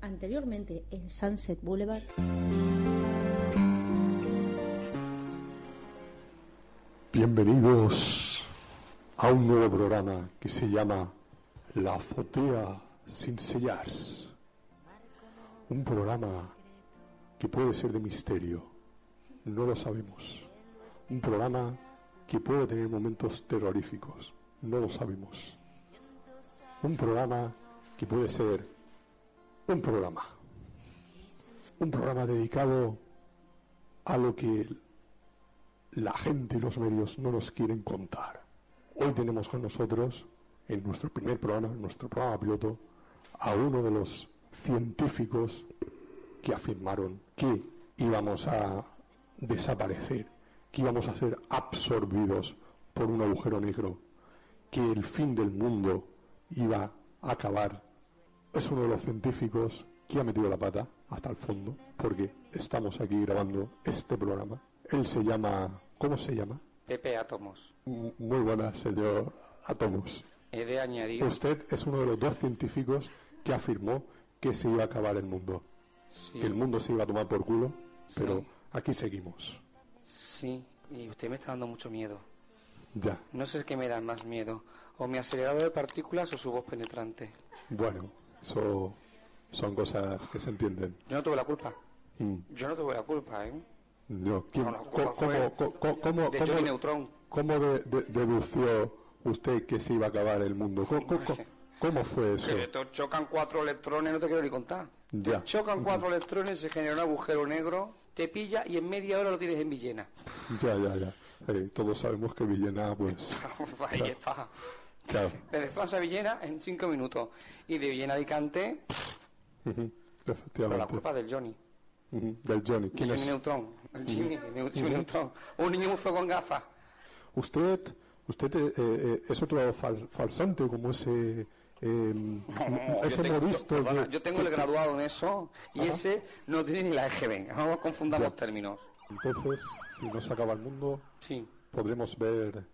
Anteriormente en Sunset Boulevard. Bienvenidos a un nuevo programa que se llama La azotea sin sellar. Un programa que puede ser de misterio, no lo sabemos. Un programa que puede tener momentos terroríficos, no lo sabemos. Un programa que puede ser un programa. Un programa dedicado a lo que la gente y los medios no nos quieren contar. Hoy tenemos con nosotros, en nuestro primer programa, en nuestro programa piloto, a uno de los científicos que afirmaron que íbamos a desaparecer, que íbamos a ser absorbidos por un agujero negro, que el fin del mundo iba a acabar. Es uno de los científicos que ha metido la pata hasta el fondo, porque estamos aquí grabando este programa. Él se llama, ¿cómo se llama? Pepe Átomos. M- Muy buenas, señor Atomos. He de añadir, Usted es uno de los dos científicos que afirmó que se iba a acabar el mundo, sí, que el mundo se iba a tomar por culo, pero Sí. aquí seguimos. sí, y usted me está dando mucho miedo. Ya, No sé qué me da más miedo, o mi acelerado de partículas o su voz penetrante. bueno, eso son cosas que se entienden. Yo no tuve la culpa. Mm, Yo no tuve la culpa, ¿eh? No, ¿quién- No, la co- culpa fue ¿Cómo, co- co- cómo- de cómo- Johnny Neutron. cómo de- de- dedució usted que se iba a acabar el mundo? Co- co- co- ¿Cómo, Hombre. fue eso? Que te chocan cuatro electrones, no te quiero ni contar. Te Ya. chocan cuatro electrones, se genera un agujero negro, te pilla y en media hora lo tienes en Villena. Ya, ya, ya. Eh, todos sabemos que Villena, pues, Ahí está. claro, Desde Francia a Villena en cinco minutos. Y de Villena a Alicante, ujú, por la efectivamente, culpa del Johnny. ujú, del Johnny. ¿Quién Jimmy es? Neutron. El Jimmy, Neu- Jimmy Neutron. Un niño muy feo con gafas. Usted, usted eh, eh, es otro fal- falsante como ese, eh, Yo ese tengo- modisto yo- perdona, que- yo tengo el graduado en eso y ese no tiene ni la E EGB. No confundamos términos. Entonces, si no se acaba el mundo, Sí. podremos ver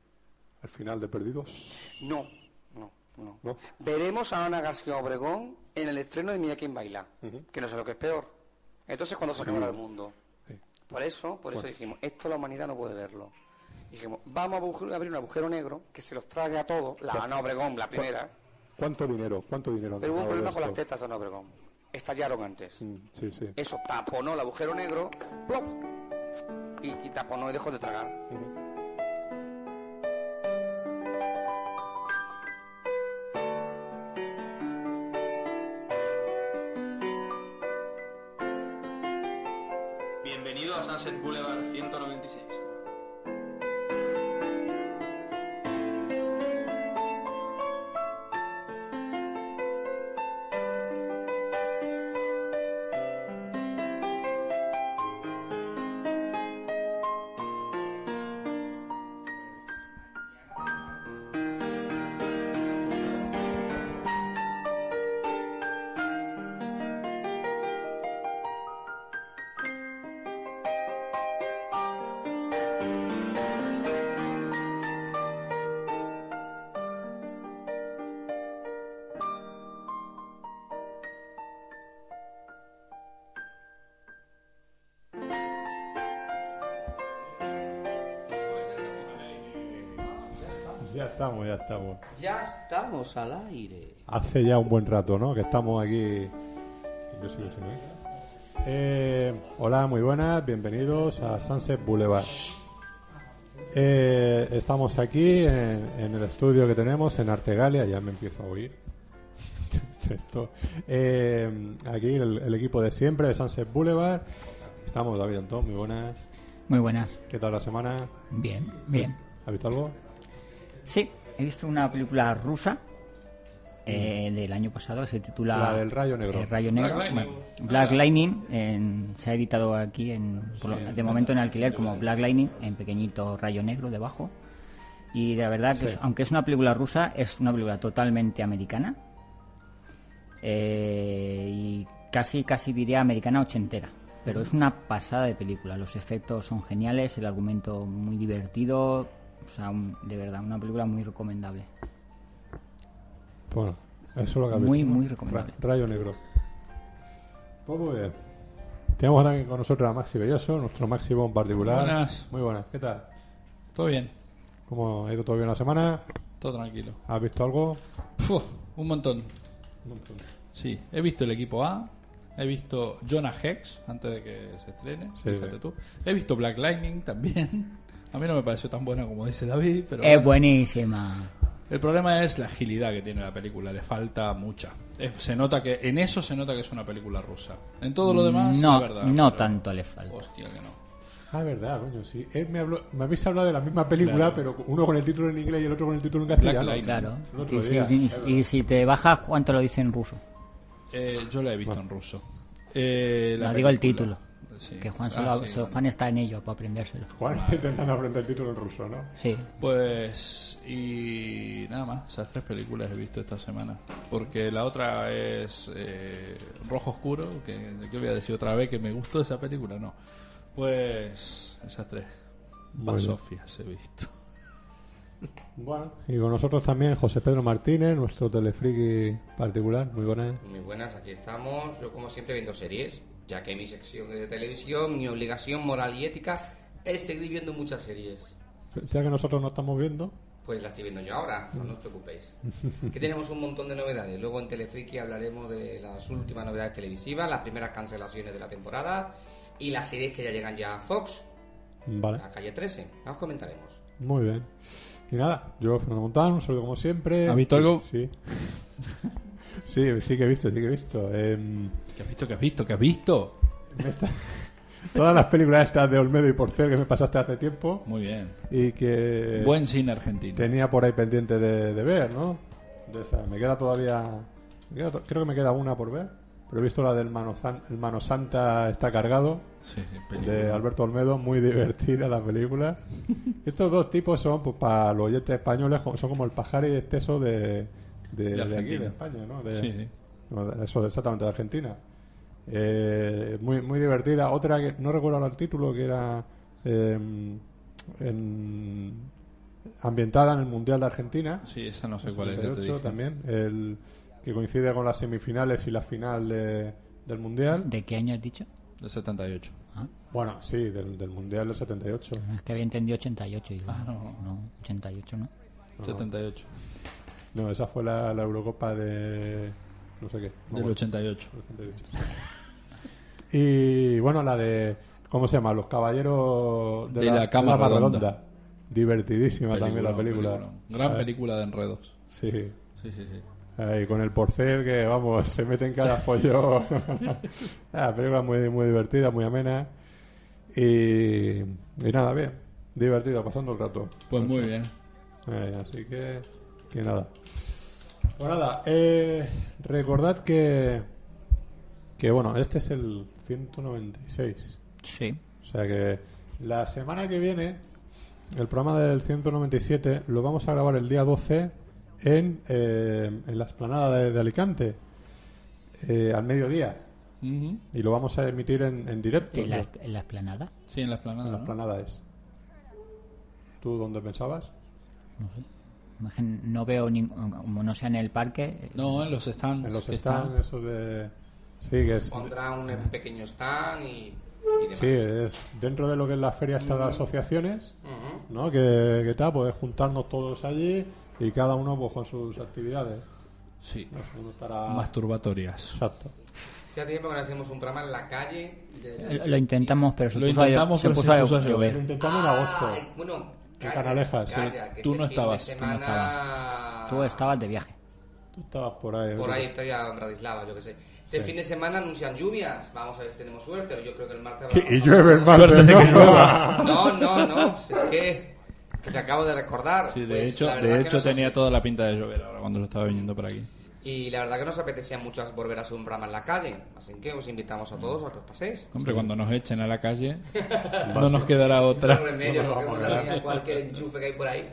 el final de Perdidos. No, no, no. ¿No? Veremos a Ana García Obregón en el estreno de Mira quién baila, que no sé lo que es peor. Entonces, cuando se acabará el mundo? Sí. Por eso, por eso dijimos, esto la humanidad no puede verlo. Dijimos, vamos a bu- abrir un agujero negro que se los trague a todos, la Ana Obregón, la primera. ¿Cuánto dinero? ¿Cuánto dinero? han Pero hubo un ganado de problema con las esto? tetas Eh, de Ana Obregón. Estallaron antes. Mm, Sí, sí. Eso taponó el agujero negro ¡plof! y, y taponó y dejó de tragar. Bienvenido a Sunset Boulevard 196. Ya estamos, ya estamos. Ya estamos al aire. Hace ya un buen rato, ¿no? Que estamos aquí. Yo sigo sin oír. Eh, hola, muy buenas, bienvenidos a Sunset Boulevard. Eh, estamos aquí en, en el estudio que tenemos en Artegalia, ya me empiezo a oír. Esto. Eh, aquí el, el equipo de siempre de Sunset Boulevard. Estamos David Antón, muy buenas. Muy buenas. ¿Qué tal la semana? Bien, bien. ¿Has visto algo? Sí, he visto una película rusa eh, del año pasado que se titula... La del Rayo Negro. El Rayo Negro. Black Lightning. Ah, bueno, Black Lightning en- se ha editado aquí en, por lo- de momento en alquiler como Black Lightning, en pequeñito Rayo Negro debajo. Y la verdad que, es- aunque es una película rusa, es una película totalmente americana. Eh, y casi, casi diría americana ochentera. Pero es una pasada de película. Los efectos son geniales, el argumento muy divertido. O sea, un- de verdad, una película muy recomendable. Bueno, eso es lo que has Muy, visto, ¿no? muy recomendable. Ra- Rayo Negro. Pues muy bien. Tenemos también con nosotros a Maxi Belloso, nuestro máximo en particular. Buenas. Muy buenas. ¿Qué tal? Todo bien, ¿Cómo ha ido todo bien la semana? todo tranquilo. ¿Has visto algo? Puf, un montón. Sí, he visto el equipo A, he visto Jonah Hex antes de que se estrene, Sí, fíjate sí. tú. He visto Black Lightning también. A mí no me pareció tan buena como dice David, pero Es bueno. buenísima. el problema es la agilidad que tiene la película, le falta mucha. Es- se nota que en eso se nota que es una película rusa. En todo lo demás, no, la verdad, no pero- tanto le falta. Hostia que no. Ah, verdad, coño, sí. Él me, habló, me habéis hablado de la misma película, Claro. pero uno con el título en inglés y el otro con el título en castellano. Lightning. Claro. El otro Y si, día. y si- y si te bajas, ¿cuánto lo dice en ruso? Eh, yo la he visto en ruso. Eh, la No, digo el película. Sí. Que Juan, Ah, se lo- sí, se- bueno. Juan está en ello para aprendérselo. Juan está intentando aprender el título en ruso, ¿no? Sí. Pues y nada más, esas tres películas he visto esta semana. Porque la otra es eh, Rojo Oscuro, que yo voy a decir otra vez que me gustó esa película, no. Pues esas tres. Basofias he visto. Bueno. Y con nosotros también José Pedro Martínez, nuestro telefriki particular. Muy buenas. Muy buenas, aquí estamos. Yo, como siempre, viendo series, ya que mi sección es de televisión, mi obligación moral y ética es seguir viendo muchas series. Ya que nosotros no estamos viendo, Pues la estoy viendo yo ahora, no os preocupéis. Que tenemos un montón de novedades. Luego en Telefriki hablaremos de las últimas novedades televisivas, las primeras cancelaciones de la temporada y las series que ya llegan ya a Fox, vale. a Calle 13. Ya os comentaremos. Muy bien. Y nada, yo, Fernando Montán, un saludo como siempre. ¿Has visto algo? Sí. sí, sí que he visto, sí que he visto. Em, ¿Qué has visto? ¿Qué has visto? ¿Qué has visto? me está- Todas las películas estas de Olmedo y Porcel que me pasaste hace tiempo Muy bien. y que Buen cine argentino. tenía por ahí pendiente de, de ver, ¿no? De esa. Me queda todavía... me queda to- creo que me queda una por ver, pero he visto la del Mano, San- el Mano Santa está cargado. Sí, sí, de película. Alberto Olmedo, muy divertida la película. Estos dos tipos son, pues, para los oyentes españoles, jo- son como el pajar y el teso de, de, de aquí, Argentina. de España, ¿no? De, Sí, sí. no, de- Eso, de- exactamente, de Argentina. Eh, muy, muy divertida. Otra que no recuerdo ahora el título, que era eh, en- ambientada en el Mundial de Argentina. Sí, esa no sé cuál es. ya te 78 dije. también, el que coincide con las semifinales y la final de- del Mundial. ¿De qué año has dicho? De 78. Ah, Bueno, sí, del, del Mundial del 78. es que había entendido 88. Digo. Ah, no. No, 88 no. 78. No, esa fue la, la Eurocopa de. No sé qué. Del 88. 88. Y bueno, la de. ¿Cómo se llama? Los Caballeros De la Cama Barra Redonda. Divertidísima también la película. Peliculón, peliculón. Gran Ah, película de enredos. Sí. Sí, sí, sí. Ahí, con el porcel que, vamos, se mete en cada follón. ah, película muy, muy divertida, muy amena. Y, y nada, bien. Divertida, pasando el rato. Pues muy bien. Eh, así que, que nada. Pues nada, eh, recordad que, que, bueno, este es el 196. Sí. O sea que la semana que viene, el programa del 197 lo vamos a grabar el día 12 en, eh, en la esplanada de, de Alicante, eh, al mediodía. Ujú. Y lo vamos a emitir en, en directo. ¿En la, ¿no? en la esplanada? Sí, en la esplanada. En la ¿no? esplanada es. ¿Tú dónde pensabas? No sé. Imagen- No veo ningún. Como no sea en el parque. No, en los stands. En los que stands, están. eso de... Sí, que es... Pondrá un pequeño stand y, y demás. Sí, eh. es dentro de lo que es la feria está de asociaciones, Ujú. ¿no? Que, que tal, pues juntarnos todos allí y cada uno pues con sus actividades. Sí. No sé, Uno estará... Masturbatorias. Exacto. Hacía tiempo que no hacíamos un programa en la calle. de- Eh, Lo intentamos, pero se Lo puso a- intentamos, se pero se puso a puso a llover. Lo intentamos en Ah, agosto. eh, bueno, En Canalejas, sí. que Tú este no fin de estabas, tú no semana- Tú estabas de viaje. Tú estabas por ahí. Por ¿no? ahí estoy en Bratislava, yo qué sé. Este fin de semana anuncian lluvias. Vamos a ver si tenemos suerte. pero Yo creo que el martes. Sí, habrá- Y llueve el martes, Suerte de que ¿no? llueva. No, no, no. Es que, que te acabo de recordar. Sí, de Pues, hecho, la verdad de que hecho nos tenía hace- toda la pinta de llover ahora cuando lo estaba viniendo por aquí. Y la verdad que nos apetecía mucho volver a hacer un programa en la calle. Así que os invitamos a todos a que os paséis. Hombre, cuando nos echen a la calle, no nos quedará No otra. remedio, No, lo que vamos vamos a a ver. hacer a cualquier enchufe que hay por ahí.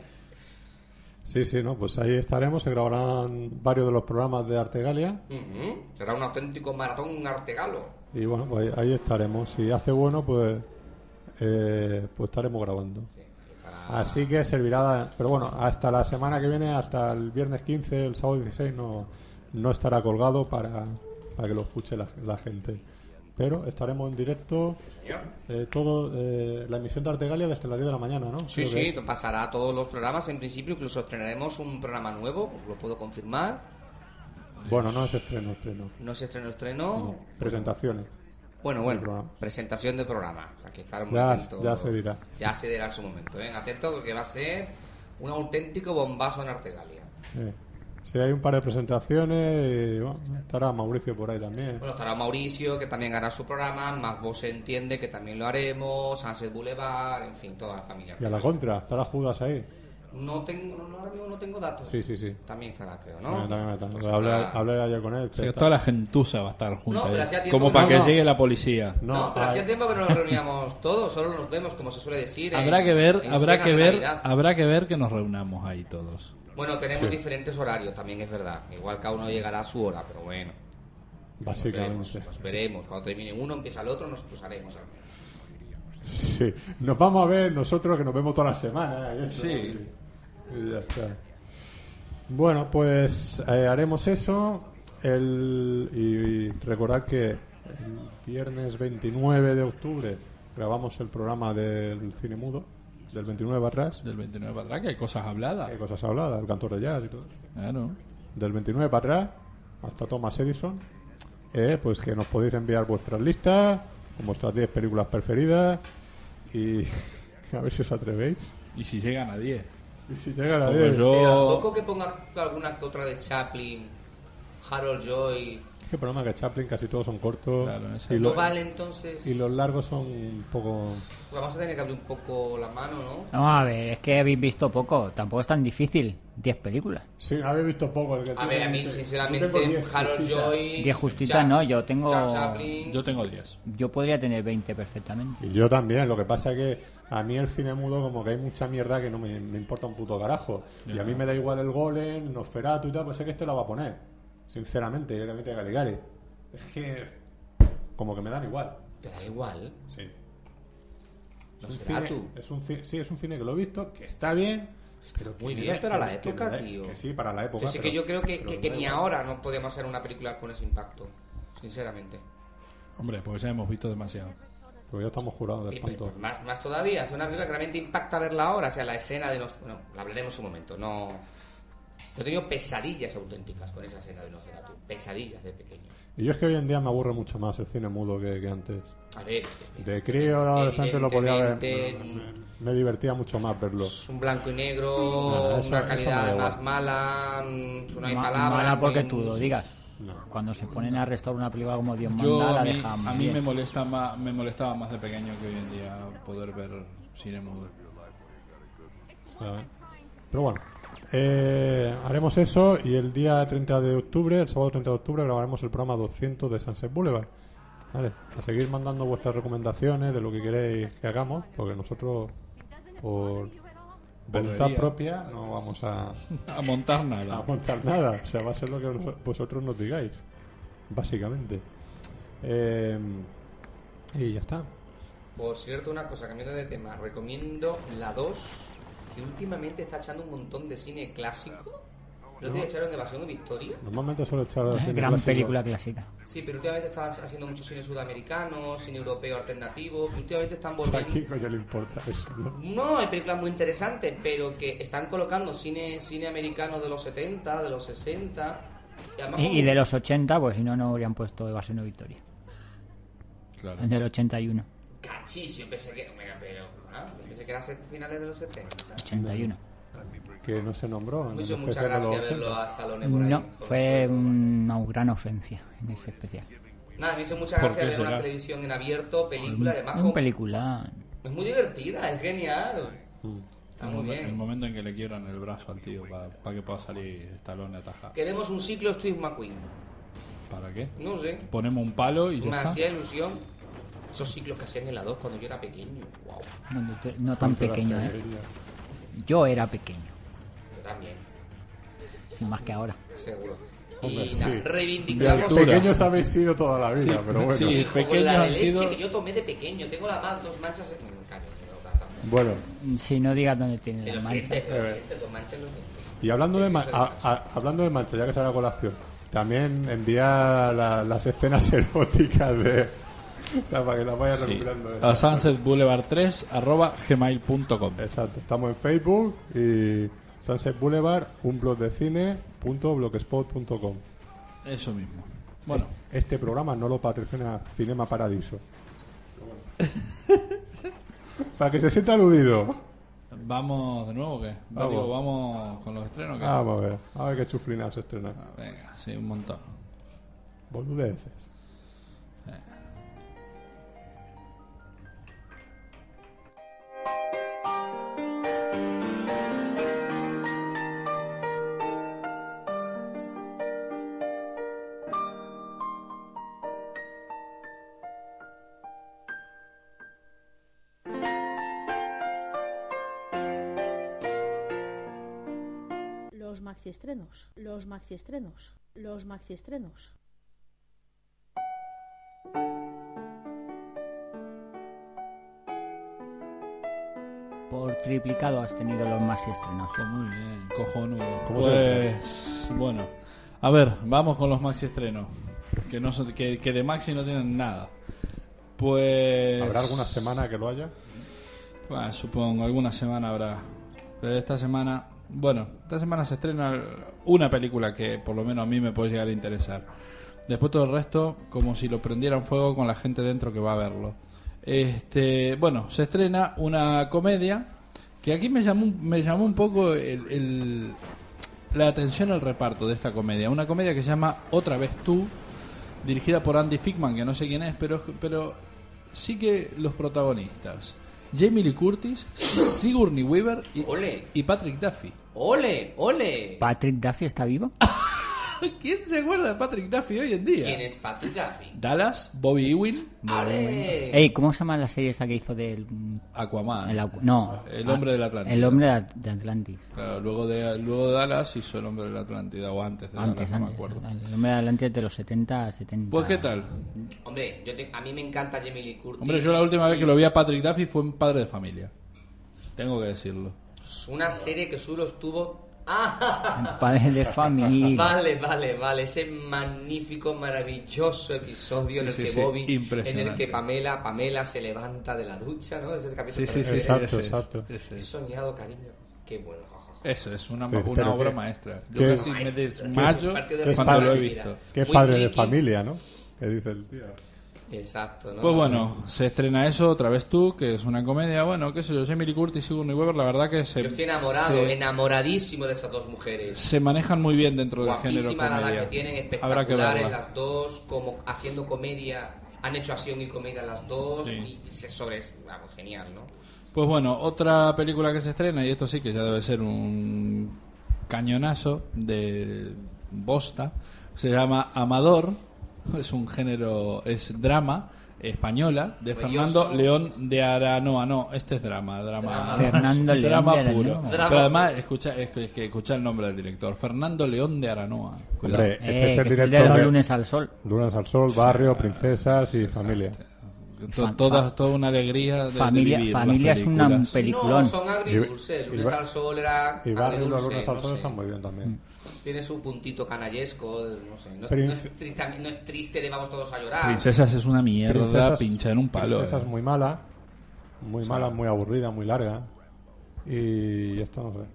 Sí, sí, no, pues ahí estaremos. Se grabarán varios de los programas de Artegalia. Ujú. Será un auténtico maratón artegalo. Y bueno, pues ahí estaremos. Si hace bueno, pues, eh, pues estaremos grabando. Así que servirá, pero bueno, hasta la semana que viene, hasta el viernes 15, el sábado 16, no, no estará colgado para, para que lo escuche la, la gente. Pero estaremos en directo señor. eh, todo eh, la emisión de Artegalia desde las 10 de la mañana, ¿no? Sí, Creo que sí, es. pasará a todos los programas en principio, incluso estrenaremos un programa nuevo, lo puedo confirmar. Bueno, no es estreno, estreno. No se estreno, estreno. Presentaciones. Bueno, El programa. bueno, presentación de programa. O sea, que estar muy Ya- atento. ya se dirá. Ya se dirá en su momento. ¿eh? Atento porque va a ser un auténtico bombazo en Artegalia. Eh, Si hay un par de presentaciones, y, bueno, estará Mauricio por ahí también. Bueno, estará Mauricio, que también hará su programa, más vos entiende que también lo haremos, Sunset Boulevard, en fin, toda la familia. Y a la contra, estará Judas ahí. No tengo, no, no, ahora mismo no tengo datos. Sí, sí, sí. También estará, creo, ¿no? Pues Bueno, también, también. Entonces Hablé, estará- hablé ayer con él. O sea, que toda la gentuza va a estar junta. No, pero ahí. hacía tiempo como que para no, que no. llegue la policía. No, No, pero hay- hacía tiempo que no nos reuníamos todos, solo nos vemos, como se suele decir. en- Habrá que ver, en habrá cenas que de ver, ah, Navidad. habrá que ver que nos reunamos ahí todos. Bueno, tenemos diferentes horarios, también es verdad. Igual cada uno llegará a su hora, pero bueno. Veremos, Básicamente. nos veremos. Cuando termine uno, empieza el otro, nos cruzaremos. Eh, al menos. Sí. Nos vamos a ver nosotros que nos vemos toda la semana. y eso, Sí. y- y ya está. Bueno, pues eh, haremos eso. El, y, y recordad que el viernes 29 de octubre grabamos el programa del cine mudo, del 29 barras. Del 29 para atrás, que hay cosas habladas. Hay cosas habladas, el cantor de jazz y todo. Claro. Del 29 para atrás hasta Thomas Edison. Eh, pues que nos podéis enviar vuestras listas, con vuestras 10 películas preferidas y a ver si os atrevéis. Y si llegan a 10. Y si llega la Como 10, yo. Mira, poco que ponga alguna que otra de Chaplin, Harold Joy. es que el problema es que Chaplin casi todos son cortos Claro, esa y, es No los, vale entonces. Pues y los largos son un poco... Vamos a tener que abrir un poco la mano, ¿no? Ah, Vamos a ver, es que habéis visto poco, tampoco es tan difícil. 10 películas. Sí, habéis visto poco el que A ver, a eh. mí, Yo tengo sinceramente, 10 Harold justitas. Joy. Diez justitas, no, yo tengo- Charles Chaplin. Yo tengo 10. Yo podría tener 20 perfectamente. Y yo también, lo que pasa es que a mí el cine mudo como que hay mucha mierda que no me, me importa un puto carajo. Y a mí me da igual el golem, Nosferatu y tal, pues sé que este la va a poner. Sinceramente, yo le meto a Caligari. Es que como que me dan igual. Te da igual. Sí. Es No un, será cine, tú. es un ci- sí, es un cine que lo he visto, que está bien. pero que muy me bien para que la me que época, me tío. Que sí, para la época. Yo sé que pero- yo creo que, pero que- me que da ni igual. ahora no podemos hacer una película con ese impacto, sinceramente. Hombre, porque ya hemos visto demasiado. Porque ya estamos jurados de Y, pues, espanto. pues, más, más todavía, es una película que realmente impacta verla ahora, o sea, la escena de los... Bueno, la hablaremos un momento, no... Yo he tenido pesadillas auténticas con esa escena de los tú pesadillas de pequeño. Y yo es que hoy en día me aburre mucho más el cine mudo que- que antes. A ver, De crío, de adolescente lo podía ver. Me, evidentemente, me divertía mucho más verlo. es un blanco y negro, No, eso- una eso me da calidad igual. más mala, mm, no hay Ma- palabras... mm, mala porque no hay- tú lo digas. No. Cuando se ponen a restaurar una película como Dios manda, Yo la a mí, dejan a mí bien. me molesta más, me molestaba más de pequeño que hoy en día poder ver cine mudo. ¿sabes? Pero bueno, eh, haremos eso y el día 30 de octubre, el sábado 30 de octubre, grabaremos el programa 200 de Sunset Boulevard. Vale, a seguir mandando vuestras recomendaciones de lo que queréis que hagamos, porque nosotros, por voluntad Volvería. propia, no vamos a, A montar a nada. montar nada. O sea, va a ser lo que vos- vosotros nos digáis, básicamente. Eh, y ya está. Por cierto, una cosa, cambiando de tema, recomiendo la 2, que últimamente está echando un montón de cine clásico. ¿No te echaron Evasión o Victoria? Normalmente suele echar al Eh, cine Gran clásico. película clásica. Sí, pero últimamente están haciendo mucho cine sudamericano, cine europeo alternativo. y Últimamente están O sea, ¿A quién volviendo. coño le importa eso? no? No, hay películas muy interesantes, pero que están colocando cine, cine americano de los 70, de los 60. Y, además Y, y como- de los 80, pues si no, no habrían puesto Evasión o Victoria. Claro. Del 81. Cachis, yo pensé que. Mira, pero. ah, yo pensé que era set- finales de los 70. 81. Que no se nombró. en Me el hizo mucha especial de los gracia 80. verlo a Stallone por ahí. No, con fue su- una gran ausencia en ese especial. Nada, me hizo mucha ¿Por gracia qué ver una será? televisión en abierto, película, además Un con- película. es muy divertida, es genial. Mm. Está El, muy momen- el bien. momento en que le quieran el brazo al tío para que pueda salir Stallone a atajar. Queremos un ciclo Steve McQueen. ¿Para qué? No sé, Ponemos un palo y ya me está. hacía ilusión. Esos ciclos que hacían en la 2 cuando yo era pequeño. Wow, No, no te- no tan pequeño, ¿eh? Yo era pequeño, yo también, sin más que ahora. seguro. Hombre, Y sí. nada, De reivindicamos altura. pequeños habéis sido toda la vida, Sí, pero bueno. sí. Hijo, con pequeños la de han leche sido- que yo tomé de pequeño. Tengo las más- dos manchas en el caño. pero da tampoco. Bueno, Si no digas dónde tiene En la los mancha. dientes, en Eh. los dientes, dos manchas en los dientes. y hablando de, Eso ma- es a- a- hablando de mancha, ya que se ha dado colación, también envía la- las escenas eróticas de, Está para que la vayas Sí. recuperando. eh. A Sunset Boulevard 3 arroba gmail.com. Exacto, estamos en Facebook y Sunset Boulevard, un blog de cine, punto blogspot.com. Eso mismo. Bueno, Este programa no lo patrocina Cinema Paradiso. Para que se sienta aludido. vamos de nuevo, ¿qué? Vamos. Ah. Vamos, digo, vamos con los estrenos. ¿qué? Vamos a ver, a ver qué chuflina se estrena. Ah, Venga, sí, un montón. Boludeces. Los maxiestrenos. Los maxiestrenos. Los maxiestrenos. Por triplicado has tenido los más estrenados. Pues muy bien, cojonudo. ¿Cómo Pues bueno, a ver, vamos con los maxi estrenos. Que, no son- que, que de maxi no tienen nada. Pues. ¿Habrá alguna semana que lo haya? Bueno, supongo, alguna semana habrá. Pero esta semana. Bueno, esta semana se estrena una película que por lo menos a mí me puede llegar a interesar. Después todo el resto, como si lo prendieran fuego con la gente dentro que va a verlo. Este, bueno, se estrena una comedia que aquí me llamó, me llamó un poco el- el- la atención al reparto de esta comedia. Una comedia que se llama Otra vez tú, dirigida por Andy Fickman, que no sé quién es, pero, pero sí que los protagonistas. Jamie Lee Curtis, Sigourney Weaver y, Ole. y Patrick Duffy. ¡Ole! ¡Ole! ¿Patrick Duffy está vivo? ¿Quién se acuerda de Patrick Duffy hoy en día? ¿Quién es Patrick Duffy? Dallas, Bobby Ewing, ¡Ale! Ey, ¿cómo se llama la serie esa que hizo del... Aquaman. el acu- no. El hombre del Atlántico. El hombre de At- de Atlantis. Claro, luego de, luego de Dallas hizo el hombre de la Atlántida o antes de Antes, Dallas, no me antes. acuerdo. El hombre de Atlantis de los 70 a 70. Pues qué tal. Hombre, yo te- a mí me encanta Jamie Lee Curtis. Hombre, yo la última vez que lo vi a Patrick Duffy fue en Padre de Familia. Tengo que decirlo. Una serie que solo estuvo... ¡Ah! Padre de familia. Vale, vale, vale. Ese magnífico, maravilloso episodio Sí, en el sí, que sí, Bobby... En el impresionante. que Pamela, Pamela se levanta de la ducha, ¿no? Ese capítulo. Exacto, ese es, exacto. ese He es. soñado, cariño. Qué bueno. Eso es una, Sí, una pero obra qué- maestra. Yo qué- casi me Maestro, desmayo es parte de la cuando lo he familia. visto. Que es Muy padre de friki. familia, ¿no? Que dice el tío. Exacto, ¿no? Pues bueno, se estrena eso, otra vez tú, que es una comedia. Bueno, qué sé yo, Jamie Lee Curtis y Sigourney Weaver, la verdad que se, Yo estoy enamorado, se, enamoradísimo de esas dos mujeres. se manejan muy bien dentro del género Guapísima la edad comedia. que tienen, Habrá que espectaculares verla. las dos, como haciendo comedia. Han hecho acción y comedia las dos Sí. y se sobre... Vamos, genial, ¿no? Pues bueno, otra película que se estrena, y esto sí que ya debe ser un cañonazo de bosta, se llama Amador, es un género, es drama española, de Pues Fernando yo- León de Aranoa. No, este es drama, drama. Fernando León drama de Aranoa. puro. Drama. Pero además, escucha, es que, es que escucha el nombre del director, Fernando León de Aranoa. Cuidado. Hombre, Eh, este que es el es el de director los de lunes al sol. Lunas al Sol, Barrio, Princesas y Familia. To- Fan- todas- toda una alegría de, de Familia- vivir las familia es una películas. Peliculón. No, son agridulces. Y- Lunes y va- al sol era Y Barrio y los agridulce, Lunes al no Sol sé. están muy bien también. Tiene su puntito canallesco, no sé. No, es- Prince- no es, triste, no es triste de vamos todos a llorar. Princesas es una mierda Princesas- pincha en un palo. Princesas eh. muy mala, muy mala, muy aburrida, muy larga. Y esto no sé.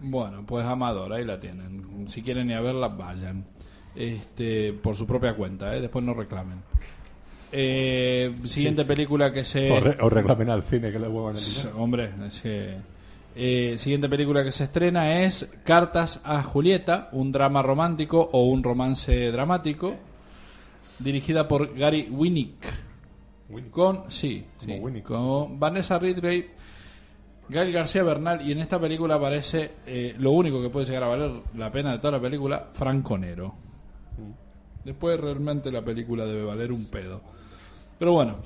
Bueno, pues Amador, ahí la tienen. Si quieren ir a verla, vayan. Este, por su propia cuenta, ¿eh? después no reclamen. Eh, siguiente película que se... o, re- o reclamen al cine que le huevan el dinero. Hombre, es que- Eh, siguiente película que se estrena es Cartas a Julieta, un drama romántico o un romance dramático, dirigida por Gary Winnick. Con, sí, Como sí, Winnick. con Vanessa Ridley, Gael García Bernal, y en esta película aparece eh, lo único que puede llegar a valer la pena de toda la película, Franco Nero. Después realmente la película debe valer un pedo. Pero bueno,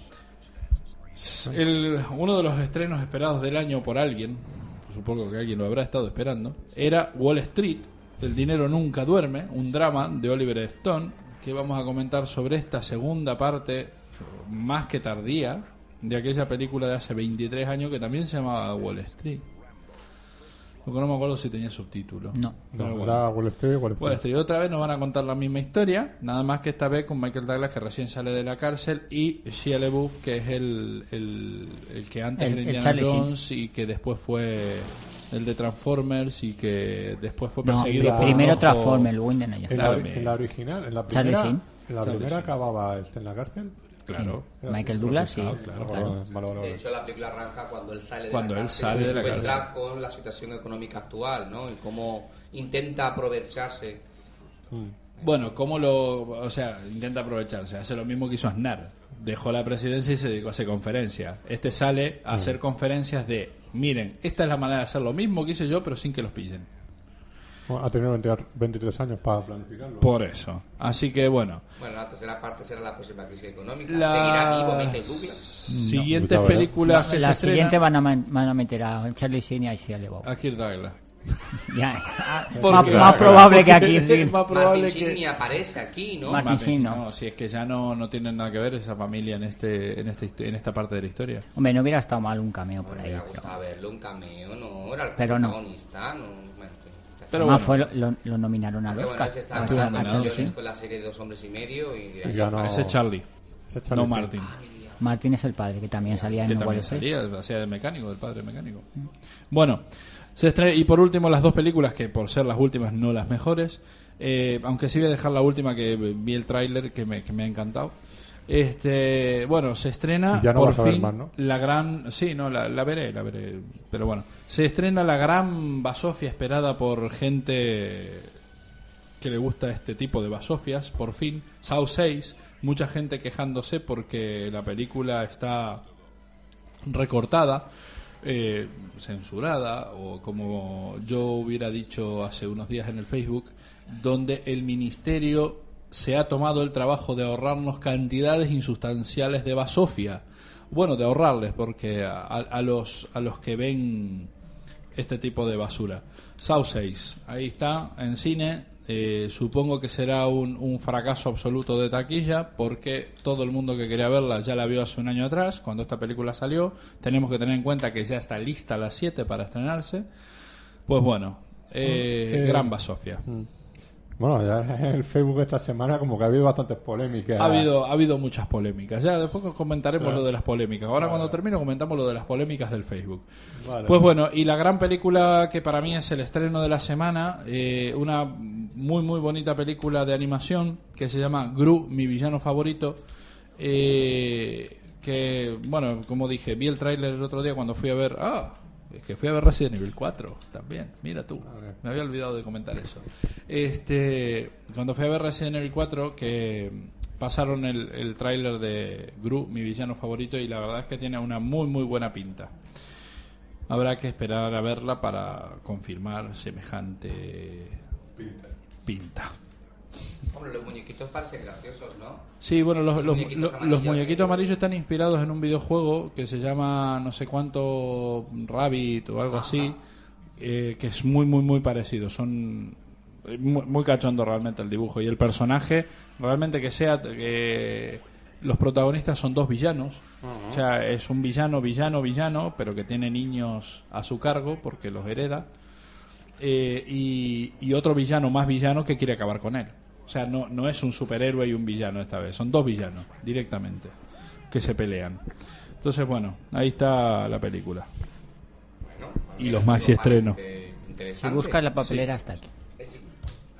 el- uno de los estrenos esperados del año por alguien, supongo que alguien lo habrá estado esperando, era Wall Street, El dinero nunca duerme, un drama de Oliver Stone, que vamos a comentar sobre esta segunda parte más que tardía de aquella película de hace 23 años que también se llamaba Wall Street. Porque no me acuerdo si tenía subtítulos. No. No, Pero Ah, bueno. era Wall Street, Wall Street. Wall Street. Otra vez nos van a contar la misma historia, nada más que esta vez con Michael Douglas que recién sale de la cárcel y Shia LaBeouf que es el, el, el que antes El- era el Indiana Charlie Sheen. Jones y que después fue el de Transformers y que después fue No, perseguido por un primero ojo- Transformer, luego Indiana En Jones. la, Dame. en la original, en la Charlie primera, Sheen. en la Charlie primera Sheen. acababa este en la cárcel. Claro. Era Michael Douglas, sí. procesado, Claro, Claro. por- malo, malo, De malo. hecho, la película arranca cuando él sale de Cuando la él cárcel sale y de la se encuentra cárcel. con la situación económica actual, ¿no? Y cómo intenta aprovecharse. Bueno, ¿cómo lo.? O sea, intenta aprovecharse. Hace lo mismo que hizo Aznar. Dejó la presidencia y se dedicó a hacer conferencias. Este sale Mm. a hacer conferencias de: miren, esta es la manera de hacer lo mismo que hice yo, pero sin que los pillen. Bueno, ha tenido 20 23 años para planificarlo. Por eso. Así que bueno. Bueno, la tercera parte será la próxima crisis económica. Seguirá vivo Michael Douglas. Las siguientes No, la verdad. películas que La se siguiente estrenan. van a, man- van a meter a Charlie Sheen y a Shia LaBeouf. A Kirk Douglas. Ya, ah, Porque- más, más probable que aquí. sí. Es más Martin probable Sheen ni que. aparece aquí, ¿no? Martin Martin Sheen, Sheen, no. no, si es que ya no, no tienen nada que ver esa familia en este en esta, histo- en esta parte de la historia. Hombre, no hubiera estado mal un cameo por Me ahí. hubiera gustado verlo, un cameo, ¿no? Era el Pero no. protagonista, ¿no? Bueno, en fin. Pero Además, bueno. fue, lo, lo nominaron al Aunque bueno, Oscar. ese a estaba Estuvo Charlie- Martin nominado, Jones sí. con la serie de Dos Hombres y Medio y... Y ganó- Ese es Charlie. Ese Charlie no Sheen. Martin. Ah, Martín es el padre, que también salía que en Wall también Street. salía, hacía de mecánico, del padre mecánico. Bueno, se estre- y por último las dos películas, que por ser las últimas no las mejores, eh, aunque sí voy a dejar la última que vi el tráiler que me, que me ha encantado. Este, bueno, se estrena Y ya no por vas a fin ver más, ¿no? la gran, sí, no, la, la veré, la veré, pero bueno, se estrena la gran basofia esperada por gente que le gusta este tipo de basofias, por fin, Saw 6, mucha gente quejándose porque la película está recortada, eh, censurada, o como yo hubiera dicho hace unos días en el Facebook, donde el ministerio se ha tomado el trabajo de ahorrarnos cantidades insustanciales de basofia. Bueno, de ahorrarles, porque a, a los, a los que ven este tipo de basura. Saw 6, ahí está, en cine. Eh, supongo que será un, un fracaso absoluto de taquilla porque todo el mundo que quería verla ya la vio hace un año atrás, cuando esta película salió. Tenemos que tener en cuenta que ya está lista a las 7 para estrenarse. Pues bueno, eh, Eh, gran basofia. Bueno, ya en el Facebook esta semana como que ha habido bastantes polémicas. Ha habido, ha habido muchas polémicas. Ya después comentaremos lo de las polémicas. Ahora cuando termino comentamos lo de las polémicas del Facebook. Vale. Pues bueno, y la gran película que para mí es el estreno de la semana, eh, una muy muy bonita película de animación que se llama Gru, mi villano favorito, eh, que bueno, como dije, vi el tráiler el otro día cuando fui a ver... Ah, es que fui a ver Resident Evil 4 también, mira tú, me había olvidado de comentar eso. Este, cuando fui a ver Resident Evil 4, que pasaron el, el tráiler de Gru, mi villano favorito, y la verdad es que tiene una muy muy buena pinta. Habrá que esperar a verla para confirmar semejante pinta. Hombre, los muñequitos parecen graciosos, ¿no? Sí, bueno, los, los- Muñequitos lo- los amarillos. muñequitos amarillos están inspirados en un videojuego que se llama no sé cuánto Rabbit o algo así, eh, que es muy, muy, muy parecido. Son eh, muy, muy cachondo realmente el dibujo y el personaje, realmente que sea... eh, los protagonistas son dos villanos, o sea, es un villano, villano, villano, pero que tiene niños a su cargo porque los hereda. eh, y, y otro villano más villano que quiere acabar con él. O sea, no, no es un superhéroe y un villano esta vez, son dos villanos directamente que se pelean. Entonces, bueno, ahí está la película. Bueno, Y los maxi estrenos. Si Interesante. buscas la papelera, hasta aquí. Es-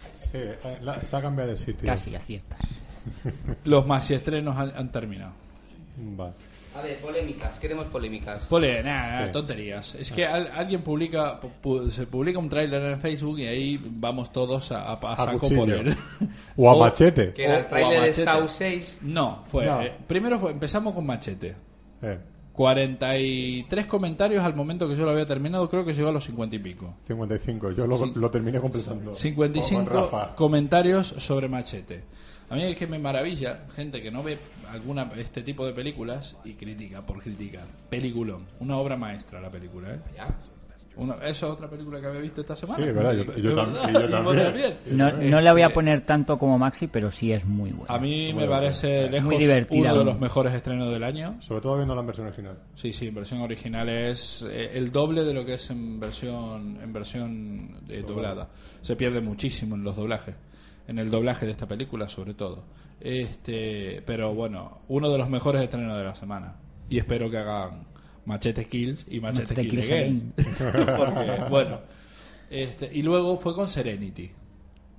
Sí, eh, la- se ha cambiado de sitio. Casi aciertas. Los más estrenos han, han terminado. Vale. A ver, polémicas, queremos polémicas. Pole, nada, nada, Sí. tonterías. Es que al- alguien publica, pu- pu- se publica un tráiler en Facebook y ahí vamos todos a, a, a A saco cuchillo. por él. O a O- machete. que era o- el trailer o a de machete. Saw 6. No, fue. No. eh, primero fue- empezamos con Machete. Eh, 43 comentarios al momento que yo lo había terminado, creo que llegó a los 50 y pico. 55. Yo lo, lo terminé completando. Con 55 Rafa. comentarios sobre Machete. A mí es que me maravilla gente que no ve alguna este tipo de películas y critica por criticar. Peliculón, una obra maestra la película, ¿eh? Ya. Una- esa es otra película que había visto esta semana. Sí, es verdad, yo- yo Es tam- verdad, y yo vos también. No, no la voy a poner tanto como Maxi, pero sí es muy buena. A mí me parece lejos Muy divertida. uno de los mejores estrenos del año. Sobre todo viendo la versión original. Sí, sí, en versión original es eh, el doble de lo que es en versión en versión eh, doblada. Se pierde muchísimo en los doblajes, en el doblaje de esta película sobre todo. Este, pero bueno, uno de los mejores estrenos de la semana y espero que hagan Machete Kills y Machete, Machete Kills Kills Again. Porque, bueno, este, y luego fue con Serenity.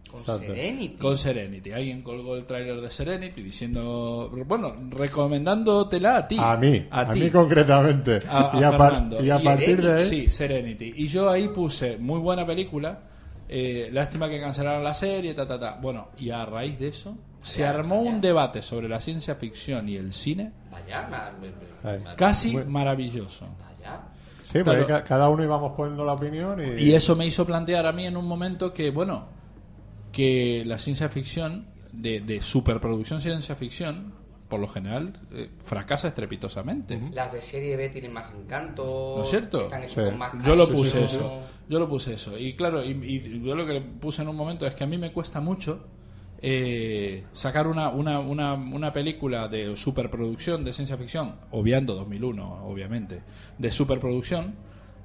Con Exacto. Serenity. Con Serenity. Alguien colgó el tráiler de Serenity diciendo, bueno, recomendándotela a ti. A mí, a, ti. mí concretamente. A- a y a, par- Fernando. y a Y partir de ahí. Sí, Serenity. Y yo ahí puse muy buena película. eh, lástima que cancelaron la serie, ta, ta, ta. Bueno, y a raíz de eso se armó un debate sobre la ciencia ficción y el cine Vaya, ma- me- Ahí. me- casi Bueno. maravilloso. vaya. Sí, Claro. porque ca- cada uno íbamos poniendo la opinión y. Y eso me hizo plantear a mí en un momento que, bueno, que la ciencia ficción, de, de superproducción ciencia ficción, por lo general, eh, fracasa estrepitosamente. Las de serie B tienen más encanto. ¿No es cierto? Están hechas Sí. con más Yo lo Pues cariño. puse eso. Yo lo puse eso. Y claro, y, y yo lo que le puse en un momento es que a mí me cuesta mucho eh, sacar una, una, una, una película de superproducción de ciencia ficción, obviando 2001, obviamente, de superproducción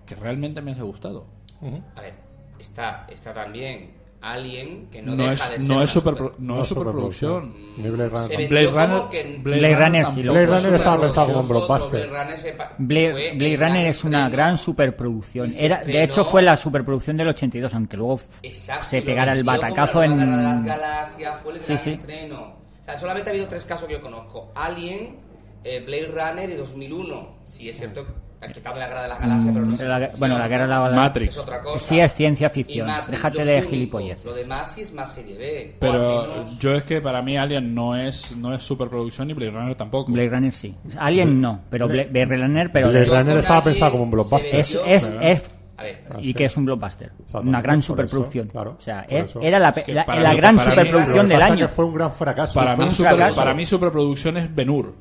que realmente me haya gustado. Ujú. A ver, está, está también Alien, que no, No, deja es, de ser. no, una es superpro- super- no, es superproducción. Ni Blade Runner. Se ve- Blade Yo como Runner, que- Blade Runner sí tampoco lo- Blade es Runner estaba superproducción. pensado como un Nosotros, blockbuster. Blade Runner, sepa- Blade, fue el Blade gran Runner es una estreno. gran superproducción. Y se Era, de estrenó- hecho, fue la superproducción del 82, aunque luego f- Exacto, se y lo pegara el vendió como batacazo la Guerra de las en. Galaxias fue el Sí, gran sí. estreno. O sea, solamente ha habido tres casos que yo conozco: Alien, eh, Blade Runner y 2001. Sí, es cierto que han quitado la Guerra de las Galaxias, pero no es La- ficción. bueno, la guerra de la Matrix. Es otra cosa. Sí, es ciencia Y ficción. Matrix, Déjate los de únicos. gilipollas. Lo demás sí es más serie B. o al Pero menos- yo es que para mí Alien no es, no es superproducción y Blade Runner tampoco. Blade Runner sí. Alien no, pero Bla- Blade Runner, pero. Blade yo Runner con estaba Alien pensado como un se blockbuster. vendió- Es, es, es- A ver, Ah, sí. y que es un blockbuster. Exactamente, Una gran por eso, superproducción. claro, o sea, por es- eso. era la, Es que la- para la mí- gran para mí- Lo superproducción que del pasa año. que fue un gran fracaso. para Fue mí, un su- super- fracaso. para mí superproducción es Benur.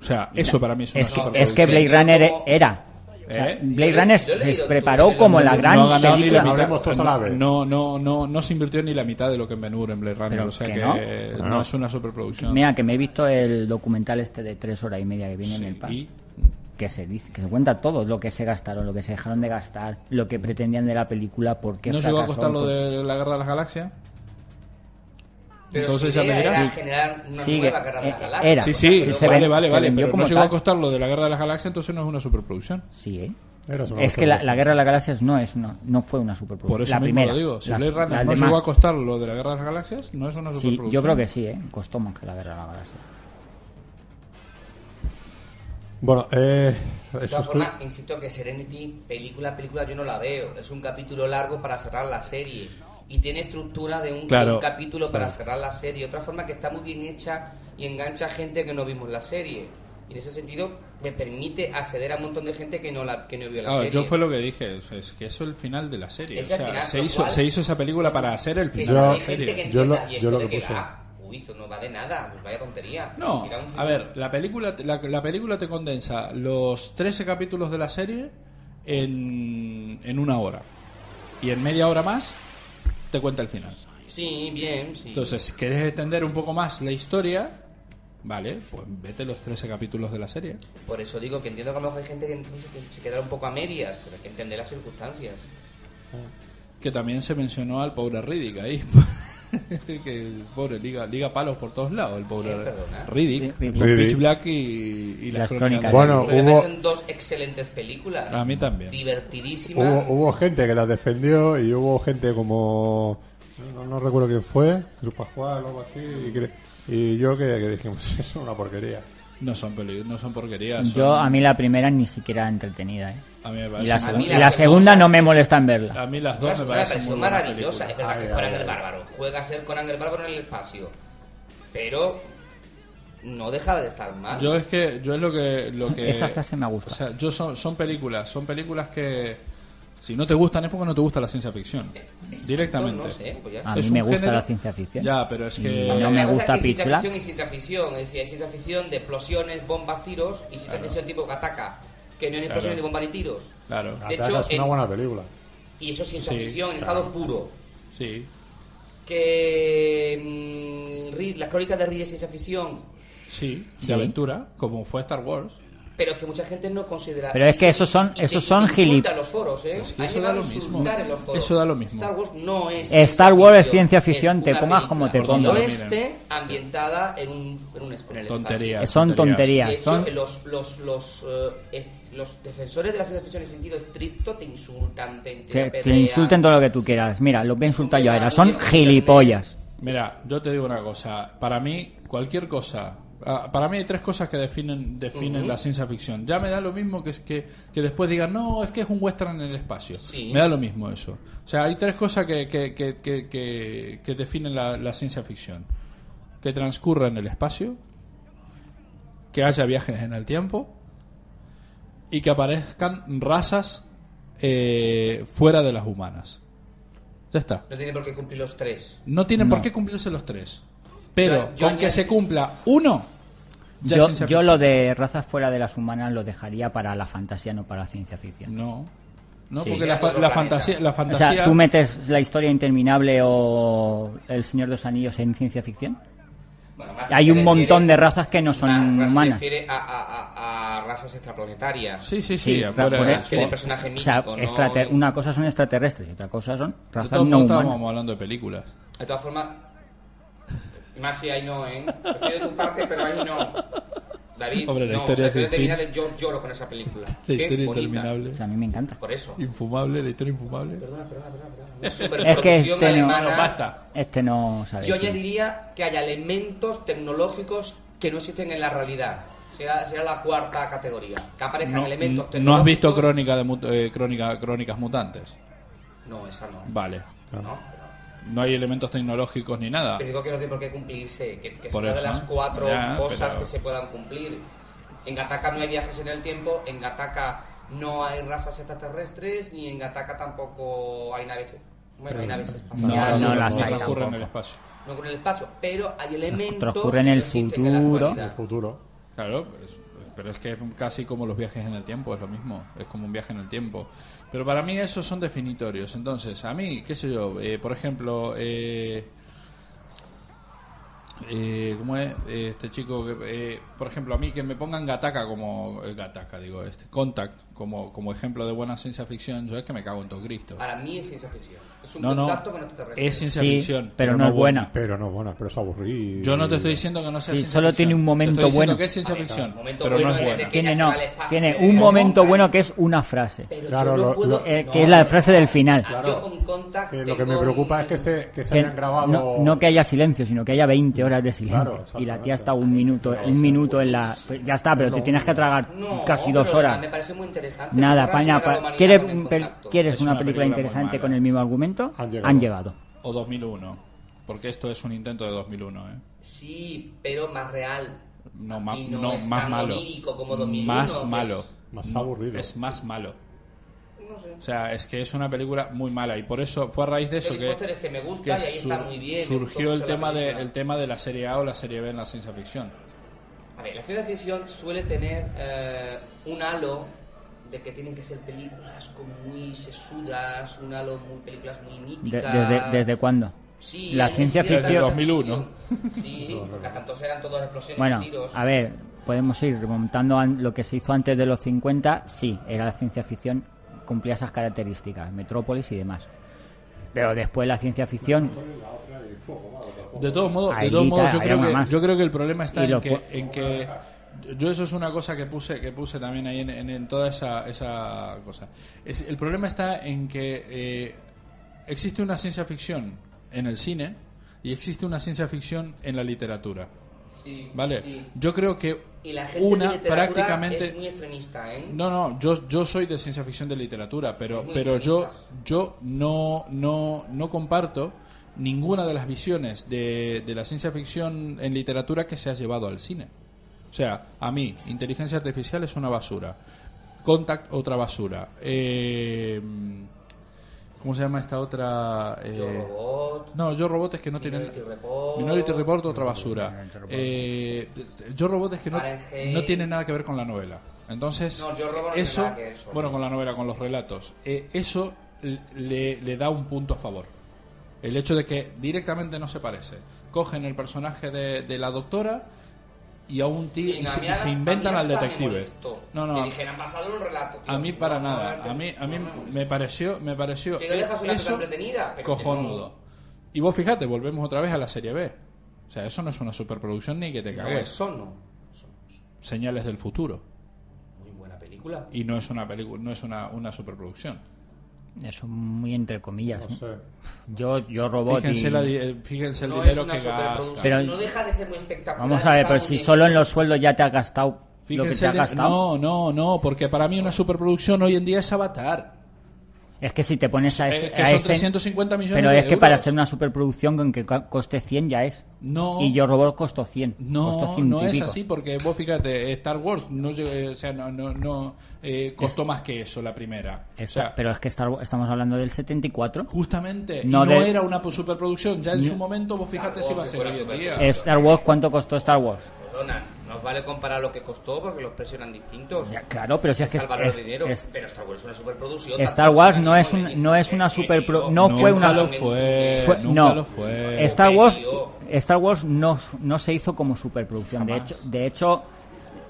O sea, eso para mí es una Es, superproducción. es que Blade Yo Runner como- era. O sea, ¿Eh? Blade Yo le- Runner yo le he se leído preparó tú, como yo le la he gran Pues no ha ganado ni la película. Hablemos mitad. todos a la vez. No, no, no, no se invirtió ni la mitad de lo que en Benur en Blade Runner. Pero O sea que que no. eh, no. es una superproducción. Mira, que me he visto el documental este de tres horas y media que viene en el pack. y que se dice, que se cuenta todo, lo que se gastaron, lo que se dejaron de gastar, lo que pretendían de la película, por qué no llegó a fracasó, costar lo por- de la guerra de las galaxias. pero Entonces ya su me idea era dirás. generar una Sí, nueva que- Guerra de las eh, Galaxias. era. Sí, sí, pero vale, se vale, ven- vale, se vendió pero no como llegó a tal. costar lo de la guerra de las galaxias, entonces no es una superproducción. Sí, ¿eh? Era una Es que la, superproducción. la Guerra de las Galaxias no es una, no fue una superproducción. Por Pues eso la mismo primera, lo digo. Si las- Blade Runner las no demás- llegó a costar lo de la guerra de las galaxias, no es una Sí, superproducción. yo creo que sí, ¿eh? Costó más que la Guerra de las Galaxias. Bueno, eh. De eso todas es tu- formas, insisto que Serenity, película, película, yo no la veo. Es un capítulo largo para cerrar la serie. Y tiene estructura de un, Claro, un capítulo para cerrar la serie. Otra forma que está muy bien hecha y engancha a gente que no vimos la serie. Y en ese sentido, me permite acceder a un montón de gente que no, la, que no vio la Claro, serie. yo fue lo que dije, es- es que eso es el final de la serie. Es o el sea, final, se, lo hizo, cual- se hizo esa película para hacer el Que final de sí, Yo- la hay gente que serie. yo lo- entienda, ¿y yo esto lo de que qué puse. va? Uy, esto no va de nada, pues vaya tontería. No, Era un- a ver, la película, la, la película te condensa los 13 capítulos de la serie en, en una hora. Y en media hora más te cuenta el final. Sí, bien, sí. Entonces, ¿querés extender un poco más la historia? Vale, pues vete los 13 capítulos de la serie. Por eso digo que entiendo que a lo mejor hay gente que, que se quedará un poco a medias, pero hay que entender las circunstancias. Que también se mencionó al pobre Riddick ahí. que el pobre liga, liga palos por todos lados, el pobre Eh, perdona. Riddick. Sí, por Riddick. Pitch Black y, y las, Las crónicas. crónicas. de- Bueno, Porque me hubo- parecen dos excelentes películas. A mí también. Divertidísimas. Hubo, hubo gente que las defendió y hubo gente como. No, no recuerdo quién fue, Grupajual o algo así. Y, cre- y yo que, que dijimos, eso es una porquería. No son, peli- no son porquerías. son- Yo, a mí la primera ni siquiera entretenida, ¿eh? a mí me Y parece la, muy- a seg- mí y la la segunda segunda no me sí- molesta en verla. A mí las Una dos me segunda parecen versión muy buenas maravillosa. Es películas. verdad Ay, que ay, Conan ay. el Bárbaro. Juega a ser Conan el Bárbaro en el espacio. Pero no dejaba de estar mal. Yo es que yo es lo que lo que Esa frase me gusta. O sea, yo son son películas, son películas que si no te gustan es porque no te gusta la ciencia ficción. Exacto, Directamente. Ah, No sé, pues A ya está. mí es un me gusta género- la ciencia ficción. Ya, pero es que Y O no sea, la me cosa es gusta que ciencia Pitch ficción y ciencia ficción. Es decir, hay ciencia ficción de explosiones, bombas, tiros y ciencia ficción tipo Kataka. que no en Claro. explosiones de bomba ni tiros. Claro. De Ataca hecho, es una en- buena película. Y eso sí, en Sí, ficción, en claro. estado puro. Sí. Que mm, Reed- las crónicas de Reed es ciencia ficción, Sí, de Sí. aventura, como fue Star Wars. pero es que mucha gente no considera. Pero es que Sí, esos son- y te- esos y son te insulta gilip- en los foros, ¿eh? Es que Hay eso que da lo insultar mismo. en los foros. Eso da lo mismo. Star Wars no es. Star ciencia Wars es ficción, ciencia ficción, te es pongas una como te película pongas. Oeste ambientada en un, en un en el espacio. Tonterías. Son tonterías. De hecho, Son- los, los, los, eh, eh, los defensores de la ciencia ficción en sentido estricto te insultan, te, Que te apedrean. insulten todo lo que tú quieras. Mira, los voy a insultar yo ahora. Son Internet. gilipollas. Mira, yo te digo una cosa. Para mí, cualquier cosa. ah, Para mí hay tres cosas que definen, definen la ciencia ficción. Ya me da lo mismo que, es que, que después digan, no, es que es un western en el espacio. Sí. Me da lo mismo eso. O sea, hay tres cosas que, que, que, que, que- que definen la, la ciencia ficción. Que transcurra en el espacio, que haya viajes en el tiempo y que aparezcan razas eh, fuera de las humanas. Ya está. No tiene por qué cumplir los tres. No tienen por qué cumplirse los tres. Pero Yo- yo con que añadi- se cumpla uno, ya es Yo, ciencia yo ficción. lo de razas fuera de las humanas lo dejaría para la fantasía, no para la ciencia ficción. No. No, Sí. porque Ya la, de fa- otro la planeta. fantasía. La O fantasía sea, ¿tú metes la historia interminable o El Señor de los Anillos en ciencia ficción? Bueno, más Hay se un montón refiere- de razas que no son Más Se humanas. refiere a, a- a- a razas extraplanetarias. Sí, sí, sí. Sí, afuera- por Más eso. que de personaje O sea, mítico, ¿no? extrater- una cosa son extraterrestres y otra cosa son De razas todos no modos, humanas. estábamos hablando de películas. De todas formas, más si ahí no, ¿eh? Prefiero tu parte, pero ahí no. David, Hombre, la no, historia o sea, sin Prefiero terminar fin. el yo lloro con esa película. La Qué historia bonita. interminable. O sea, a mí me encanta. Por eso. Infumable, la historia infumable. Perdona, perdona, perdona. perdona. Una Es que superproducción este no, alemana. basta. este no sabe. Yo quién. añadiría que haya elementos tecnológicos que no existen en la realidad. Será, será la cuarta categoría. Que aparezcan No, elementos tecnológicos. no has visto crónica de mut- eh, crónica, Crónicas Mutantes. No, esa no. Vale. No, No hay elementos tecnológicos ni nada. Pero digo que no tiene por qué cumplirse, que, que es Ah. Por una de eso. las cuatro Ya, cosas pero- que se puedan cumplir. En Gataka no hay viajes en el tiempo, en Gataka no hay razas extraterrestres, ni en Gataka tampoco hay naves. Bueno, hay naves espaciales. no no, las hay transcurre en el tampoco. espacio. no con el espacio, pero hay elementos. transcurre en el que no existen en la futuro. actualidad. El futuro. Claro, pues, pero es que es casi como los viajes en el tiempo, es lo mismo, es como un viaje en el tiempo. Pero para mí esos son definitorios. Entonces, a mí, qué sé yo, eh, por ejemplo, eh, eh, ¿cómo es Eh, este chico? que, eh, por ejemplo, a mí que me pongan Gataca como eh, Gataca, digo, este Contact como como ejemplo de buena ciencia ficción, yo es que me cago en todo Cristo. Para mí es ciencia ficción. Es un No, no, contacto con extraterrestres. es ciencia Sí, ficción, pero, no, es buena. Pero no, bueno, pero es aburrido. Ah. Yo no te estoy diciendo que no sea Sí, ciencia solo ficción. tiene un Te estoy momento diciendo bueno. que es ciencia ficción, momento pero no bueno es es buena. de que- Tiene, ya se no, va al espacio, tiene eh, un no, momento no, bueno no. que es una frase. Pero Claro, yo no lo- puedo- lo- Eh, no, que es la no, frase del final. Ah, Yo con Contact Que Eh, lo que tengo me preocupa un- es que se, que se Que hayan grabado. no, no que haya silencio, sino que haya 20 horas de silencio. Claro, y la exactamente. tía está un minuto, Pero un eso- minuto en la... pues ya está, pero te tienes que tragar No, casi pero dos además horas. Me parece muy interesante. Nada, Cómo relaciona paña, la pa- humanidad ¿Quieres, con el un pel- contacto. ¿quieres Es una, una película, película muy interesante mala. con el mismo argumento? Han llegado. O 2001. Porque esto es un intento de 2001, ¿eh? Sí, pero más real. No, ma- Y no no, es más tan malo. onírico como 2001, más que malo. Más No, aburrido. Es más malo. No sé. O sea, es que es una película muy mala. Y por eso fue a raíz de eso Jodie Foster que, es que me gusta que y ahí está sur- muy bien. me gustó surgió mucho el la tema, de, película. el tema de la serie A o la serie B en la ciencia ficción. A ver, la ciencia ficción suele tener eh, un halo de que tienen que ser películas como muy sesudas, un halo muy películas muy De- míticas. desde, ¿Desde cuándo? Sí, la hay- ciencia sí, hay ficción- ciencia ficción. Sí, No, no, no. porque tantos eran todos explosiones Bueno, y tiros. a ver, podemos ir remontando a lo que se hizo antes de los 50. Sí, era la ciencia ficción, cumplía esas características, Metrópolis y demás. Pero después la ciencia ficción, De todos modos, de Ahí todos está, modos yo, ahí creo vamos que, más. yo creo que el problema está Y en lo que, po- en que- yo eso es una cosa que puse que puse también ahí en, en- en toda esa, esa cosa. Es, el problema está en que eh, existe una ciencia ficción en el cine y existe una ciencia ficción en la literatura, Sí, ¿vale? sí. Yo creo que Y la gente una de literatura prácticamente es muy extremista, ¿eh? no, no, yo, yo soy de ciencia ficción de literatura, pero, Sí, muy pero yo, extremistas. yo no, no, no comparto ninguna de las visiones de, de la ciencia ficción en literatura que se ha llevado al cine. O sea, a mí, inteligencia artificial es una basura. Contact, otra basura. Eh, ¿Cómo se llama esta otra? Eh, Yo, robot. no, yo robotes que no Minority tienen. Report. Minority Report, otra basura. Eh, yo robotes que no, Fahrenheit. no tienen nada que ver con la novela. Entonces, No, yo robo no tiene eso, nada que ver solo. bueno, con la novela, con los relatos, eh, eso le, le da un punto a favor. El hecho de que directamente no se parece. Cogen el personaje de, de la doctora y a un tío Sí, y, no, se- a mí y se hasta- inventan a al mí hasta me detective. molestó No, que no, dijeran, basado en un relato. tío". a mí para No, no, nada. no, a mí, a mí no, no, no. me pareció, me pareció Que no dejas una cosa eso entretenida, pero que cojonudo. Y vos fíjate, volvemos otra vez a la serie B. O sea, eso no es una superproducción ni que te No, cagues. eso no. Eso no. Señales del futuro. Muy buena película. Y no es una película, no es una, una superproducción. Eso muy entre comillas. No ¿no? sé. Yo, yo robot Fíjense, y- la di- eh, fíjense el no es dinero una que superproducción. gasta. Pero- no deja de ser muy espectacular. Vamos a ver, está pero muy si bien solo en hecho. los sueldos ya te has gastado lo que te Fíjense has el din- gastado. no, no, no, porque para mí una superproducción hoy en día es Avatar. Es que si te pones a, ese- Eh, que a son ese- 350 millones Pero de es que para euros. hacer una superproducción con que co- coste 100 ya es. No. Y yo robot costó 100. costó No, 100 y no es pico. así, porque vos fíjate, Star Wars no, llegó- eh, o sea, no, no, no, eh, costó más que eso la primera. O Esta- sea, pero es que Star Wars- estamos hablando del 74. justamente No no, de- era una superproducción. Ya en su momento, vos fíjate si va a ser hoy en día. Star Wars, ¿cuánto costó Star Wars? Perdona, nos vale comparar lo que costó porque los precios eran distintos. Ya, claro, pero si es que es es- el valor es- de dinero. es- pero Star Wars es una superproducción. Star tampoco Wars una no es ninguna, un- no es una eh, superpro- eh, no Nunca fue una- lo fue, Fue- nunca no. lo fue. Star Wars, Tío. Star Wars no, no se hizo como superproducción. De Jamás. hecho, de hecho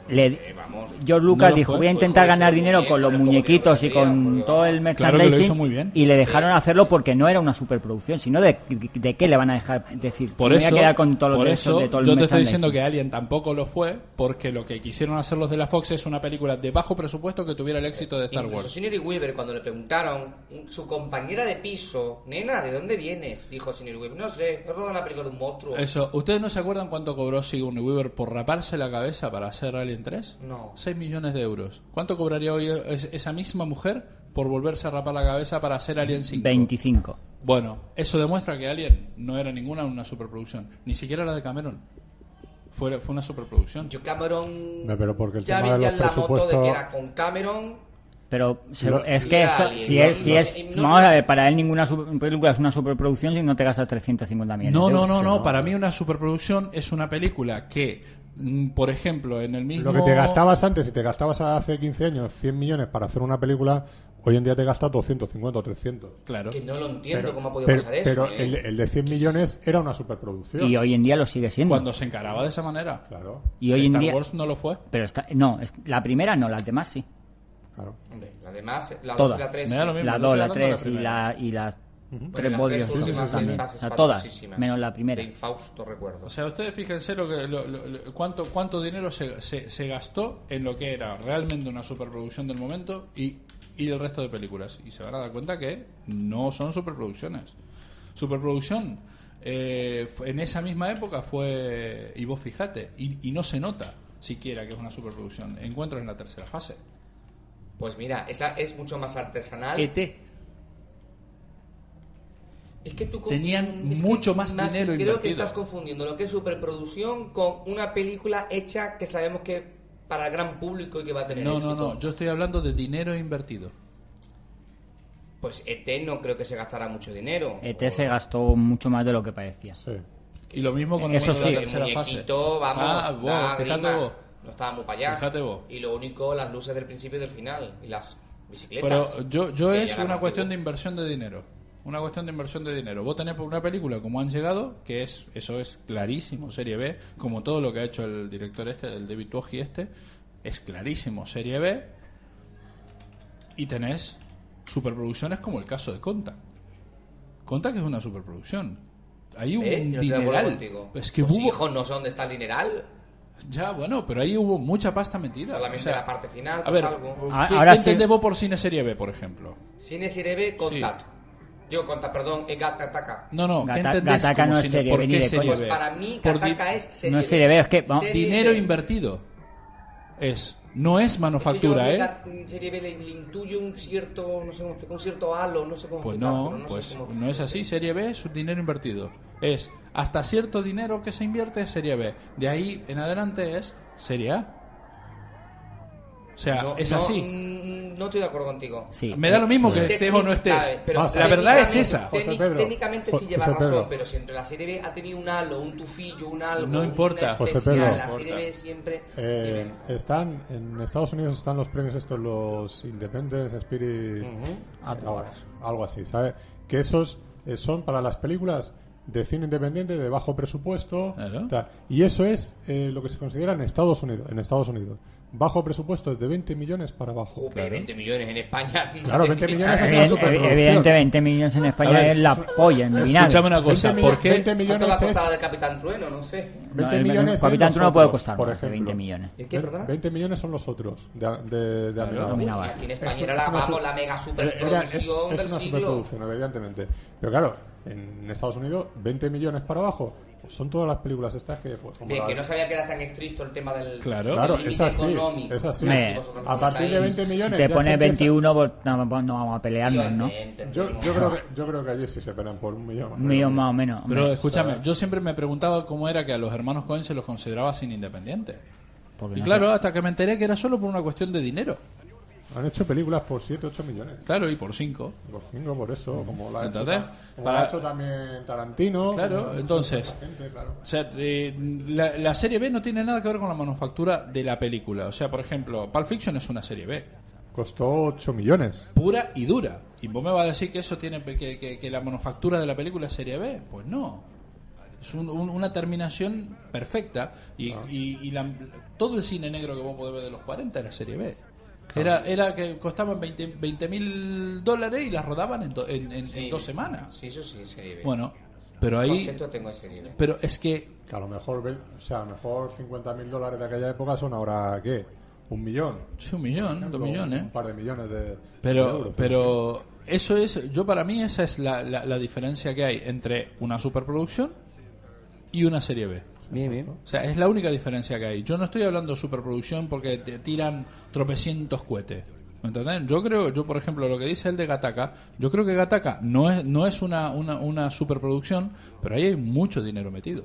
le, vamos. George Lucas lo dijo: fue. Voy a intentar Pues, joder, ganar sí, dinero muy con bien, los pero como muñequitos y teoría, con porque todo el vamos. Claro que lo merchandising. hizo muy bien. Y le dejaron hacerlo porque no era una superproducción, sino de, de qué le van a dejar decir. Por me eso, voy a quedar con todos los por derechos eso de todo el yo te estoy merchandising". diciendo que Alien tampoco lo fue, porque lo que quisieron hacer los de la Fox es una película de bajo presupuesto que tuviera el éxito de Star Incluso Wars. Sinead Weaver, cuando le preguntaron, su compañera de piso, nena, ¿de dónde vienes? Dijo Sinead Weaver, no sé, he rodado una película de un monstruo. Eso, ¿ustedes no se acuerdan cuánto cobró Sigourney Weaver por raparse la cabeza para hacer Alien 3? No. 6 millones de euros. ¿Cuánto cobraría hoy es- esa misma mujer por volverse a rapar la cabeza para hacer Alien 5? 25. Bueno, eso demuestra que Alien no era ninguna una superproducción, ni siquiera la de Cameron. Fue, fue una superproducción. Yo Cameron... No, pero porque el ya tema vi de ya los la moto de presupuestos- que era con Cameron. Pero se- Lo- es que Mira, eso- y si no- es, si no- es, no- vamos a ver, para él ninguna super- película es una superproducción si no te gastas 350 millones. No, de no, euros. no, que no. no. Para mí una superproducción es una película que, mm, por ejemplo, en el Lo mismo... que te gastabas antes, si te gastabas hace 15 años 100 millones para hacer una película, hoy en día te gastas 250 o 300. Claro. Que no lo entiendo cómo ha podido pero, pasar eso. pero ¿eh? el, el de 100 millones era una superproducción. Y hoy en día lo sigue siendo. Cuando se encaraba de esa manera. Claro, y hoy en Star día. Wars no lo fue. Pero está, no, es- la primera no, las demás sí. claro. Hombre, la demás, la Toda. dos y la tres. Me da lo mismo. la yo 2, la estoy hablando de 3 y, la, y las tres Bueno, las tres bolios. últimas también. estas O sea, todas, espantosísimas. menos la primera. De Infausto recuerdo. O sea, ustedes fíjense lo que, lo- lo- lo- cuánto, cuánto dinero se, se- se gastó en lo que era realmente una superproducción del momento y, y el resto de películas. Y se van a dar cuenta que no son superproducciones. Superproducción eh, fue- en esa misma época fue, y vos fijate, y, y no se nota siquiera que es una superproducción. Encuentros en la tercera fase. Pues mira, esa es mucho más artesanal. ET. Es que tú con- Tenían es que mucho más dinero Creo que invertido. estás confundiendo lo que es superproducción con una película hecha que sabemos que para el gran público y que va a tener No, no, éxito. no. Yo estoy hablando de dinero invertido. Pues ET no creo que se gastara mucho dinero. ET se E gastó mucho más de lo que parecía. Sí. Y lo mismo con Eso Encuentros en sí. la el tercera fase. muñequito, vamos, Ah, vos, da fíjate grima. vos. No estaba muy para allá. Fíjate vos. Y lo único, las luces del principio y del final. Y las bicicletas. Pero yo, yo que es llegan una rápido. cuestión de inversión de dinero. Una cuestión de inversión de dinero. Vos tenés por una película como han llegado, que es eso es clarísimo, serie B, como todo lo que ha hecho el director este, el David Tuohy este, es clarísimo, serie B. Y tenés superproducciones como el caso de Conta. Conta que es una superproducción. Hay un ¿Eh? Yo no estoy de acuerdo dineral. contigo. Es que Pues, hubo hijo, no sé dónde está el dineral. ya, bueno, pero ahí hubo mucha pasta metida. Solamente O sea, la parte final, A pues ver, algo. Ah, ¿qué, ahora qué sí. entendés vos por cine serie B, por ejemplo? Cine Sireve, Contact. Sí. Digo, Contact, perdón, e, es Gata Ataca. No, no, ¿qué Gata- entendés Gataca como no es cine? serie ¿Por B, ni qué de serie coño. Pues B? para mí, Por di- Gataca es serie No es serie B, es que, vamos, Serie dinero B. invertido. Es, no es Es que manufactura, yo ¿eh? a Gata- Serie B le, le intuyo un cierto, no sé cómo explicar, un cierto halo, no sé cómo Pues explicártelo, no, sé pues cómo no es así. Serie B es un dinero invertido. Es hasta cierto dinero que se invierte es serie B. De ahí en adelante es serie A. O sea, No- es no, así. mm, No estoy de acuerdo contigo. Sí. Me da lo mismo que Técnic- estés o no estés. Vale, pero Vas. la verdad es técnicamente- esa. técnic- José Pedro. Técnicamente Jo- sí lleva José razón, Pedro. pero siempre la serie B ha tenido un halo, un tufillo, un algo. No una importa. José especial, Pedro. La No serie importa. B siempre. Eh, tiene- están en Estados Unidos están los premios estos los Independent Spirit eh, Awards. algo, algo así ¿sabes? que esos eh, son para las películas de cine independiente de bajo presupuesto Claro. tal. y eso es eh, lo que se considera en Estados Unidos en Estados Unidos bajo presupuesto es de 20 millones para abajo Jope, ¿eh? 20 millones en España. Eh, no Claro, te 20 fijas. millones es una Evidente- superproducción. Evidentemente, 20 millones en España A ver, es la polla en vinagre. Escúchame una cosa. 20 ¿Por millo- qué? 20 ¿Cuánto millones la es costada de Capitán Trueno? No sé. 20 el- el millones es Capitán los Trueno puede otros, costar por más de ejemplo. 20 millones. ¿Es que, perdona? 20 millones son los otros de, de, de Amenábar. Amenábar. Y vale. aquí en Es- España era la, es una vamos, su- la mega Era- es, superproducción es del una siglo. superproducción, evidentemente. Pero claro, en Estados Unidos, 20 millones para abajo, pues son todas las películas estas que... Pues, como Bien, la- que no sabía que era tan estricto el tema del Claro. del Claro, límite es así, económico. es así. Me- vosotros A partir de estáis- 20 millones... Te ya pone se empieza- 21, pues, no, pues no vamos a pelearnos, ¿no? Obviamente, Yo, tenemos- yo, creo que, yo creo que allí sí se penan por un millón más. Un millón más o menos. Pero hombre, escúchame, yo siempre me preguntaba cómo era que a los hermanos Cohen se los consideraba sin independientes. porque Y no claro, hasta que me enteré que era solo por una cuestión de dinero. Han hecho películas por 7, 8 millones. Claro, y por cinco. Por 5 por eso, como la ha hecho, Entonces, ta- como para- la ha hecho también Tarantino. Claro, como la ha hecho entonces- mucha gente, claro. O sea, eh, la, la serie B no tiene nada que ver con la manufactura de la película. O sea, por ejemplo, Pulp Fiction es una serie B. Costó 8 millones. Pura y dura. Y vos me vas a decir que eso tiene que, que- que la manufactura de la película es serie B. Pues no. Es un- un- una terminación perfecta. Y, y- y la- todo el cine negro que vos podés ver de los 40 era serie B. Era, era que costaban 20 mil dólares y las rodaban en, do- en- en- en Sí. dos semanas. Sí, eso sí, serie B. Bueno, pero Por ahí. cierto, tengo ese nivel. Pero es que Que a lo mejor, ve- o sea, a lo mejor 50 mil dólares de aquella época son ahora, ¿qué? ¿Un millón? Sí, un millón, dos Ejemplo, millones. Un par de millones de. de euros, Pero, pero eso es, yo para mí esa es la, la- la diferencia que hay entre una superproducción y una serie B. Bien, bien. O sea, es la única diferencia que hay. Yo no estoy hablando de superproducción porque te tiran tropecientos cohetes. ¿Me entendés? Yo creo, yo por ejemplo, lo que dice el de Gataca, yo creo que Gataca no es, no es una, una, una superproducción, pero ahí hay mucho dinero metido.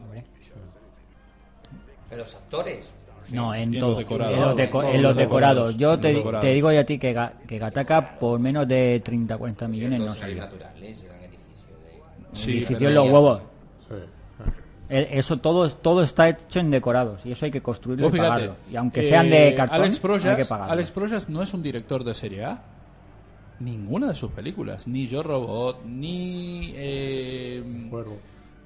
Los actores. No, en, Y en todo. los decorados. En los, deco- en los decorados. Yo te, Los decorados. te digo yo a ti que, Ga- que Gataca por menos de 30, 40 millones no Todos eran salió. naturales, eran edificios de... Sí, Edificio pero- en los huevos. Sí. El- Eh, Eso todo, todo está hecho en decorados y eso hay que construirlo Vos y Oh, fíjate, pagarlo. Y aunque eh, sean de cartón, Alex Proyas, hay que pagarlo. Alex Proyas no es un director de serie A. Ninguna de sus películas, ni Yo Robot, ni eh, Cuervo.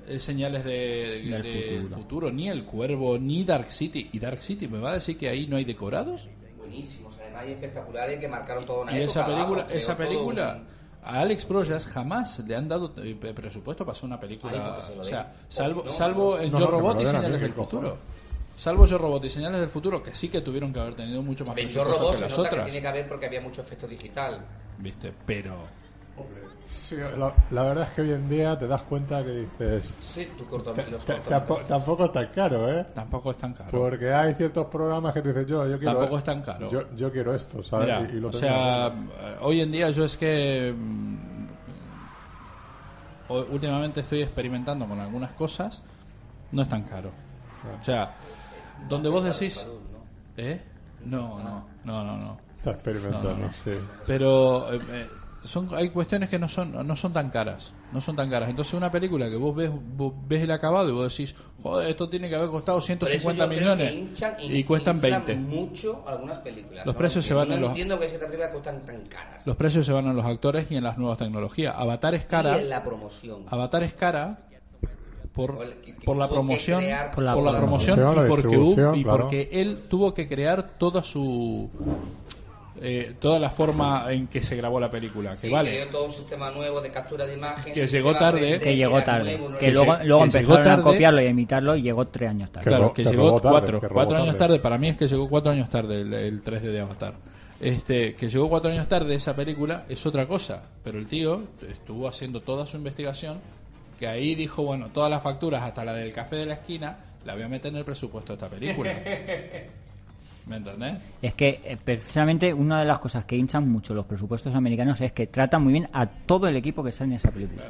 eh, Señales de, Del de futuro. futuro, ni El Cuervo, ni Dark City. ¿Y Dark City me va a decir que ahí no hay decorados? Buenísimos, además y espectaculares que marcaron toda una y época. esa película, vamos, creo esa todo película un- a Alex Proyas jamás le han dado eh, presupuesto para hacer una Ay, película. porque se lo o den. sea, O salvo, no, salvo en no, no, Yo que me Robot lo y den a mí, Señales que del cojones. Futuro. Salvo Yo Robot y Señales del Futuro, que sí que tuvieron que haber tenido mucho más En Yo presupuesto Robot que se las nota que otras. tiene que haber porque había mucho efecto digital. ¿Viste? Pero. Sí, la, la verdad es que hoy en día te das cuenta que dices. Sí, tú corto, los "Ta- cortos. tampo- Tampoco es tan caro, ¿eh? Tampoco es tan caro. Porque hay ciertos programas que tú dices, yo, yo quiero. e-". Tampoco es tan caro. Yo, yo quiero esto, ¿sabes? Mira, Y- y lo o tengo sea, aquí. eh, hoy en día yo es que mm, o- últimamente estoy experimentando con algunas cosas, no es tan caro. O sea, donde vos decís, ¿eh? No, no, no, no, no. Está experimentando, sí. Pero eh, eh, son, hay cuestiones que no son, no son tan caras, no son tan caras. Entonces una película que vos ves, vos ves el acabado y vos decís, joder, esto tiene que haber costado Por eso 150 yo creo millones que hinchan- y inf- cuestan inflan 20. mucho algunas películas. Los ¿no? precios se Entiendo- van a No los- entiendo que esas películas costan tan caras. Los precios se van a los actores y en las nuevas tecnologías. Avatar es cara. Ah, Y en la promoción. Avatar es cara por, Por el que- que por la tuvo que promoción, crear por la, toda la promoción promoción, y la porque distribución, hubo- y claro. porque él tuvo que crear toda su eh, toda la forma en que se grabó la película, que Sí, vale. creó todo un sistema nuevo de captura de imagen. Que sistema llegó tarde. 3D, que llegó era tarde. nuevo, no que era- luego, que luego llegó empezaron tarde. a copiarlo y a imitarlo y llegó tres años tarde. Claro, ro- que que llegó robó tarde, cuatro, que robó cuatro años tarde. tarde. Para mí es que llegó cuatro años tarde el, el 3D de Avatar. Este, que llegó cuatro años tarde esa película es otra cosa. Pero el tío estuvo haciendo toda su investigación, que ahí dijo, bueno, todas las facturas, hasta la del café de la esquina, la voy a meter en el presupuesto de esta película. ¿Me entendés? Es que eh, precisamente una de las cosas que hinchan mucho los presupuestos americanos es que tratan muy bien a todo el equipo que sale en esa película.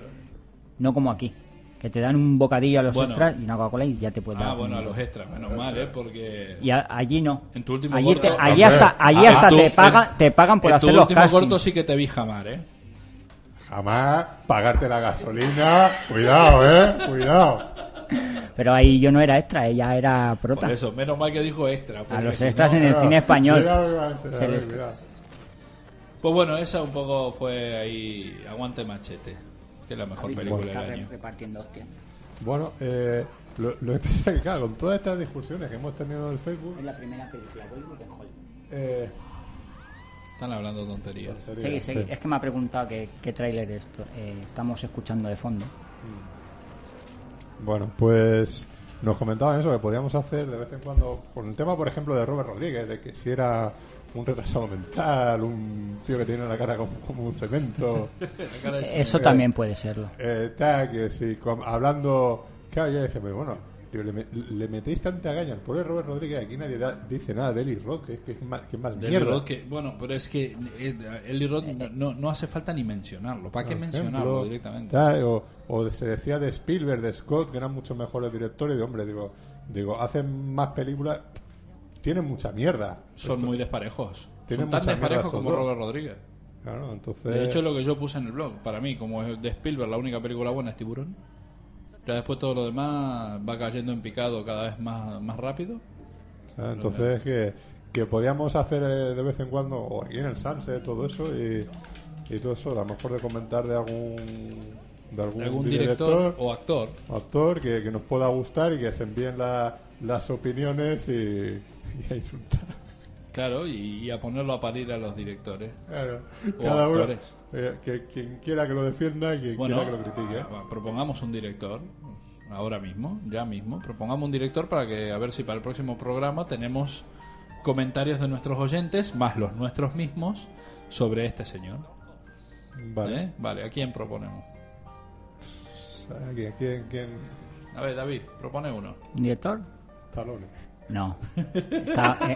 No como aquí. Que te dan un bocadillo a los Bueno. extras y una Coca-Cola y ya te puedes Ah, dar bueno, a un- los extras, menos mal, ¿eh? Porque. Y a- allí no. En tu último allí corto. te- allí hasta, allí Ah, hasta en tu- te, pagan, en- te pagan por en hacer tu los último corto castings. sí que te vi jamar, ¿eh? Jamás pagarte la gasolina. Cuidado, eh. Cuidado. Pero ahí yo no era extra, ella era prota. Por eso, menos mal que dijo extra. porque los si extras no- en el cine español. Cuidado, cuidado, cuidado, Se les- cuidado. Pues bueno, esa un poco fue ahí. Aguante machete. Que es la mejor película del año. repartiendo hostias. Bueno, eh, lo, lo que pasa es que, claro, con todas estas discusiones que hemos tenido en el Facebook, la primera película de Hollywood. eh, Están hablando tonterías. Seguí, seguí. Es que me ha preguntado que- qué tráiler esto, eh, estamos escuchando de fondo. Bueno, pues nos comentaban eso, que podíamos hacer de vez en cuando, con el tema, por ejemplo, de Robert Rodríguez, de que si era un retrasado mental, un tío que tiene la cara como, como un cemento, La cara de ese- Eso también puede serlo. eh, tal, que si com- hablando, claro, yo decía, pero bueno, digo, le, me- le metéis tanta gaña al pobre Robert Rodríguez, aquí nadie da- dice nada de Eli Roth, que es que es más, que es más de Eli Eh, mierda. Roth que- bueno, pero es que eh, Eli Roth no- no, no hace falta ni mencionarlo. ¿Para qué por mencionarlo ejemplo, directamente? tal, o, o se decía de Spielberg, de Scott, que eran mucho mejores directores. De hombre, digo, digo, hacen más películas, tienen mucha mierda. Son muy desparejos. Tienen Son tan mucha mierda desparejos estos como dos. Robert Rodríguez. Claro, entonces. De hecho, lo que yo puse en el blog, para mí, como es de Spielberg, la única película buena es Tiburón. Ya después todo lo demás va cayendo en picado cada vez más, más rápido. Ah, Entonces que, que podíamos hacer eh, de vez en cuando, o aquí en el Sunset, todo eso, y, y todo eso, a lo mejor de comentar de algún, de algún, De algún director o actor. o actor que, que nos pueda gustar y que se envíen la- las opiniones y, y a insultar. Claro, y, y a ponerlo a parir a los directores. Claro, O cada uno, actores. eh, que, quien quiera que lo defienda y quien Bueno, quiera que lo critique. ¿eh? ah, propongamos un director. Ahora mismo, ya mismo. Propongamos un director para que, a ver si para el próximo programa tenemos comentarios de nuestros oyentes, más los nuestros mismos, sobre este señor. Vale. ¿Eh? Vale, ¿a quién proponemos? ¿A quién, quién, quién? A ver, David, propone uno. ¿Un director? Talones. No. Está- eh.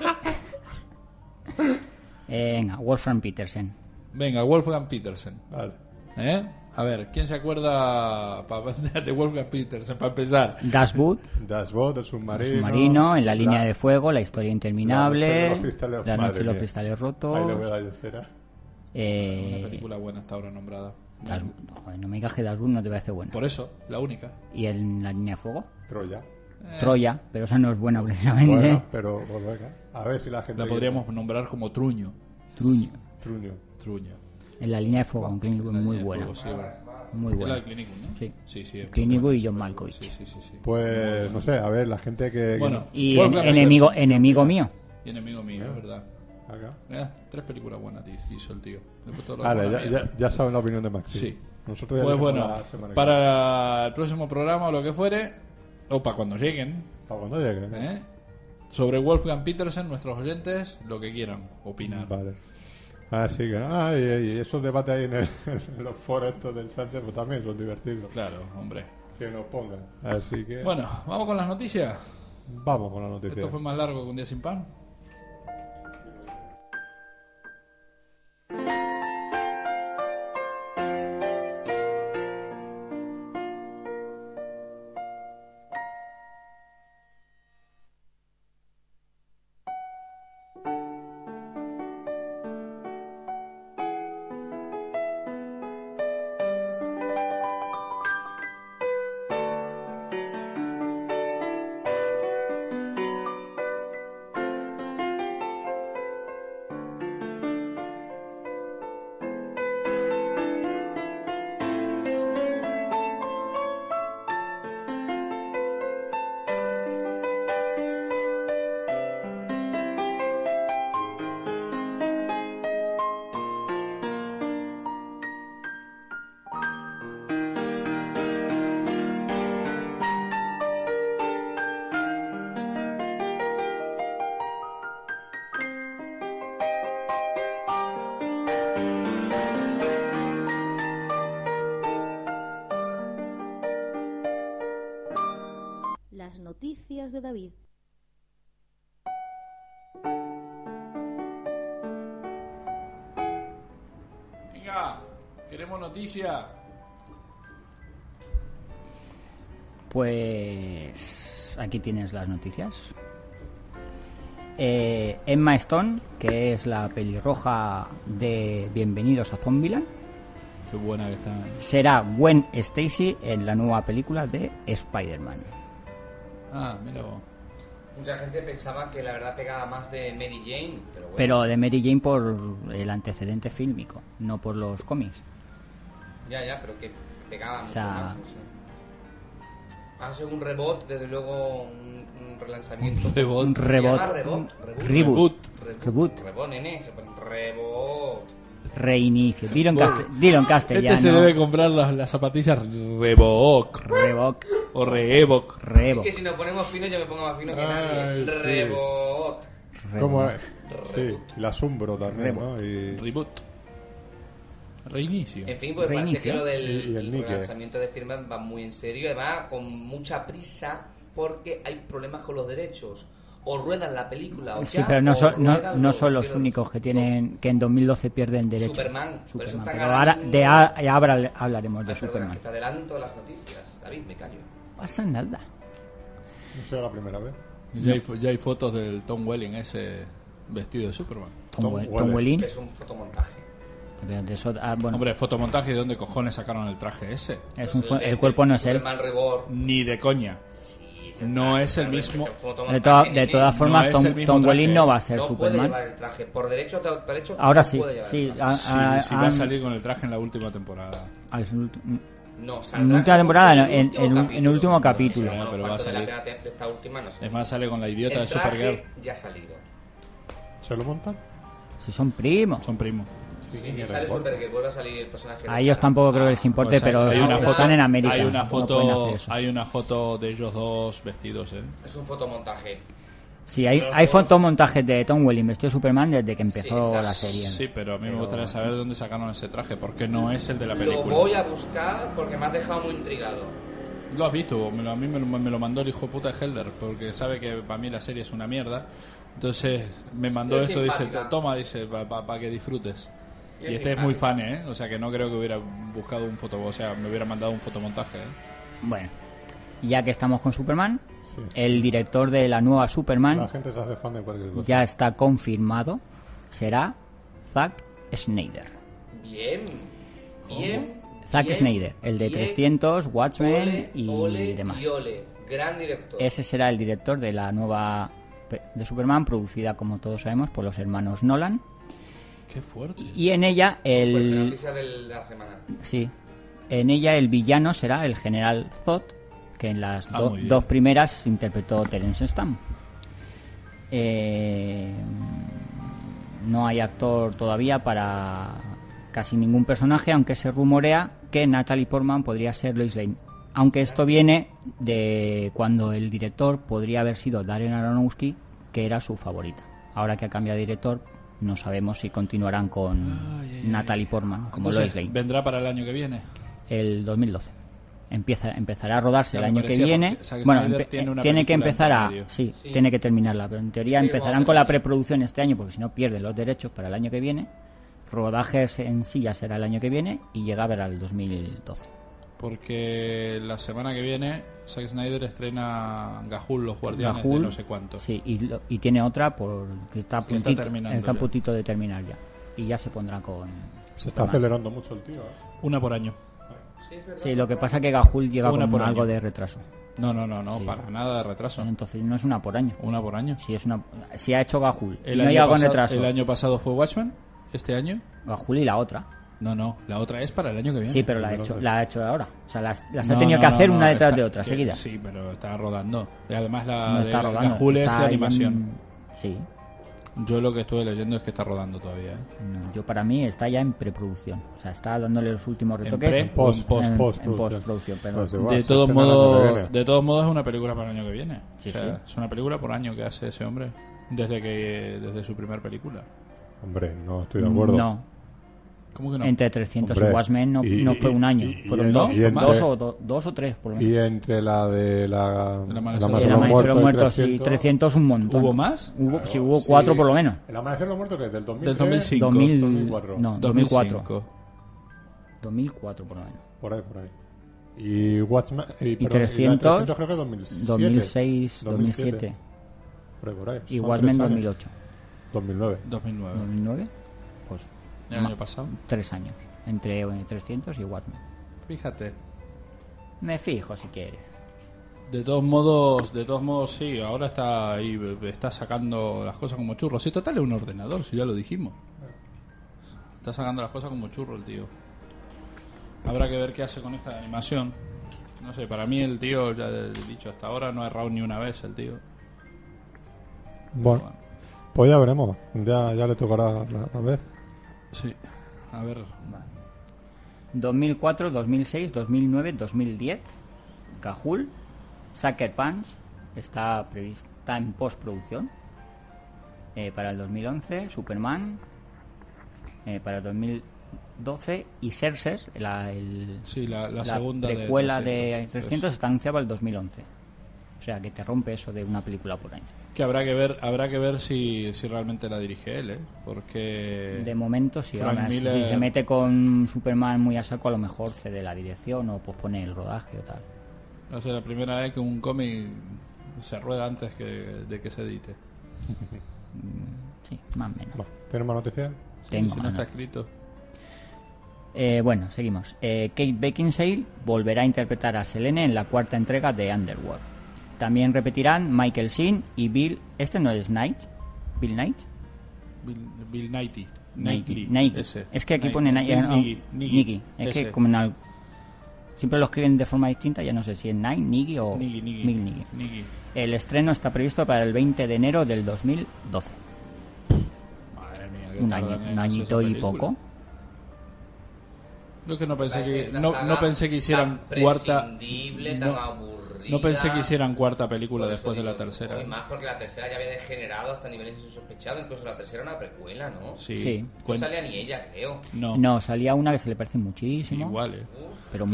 Eh, venga, Wolfram Petersen. Venga, Wolfgang Petersen. Vale. ¿Eh? A ver, ¿quién se acuerda pa- de Wolfgang Petersen para empezar? Dashwood, Dashboard, el submarino. el submarino, en la línea la- de fuego, la historia La interminable, noche de los cristales, la noche madre de los mía. Ahí cristales le voy a rotos. dar yo cera. eh, Una película buena hasta ahora nombrada. Dashwood. Joder, no me digas que Dashwood no te parece buena. Por eso, la única. ¿Y en la línea de fuego? Troya. Troya, pero esa no es buena precisamente. Bueno, pero bueno, venga. a ver si la gente. La podríamos nombrar como Truño. Truño. Truño. Truño. En la línea de fuego, un Clint Eastwood La muy línea de buena. fuego, sí, bueno. Muy Es la buena. de Clint Eastwood, ¿no? Sí. Sí, sí. es Clint Eastwood y muy buena esa John película. Malkovich. Sí, sí, sí. sí. Pues no sé, a ver, la gente que. que- Bueno, Y en- Wolfgang enemigo, Petersen. enemigo mío. Y enemigo mío, es verdad. acá. Eh, tres películas buenas tío, hizo el tío. Después todo lo Vale, demás, Ah, ya, mierda. ya, ya saben la opinión de Max. Sí. Nosotros ya Pues dejamos bueno, la semana que viene. para el próximo programa o lo que fuere, o para cuando lleguen, Para cuando llegue. ¿eh? ¿eh? sobre Wolfgang Petersen, nuestros oyentes, lo que quieran opinar. Vale. Así que, ah, y, y esos debates ahí en, el- en los foros estos del Sánchez pues, también son divertidos. Claro, hombre. Que nos pongan. Así que, Bueno, vamos con las noticias. vamos con la noticia. Esto fue más largo que un día sin pan. Las noticias de David. Venga, queremos noticias. Pues aquí tienes las noticias. Eh, Emma Stone, que es la pelirroja de Bienvenidos a Zombieland, Qué buena que está. será Gwen Stacy en la nueva película de Spider-Man. Ah, mira vos. Mucha gente pensaba que la verdad pegaba más de Mary Jane, pero bueno. Pero de Mary Jane por el antecedente fílmico, no por los cómics. Ya, ya, pero que pegaba mucho sea- más. No sé. Ha sido un rebot, desde luego un, un relanzamiento. Un rebot. Un Se rebot. llama rebot. Reboot. Reboot. Reboot. Reboot. Rebot, nene. se pone Rebot. Reinicio. Dilo en, caste- dilo en castellano. Este se debe comprar las, las zapatillas Reebok Revoc. o Reebok. Es Revoc. que si nos ponemos finos yo me pongo más fino que Ay, Ah, nadie. sí. Rebot. ¿Cómo es? Sí, la Sumbro también, ¿no? Y Reboot. Reinicio. En fin, pues Reinicio. parece que lo Y- y el del el Nike. relanzamiento de Spider-Man va muy en serio, además con mucha prisa porque hay problemas con los derechos. O ruedan la película o Sí, ya, pero no o son, no, ruedan no o son los pierden. únicos que tienen que en 2012 pierden derecho. Superman, pero eso está Pero ganando Ah, ahora, un- de a- ya habrá- hablaremos Ay, de perdona, Superman. que te adelanto las noticias. David, me callo. No pasa nada. no será la primera vez. Ya, hay, fo- ya hay fotos del Tom Welling ese vestido de Superman. Tom, Tom Wel- Welling. Tom Welling. Es un fotomontaje. Pero de eso- ah, bueno, Hombre, fotomontaje, ¿de dónde cojones sacaron el traje ese? es un Entonces, cu- el cuerpo no es él. Superman Reborn. Ni de coña. Sí, se No trata es el mismo- un De, fotomontaje, toda- de nene. todas formas, es Tom, el mismo Tom traje. Welling no va a ser no puede Superman. llevar el traje. Por derecho, por derecho Ahora no sí, puede llevar el sí, traje. ah, Si, ah, si va ah, a salir con el traje en la última temporada. al- No, saldrá En última como temporada, mucho no, en- en un- en último capítulo. Bueno, Pero va a cuarto de la salir. primera te- de esta última, no sé. Es más, sale con la idiota El de traje Supergirl. ya ha salido. ¿Se lo montan? si son primos. Son primos. Sí, sale Supergirl, vuelve a salir el personaje. Ah, A ellos tampoco creo que les importe, Pues hay- pero hay una están foto, en América. Hay una no pueden foto, hacer eso. hay una foto de ellos dos vestidos, ¿eh? Es un fotomontaje. Sí, hay, Pero hay todos- fotomontajes de Tom Welling vestido de Superman desde que empezó Sí, esa- la serie. Sí, pero a mí me gustaría saber de dónde sacaron ese traje, porque no es el de la Lo película. voy a buscar porque me has dejado muy intrigado. Lo has visto, me lo- a mí me lo, me lo mandó el hijo puta de Helder, porque sabe que para mí la serie es una mierda. Entonces me mandó Es esto, dice, simpática. toma, dice, para que disfrutes. Es Y este es muy simpática. fan, ¿eh? O sea que no creo que hubiera buscado un foto, o sea, me hubiera mandado un fotomontaje, ¿eh? Bueno, ya que estamos con Superman, Sí. el director de la nueva Superman La gente se hace fan de cualquier cosa. ya está confirmado, será Zack Snyder. Bien. Bien. Zack bien, Snyder, el de bien. 300, Watchmen Ole, y ole demás. Y ole. Gran director. Ese será el director de la nueva pe- de Superman, producida como todos sabemos por los hermanos Nolan. Qué fuerte. Y en ella Pues, la el noticia de la semana. sí, en ella el villano será el general Zod, que en las Ah, do- muy bien. dos primeras interpretó Terence Stamp. Eh, no hay actor todavía para casi ningún personaje, aunque se rumorea que Natalie Portman podría ser Lois Lane. Aunque esto viene de cuando el director podría haber sido Darren Aronofsky, que era su favorita. Ahora que ha cambiado de director, no sabemos si continuarán con Natalie Portman como Entonces, Lois Lane vendrá para el año que viene. el 2012. Empieza, empezará a rodarse Ya el me año que parecía, viene. porque Zack Bueno, Snyder empe- tiene una tiene que película empezar entre a. medio. Sí, Sí. tiene que terminarla, pero en teoría Sí, empezarán cuando con la termine. preproducción este año, porque si no pierden los derechos para el año que viene. Rodajes en sí ya será el año que viene y llega a ver al 2012. Porque la semana que viene Zack Snyder estrena Gahul, los guardianes Gahul, de no sé cuánto. Sí, y, lo- y tiene otra por, que está, a Sí, que está puntito, terminando está a ya. puntito de terminar ya. Y ya se pondrá con. Se está acelerando mucho el tío. ¿eh? Una por año. Sí, es verdad. Sí, lo que pasa que Gahul llega Una con por algo año. Ah. de retraso. No, no, no, no, para nada de retraso. Entonces no es una por año. Una por año. Si, es una, si ha hecho Gahul, El, no año llega con pasado, retraso. el año pasado fue Watchmen, este año. Gahul y la otra. No, no, la otra es para el año que viene. Sí, pero la ha Pero hecho, no sé. la ha hecho ahora. O sea, las, las No, ha tenido no, que no, hacer no, una detrás está- de otra que- seguida. Sí, pero está rodando. Y además la no de está la- rodando. Gahul es está de ahí en- animación. Sí. Yo lo que estuve leyendo es que está rodando todavía. ¿eh? No, yo para mí está ya en preproducción. O sea, está dándole los últimos En retoques. pre, En post, en- post, en post, postproducción, perdón. Pues igual, de se todos estrena el año que viene. modos, de todos modos es una película para el año que viene. Sí, O sea, sí. es una película por año que hace ese hombre desde que desde su primer película. Hombre, no estoy de acuerdo. No, ¿Cómo que no? entre 300 y Hombre, Watchmen no, y- no y- fue un año. y- y Fueron en- dos, y en- dos, o, do- dos o tres, por lo menos. Y entre la de la, Y el El amanecer de los Amanecer de los Muertos, y y 300 un montón. ¿Hubo más? Hubo, sí, hubo cuatro por lo menos. El amanecer de los muertos que es del 2003, Del 2005. 2000, 2004. No, 2004. 2005. 2004 por lo menos. Por ahí, por ahí. Y Watchmen. Y, perdón, y 300, 300 creo que es 2007. 2006, 2007. Por ahí, por ahí. Y Son Watchmen tres años. 2008. 2009. 2009. 2009, pues El año pasado. tres años. Entre eh, 300 y Watchmen. Fíjate. Me fijo si quieres. De todos modos, de todos modos, sí, ahora está ahí, está sacando las cosas como churros. Sí, total es un ordenador, si ya lo dijimos. Está sacando las cosas como churro el tío. Habrá que ver qué hace con esta de animación. No sé, para mí el tío, ya he dicho hasta ahora, no ha errado ni una vez el tío. Bueno, pues ya veremos. Ya, ya le tocará la, la vez. Sí, a ver. 2004, 2006, 2009, 2010. Cajul. Sucker Punch. Está prevista en postproducción. Eh, para el 2011, Superman. eh, para el 2012 y Cersei, la, el- Sí, la, la la segunda de precuela de 300, 300 está anunciada para el 2011. O sea, que te rompe eso de una película por año. Que habrá que ver, habrá que ver si, si realmente la dirige él, ¿eh? Porque... De momento, sí, Frank ahora, si, Miller- si se mete con Superman muy a saco, a lo mejor cede la dirección o pospone el rodaje o tal. No sé, la primera vez que un cómic se rueda antes que, de que se edite. Sí, más o menos. Bueno, ¿Tienes más noticias? Tengo si no más está noticias. escrito. Eh, bueno, seguimos. Eh, Kate Beckinsale volverá a interpretar a Selene en la cuarta entrega de Underworld. También repetirán Michael Sheen y Bill. Este no es Knight. Bill Knight. Bill, Bill Knighty. Knightley, Nike. ese. Es que aquí Knight- pone Nike. Bill no, Nighy, Nighy, Nighy. Es ese. que como en al- siempre lo escriben de forma distinta, ya no sé si es Nike, Niggy o Nighy, Nighy, Bill Nighy. Nighy. El estreno está previsto para el 20 de enero del 2012. Madre mía, qué Un, tardan año- en un hacer añito esa y película. poco. Yo es que no pensé Parece que, una no, saga no pensé que hicieran tan cuarta. prescindible, tan No, aburrida. no pensé que hicieran cuarta película Por eso después de la digo, tercera. Y más porque la tercera ya había degenerado hasta niveles insospechados. Incluso la tercera era una precuela, ¿no? Sí. Sí. No Cuen- salía ni ella, creo. No, No, salía una que se le parece muchísimo. igual, eh. Uf, Pero que yo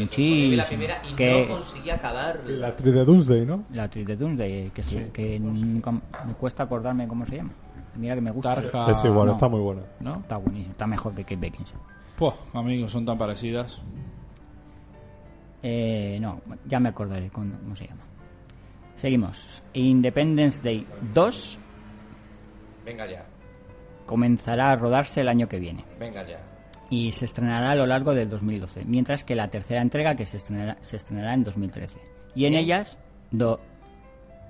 vi la muchísimo. primera y Que- no conseguí acabar. La actriz de Doomsday, ¿no? La actriz de Doomsday, que, sí, que nunca me cuesta acordarme cómo se llama. Mira que me gusta. Tarja. es igual, Ah, no. está muy buena. ¿No? Está buenísimo, está mejor que Kate Beckinsale. Puh, amigos, son tan parecidas. Eh, no, ya me acordaré cuándo- cómo se llama. Seguimos. Independence Day 2 Venga ya, comenzará a rodarse el año que viene venga ya. y se estrenará a lo largo del 2012, mientras que la tercera entrega que se estrenará, se estrenará en 2013. Y en ¿Eh? ellas do-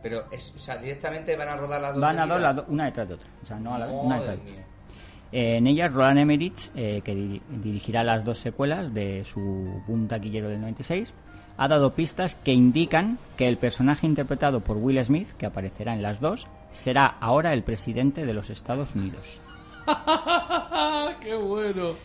Pero, es, o sea, directamente van a rodar las dos. van a dar seguidas. las do- una detrás de otra. O sea, no a la vez, una Madre detrás de otra. mía. Eh, en ellas, Roland Emmerich, eh, que diri- dirigirá las dos secuelas de su boom taquillero del 96, ha dado pistas que indican que el personaje interpretado por Will Smith, que aparecerá en las dos, será ahora el presidente de los Estados Unidos. Ah, ¡Qué bueno!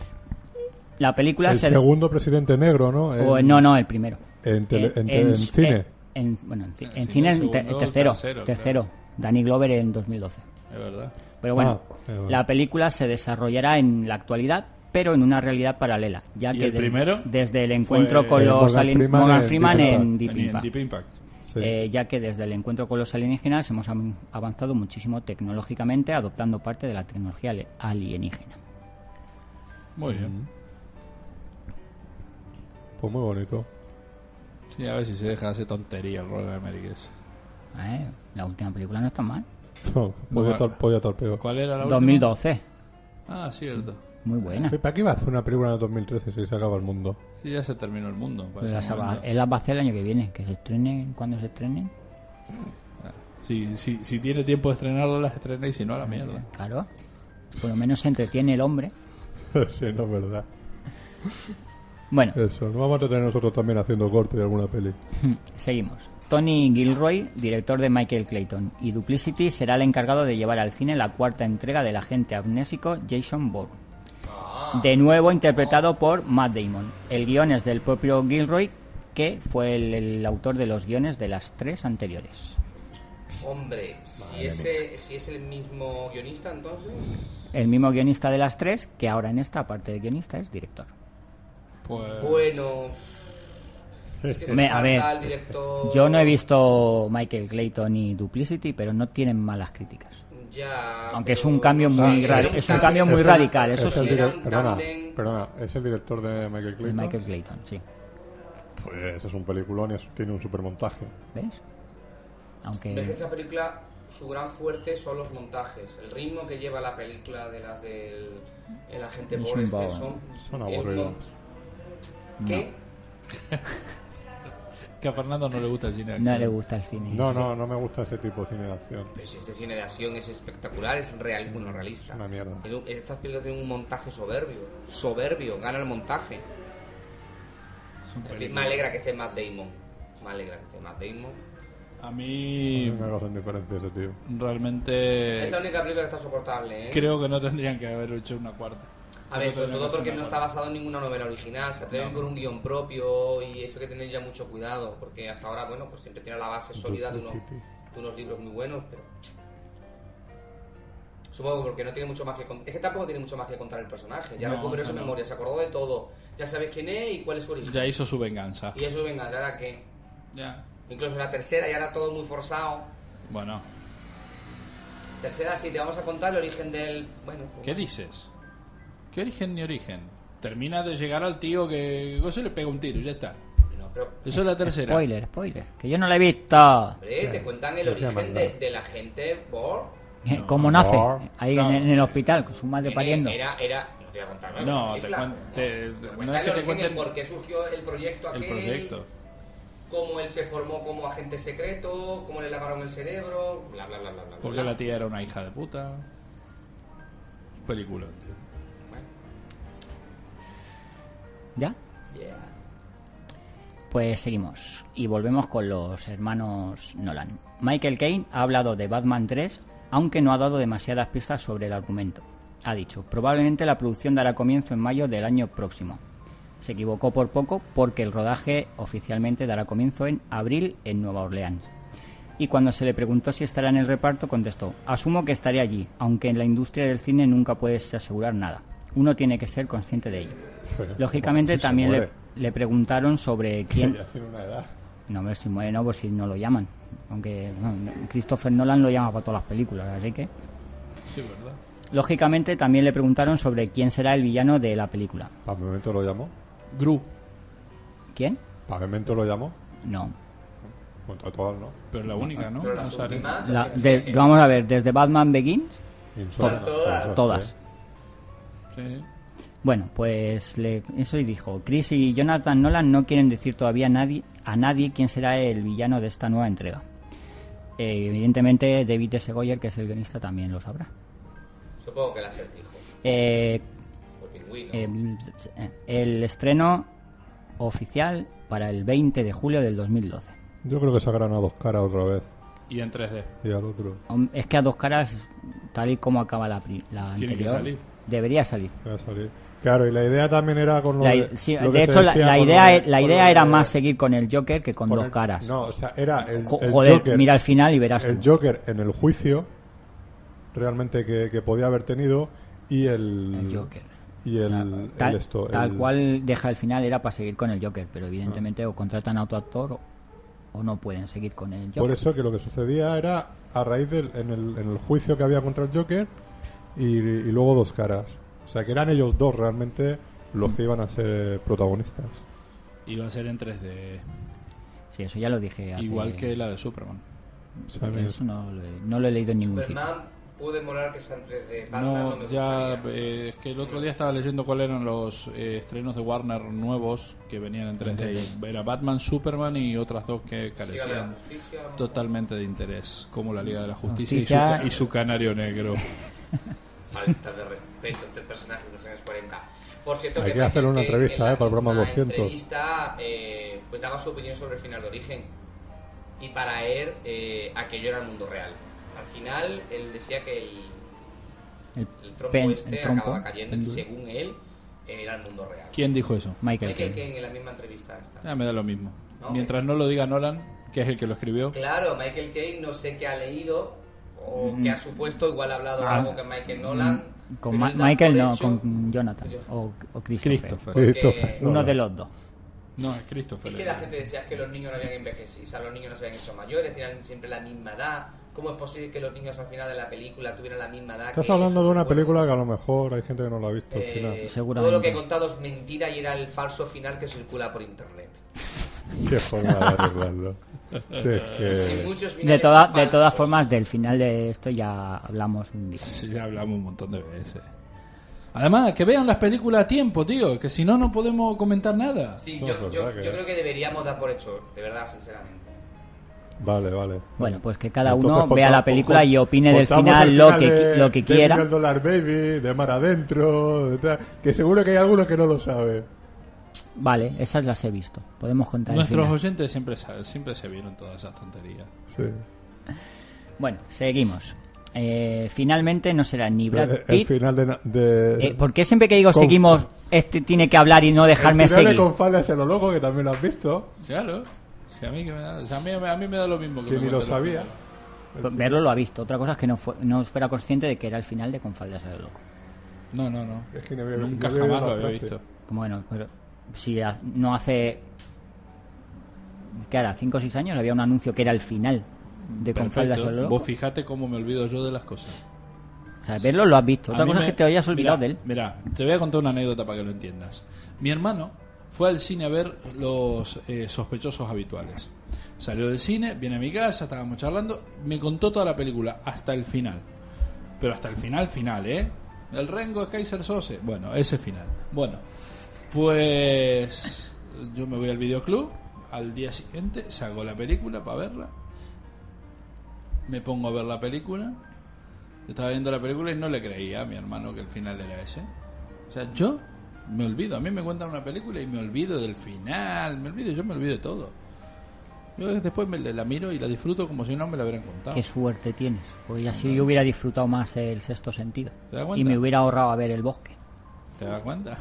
La película El se- segundo presidente negro, ¿no? o, En- Oh, no, no, el primero. Eh, en tele- en- en s- cine. en- bueno, en, ci- En en cine, cine, Ah, el el te- el segundo, el tercero. tercero, Tercero. Danny Glover en 2012. Es verdad. Pero bueno, Ah, eh, bueno. la película se desarrollará en la actualidad, pero en una realidad paralela, ya ¿Y que el primero? desde el encuentro Fue con el los Morgan alien- Freeman Morgan en Freeman Deep en Impact. Deep En Impact. Deep Impact. Sí. Eh, ya que desde el encuentro con los alienígenas hemos am- avanzado muchísimo tecnológicamente adoptando parte de la tecnología ale- alienígena. Muy bien. Pues muy bonito. Sí, a ver si se deja de hacer tontería el Roland Emmerich. ese. Eh, la última película no está mal. No, podía, No, estar, podía estar peor. ¿Cuál era la última? 2012, Ah, cierto. muy buena. ¿Para qué iba a hacer una película en el 2013 si se acaba el mundo? Sí, ya se terminó el mundo. para Pues ese las va- momento. él las va a hacer el año que viene, que se estrenen cuando se estrenen. Sí, sí, si tiene tiempo de estrenarlo, las estrena y si no, a la mierda. Eh, Claro, por lo menos se entretiene el hombre. sí, no es verdad. Bueno, Eso, nos vamos a tener nosotros también haciendo corte de alguna peli. Seguimos. Tony Gilroy, director de Michael Clayton, y Duplicity será el encargado de llevar al cine la cuarta entrega del agente amnésico Jason Bourne. Ah. De nuevo interpretado por Matt Damon. El guion es del propio Gilroy, que fue el, el autor de los guiones de las tres anteriores. Ah, Hombre, si ese, si es el mismo guionista, entonces. El mismo guionista de las tres, que ahora en esta parte de guionista es director. Pues. Bueno. Es que se Hombre, a falta ver, el director. Yo no he visto Michael Clayton y Duplicity, pero no tienen malas críticas. Ya, Aunque es pero un cambio no muy sé, radi- era es un cambio muy el- radical, eso es el sí. dire- Era un perdona, tándem. perdona, es el director de Michael De Clayton. Michael Clayton, sí. Pues es un peliculón y es- tiene un supermontaje. ¿Ves? ¿Ves que Aunque esa película, su gran fuerte son los montajes. El ritmo que lleva la película de las del el agente Es pobre un este vago. son... Son es un- aburridos. ¿Qué? Que a Fernando no le gusta el cine. de no acción. le gusta el cine. No, no, no me gusta ese tipo de cine de acción. Pero si este cine de acción es espectacular, es real, bueno, realista. Es una mierda. Es un- Estas películas tienen un montaje soberbio. Soberbio, gana el montaje. Son En fin, películas. me alegra que esté Matt Damon. Me alegra que esté Matt Damon. A A mí mí me causa indiferencia ese tío. realmente es la única película que está soportable, ¿eh? creo que no tendrían que haber hecho una cuarta. A ver, No sobre tendrían todo que hacer porque una no está cuarta. basado en ninguna novela original, se atreven con un guión propio y eso hay que tener ya mucho cuidado, porque hasta ahora, bueno, pues siempre tiene la base sólida de unos, Duplicity. de unos libros muy buenos, pero... Supongo que porque no tiene mucho más que contar. Es que tampoco tiene mucho más que contar el personaje. Ya No, recuperó ya su no. memoria, se acordó de todo. Ya sabes quién es y cuál es su origen. Ya hizo su venganza. Y eso, venga, ya ahora que. Incluso la tercera, y ahora todo muy forzado. Bueno, Tercera, sí, te vamos a contar el origen del. Bueno. pues- ¿qué dices? ¿Qué origen ni origen? Termina de llegar al tío que eso le pega un tiro, ya está. No, pero Eso es la tercera. Spoiler, spoiler. Que yo no la he visto. Hombre, te cuentan el Es la origen de, maldad. de la gente por... No, ¿Cómo nace? no. Ahí No. en, el- en el hospital, con su madre Era, pariendo. Eh, era, era- No te voy a contar, ¿no? No, Es te la- cuen- te- te no es que cuentan el te origen, cuenten- el por qué surgió el proyecto aquel, El proyecto. cómo él se formó como agente secreto, cómo le lavaron el cerebro, bla, bla, bla, bla, bla. Porque bla. la tía era una hija de puta. Película. tío. ¿Ya? Yeah. Pues seguimos. Y volvemos con los hermanos Nolan. Michael Caine ha hablado de Batman 3, aunque no ha dado demasiadas pistas sobre el argumento. Ha dicho, probablemente la producción dará comienzo en mayo del año próximo. Se equivocó por poco porque el rodaje oficialmente dará comienzo en abril en Nueva Orleans. Y cuando se le preguntó si estará en el reparto, contestó, asumo que estaré allí, aunque en la industria del cine nunca puedes asegurar nada. Uno tiene que ser consciente de ello. Lógicamente Se también le, muere. le preguntaron sobre quién... Ya tiene una edad. No, hombre, si muere no, pues si no lo llaman. Aunque bueno, Christopher Nolan lo llama para todas las películas, así que... Sí, ¿verdad? Lógicamente también le preguntaron sobre quién será el villano de la película. ¿Para momento lo llamó? Gru. ¿Quién? ¿Pavimento lo llamó? No. Junto a todos, ¿no? Pero la única, ¿no? Pero No las sale. últimas... La- así de- que- vamos a ver, desde Batman Begins Insomnio. Todas. Pues, Todas. eh, Sí. Bueno, pues le, eso y dijo. Chris y Jonathan Nolan no quieren decir todavía a nadie, a nadie quién será el villano de esta nueva entrega. Eh, evidentemente, David S. Goyer, que es el guionista, también lo sabrá. Supongo que el acertijo. Eh, O el pingüino. eh, el estreno oficial para el 20 de julio del 2012. Yo creo que sacarán a dos caras otra vez. Y en 3D. Y al otro. Hom- Es que a dos caras, tal y como acaba la, pri- la Tiene anterior, que salir. debería salir. que va a salir. Claro, y la idea también era con lo La i- de. sí, lo de que se hecho, la, decía la con lo idea, de- e- la con lo idea de- era más seguir con el Joker que con con dos el- caras. No, o sea, era el, Jo- el Joder, Joker. mira al final y verás. el tú. Joker en el juicio realmente que, que podía haber tenido y el, El Joker. y el, el tal, esto, tal el- Ah. cual deja el final era para seguir con el Joker, pero evidentemente o contratan a otro actor o, o no pueden seguir con el Joker. por eso que lo que sucedía era a raíz del en el, en el juicio que había contra el Joker y, y luego dos caras o sea que eran ellos dos realmente los que iban a ser protagonistas Iba a ser en 3D. Sí, eso ya lo dije. hace- Igual que la de Superman. O sea, me- Eso no lo, he, no lo he leído en ningún sitio. Superman pude molar que sea en 3D. Batman no, No, me ya gustaría. eh, es que el otro día estaba leyendo cuáles eran los eh, estrenos de Warner nuevos que venían en 3D. Era Batman, Superman y otras dos que Liga de la carecían Justicia, ¿no? totalmente de interés, como la Liga de la Justicia, Y, su, Justicia. ca- y su Canario Negro. falta de respeto entre personajes de los años 40. Por cierto, Hay que Michael hacerle una Caine, entrevista, en la eh, para el programa misma 200. entrevista, eh, pues daba su opinión sobre el final de Origen. Y para él, eh, aquello era el mundo real. Al final, él decía que el, El, el trompo pen- este el trompo, acababa cayendo el y duro. según él, era el mundo real. ¿Quién dijo eso? Michael Michael Caine. Caine en la misma entrevista esta. Ah, me da lo mismo. No, Mientras no lo diga Nolan, que es el que lo escribió. Claro, Michael Caine no sé qué ha leído o qué ha supuesto, igual ha hablado Ah, algo con Michael Nolan. Con pero Ma- él da por Michael no, hecho- con Jonathan o, o Christopher. Christopher. Porque- Christopher. Uno de los dos. No, es Christopher. Es que la gente decía que los niños no habían envejecido, o sea, los niños no se habían hecho mayores, tenían siempre la misma edad. ¿Cómo es posible que los niños al final de la película tuvieran la misma edad? estás que hablando ellos? de una Bueno, película que a lo mejor hay gente que no la ha visto al eh, final. Seguramente. Todo lo que he contado es mentira y era el falso final que circula por internet. Qué forma de arreglarlo. Sí, es Y que... muchos De, finales toda- de falsos. todas formas, del final de esto ya hablamos un día. Sí, ya hablamos un montón de veces. Además, que vean las películas a tiempo, tío, que si no, no podemos comentar nada. Sí, No, yo, es verdad yo- que- yo creo que deberíamos dar por hecho, de verdad, sinceramente. Vale, vale. Bueno, pues que cada Entonces, pues, uno vea conta- la película y opine del contamos final, el lo, pues, final que, de- lo que de quiera. Million Dollar Baby, de Mar Adentro, de tal, que seguro que hay algunos que no lo saben. Vale, esas las he visto. Podemos contar. el Nuestros final. oyentes siempre, sa- siempre se vieron todas esas tonterías. Sí. Bueno, seguimos. Eh, finalmente no será ni Brad Eh, el Pitt. final de... na- de Eh, ¿Por qué siempre que digo Con- seguimos, este tiene que hablar y no dejarme el final seguir? de Confales hacia lo loco, que también lo has visto, Claro, si a, mí que me da, si a, mí, a mí me da lo mismo que que me ni lo cuenten los sabía. finales. Pues Verlo lo ha visto. Otra cosa es que no, fue- no fuera consciente de que era el final de Confaldas a lo loco. No, no, no. Es que no había- Nunca no había jamás oído lo la había frase. visto. Como bueno, pero si ha- no hace. ¿Qué hará? ¿Cinco o seis años? Había un anuncio que era el final de Confaldas a lo Perfecto. loco. Vos fijate cómo me olvido yo de las cosas. O sea, verlo lo has visto. A Otra mí cosa me- es que te hayas olvidado Mira, de él. Mira, te voy a contar una anécdota para que lo entiendas. Mi hermano fue al cine a ver los eh, sospechosos habituales. Salió del cine, viene a mi casa, estábamos charlando, me contó toda la película hasta el final. Pero hasta el final, final, ¿eh? El Rengo de Kaiser Sose. Bueno, ese final. Bueno, pues yo me voy al videoclub, al día siguiente saco la película para verla. Me pongo a ver la película, yo estaba viendo la película y no le creía a mi hermano que el final era ese. O sea, yo me olvido. A mí me cuentan una película y me olvido del final. Me olvido, yo me olvido de todo. Yo después me la miro y la disfruto como si no me la hubieran contado. Qué suerte tienes. Pues así yo hubiera disfrutado más el sexto sentido. ¿Te das cuenta? Y me hubiera ahorrado a ver el bosque. ¿Te das cuenta?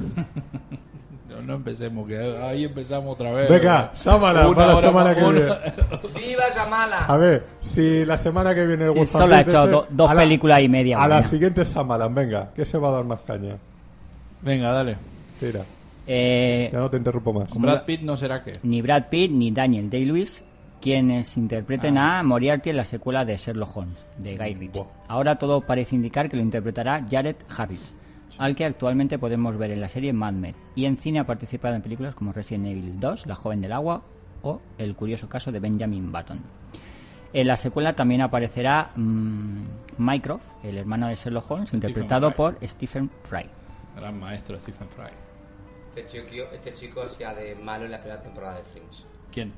no, no empecemos, que ahí empezamos otra vez. Venga, Sámala, Una para la hora semana más- que una- viene. ¡Viva A Yamala! ver, si la semana que viene... el Sí, Wolf solo ha Ambiente hecho ese- do- dos a la- películas y media. A la buena. siguiente Samalan, venga, que se va a dar más caña. Venga, dale. Tira, Eh, ya no te interrumpo más. Brad Pitt no será que. ni Brad Pitt ni Daniel Day-Lewis quienes interpreten a Moriarty en la secuela de Sherlock Holmes de Guy Ritchie. Buah. Ahora todo parece indicar que lo interpretará Jared Harris, al que actualmente podemos ver en la serie Mad Men y en cine ha participado en películas como Resident Evil 2, La joven del agua o El curioso caso de Benjamin Button. En la secuela también aparecerá mm, Mycroft, el hermano de Sherlock Holmes, interpretado Fry. por Stephen Fry. Gran maestro Stephen Fry. Este chico, este chico hacía de malo en la primera temporada de Fringe. ¿Quién?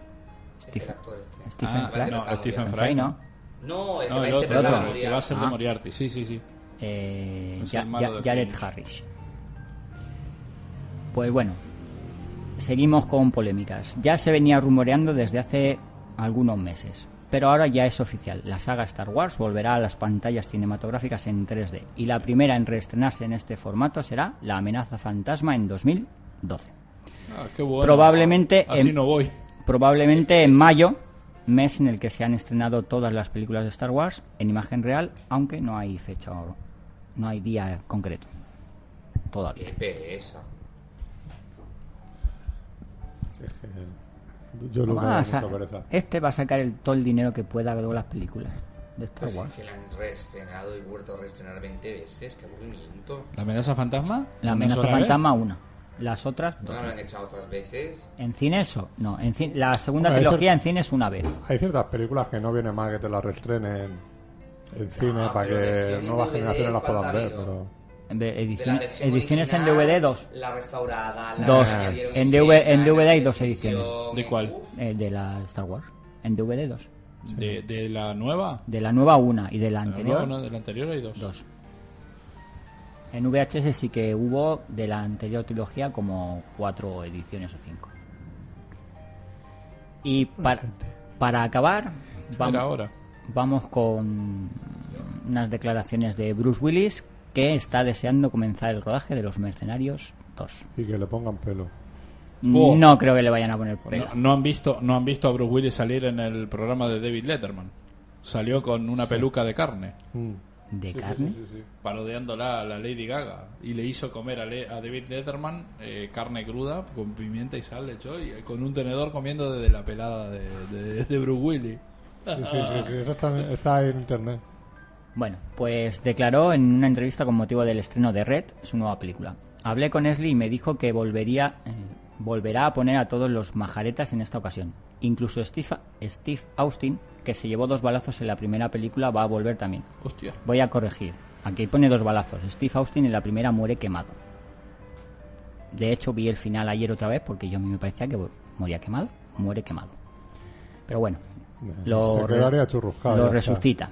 Este el actor este. Stephen ah, Fry. no, Fry. Stephen Fry, Fry. ¿no? No, el que No, va a el otro, interpretar el otro, a el Moriarty. que va a ser de Ah. Moriarty. Sí, sí, sí. eh, Es Ya- el malo Ya- de Jared Fringe. Harris. Pues bueno, seguimos con polémicas. Ya se venía rumoreando desde hace algunos meses, pero ahora ya es oficial. La saga Star Wars volverá a las pantallas cinematográficas en 3D y la primera en reestrenarse en este formato será La amenaza fantasma en 2012. Ah, qué bueno. Ah, Probablemente Así en- no voy. Probablemente en mayo, mes en el que se han estrenado todas las películas de Star Wars en imagen real, aunque no hay fecha o no hay día concreto. Todavía. Ah, Qué pereza. Yo lo Va a mucha sa- pereza. este va a sacar el, todo el dinero que pueda de todas las películas de Star Pues es Wars. que la han reestrenado y vuelto a reestrenar 20 veces. Qué aburrimiento. ¿La amenaza fantasma? La ¿Una amenaza sola vez? fantasma, una. Las otras, No dos. la han echado otras veces. ¿En cine eso? No, en cin- la segunda Hombre, trilogía eso- en cine es una vez. Hay ciertas películas que no viene mal que te las restrenen en cine No, para pero que que sí, nuevas DVD, generaciones las puedan ¿cuánto ha ver, habido? pero... En ve- De la Ediciones, versión ediciones en original, DVD 2. La restaurada, la Dos. que añadieron En DV en escena, DVD hay la dos televisión, ediciones. ¿De cuál? Uf, eh, de la Star Wars. En DVD 2. ¿De, de la nueva? De la nueva una y de la ¿De la anterior nueva, no? ¿De la anterior hay dos? dos. En VHS sí que hubo de la anterior trilogía como cuatro ediciones o cinco. Y para, para acabar, Era vamos, ahora. vamos con unas declaraciones de Bruce Willis que está deseando comenzar el rodaje de Los Mercenarios 2. Y que le pongan pelo. Oh. No creo que le vayan a poner pelo. No, no han visto, no han visto a Bruce Willis salir en el programa de David Letterman. Salió con una peluca de carne, Mm. ¿De carne? parodiándola a la Lady Gaga. Y le hizo comer a, Le- a David Letterman eh, carne cruda con pimienta y sal, hecho, y con un tenedor comiendo desde la pelada de, de- de Bruce Willis. Sí, sí, sí, sí, Eso está, está en internet. Bueno, pues declaró en una entrevista con motivo del estreno de Red, su nueva película. Hablé con Esli y me dijo que volvería, eh, volverá a poner a todos los majaretas en esta ocasión. Incluso Steve, Steve Austin, que se llevó dos balazos en la primera película, va a volver también. Hostia. Voy a corregir. Aquí pone dos balazos. Steve Austin en la primera muere quemado. De hecho, vi el final ayer otra vez porque yo a mí me parecía que moría quemado. Muere quemado. Pero bueno, lo, Se quedaría re- achurruscado, lo ya está. resucita.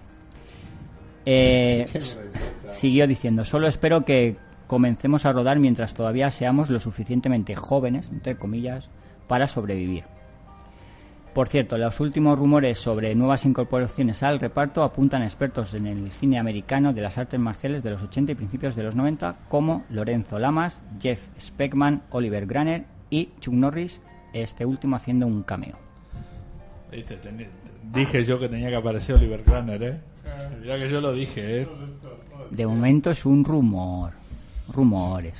Eh, siguió diciendo, solo espero que comencemos a rodar mientras todavía seamos lo suficientemente jóvenes, entre comillas, para sobrevivir. Por cierto, los últimos rumores sobre nuevas incorporaciones al reparto apuntan a expertos en el cine americano de las artes marciales de los 80 y principios de los 90 como Lorenzo Lamas, Jeff Speckman, Oliver Graner y Chuck Norris, este último haciendo un cameo. Viste, ten- Dije yo que tenía que aparecer Oliver Graner, ¿eh? Mira que yo lo dije, ¿eh? De momento es un rumor. Rumores.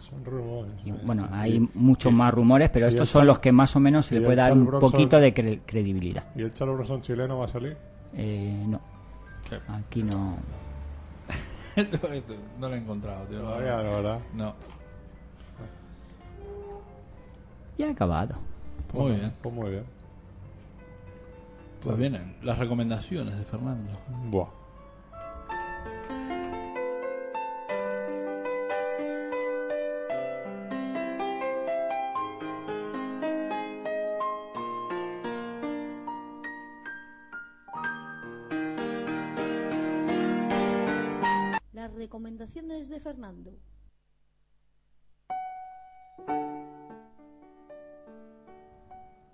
Son rumores. Y, eh. bueno, hay muchos más rumores, pero y estos el son Charl- los que más o menos se y le el puede dar Charles un Bronson- poquito de cre- credibilidad. ¿Y el Chalo Brosón chileno va a salir? Eh, no, ¿Qué? aquí no. Esto no lo he encontrado, tío. Todavía no, ¿verdad? No. Ya he acabado. Muy bien. Pues muy bien. Pues vienen las recomendaciones de Fernando. Buah. Las recomendaciones de Fernando.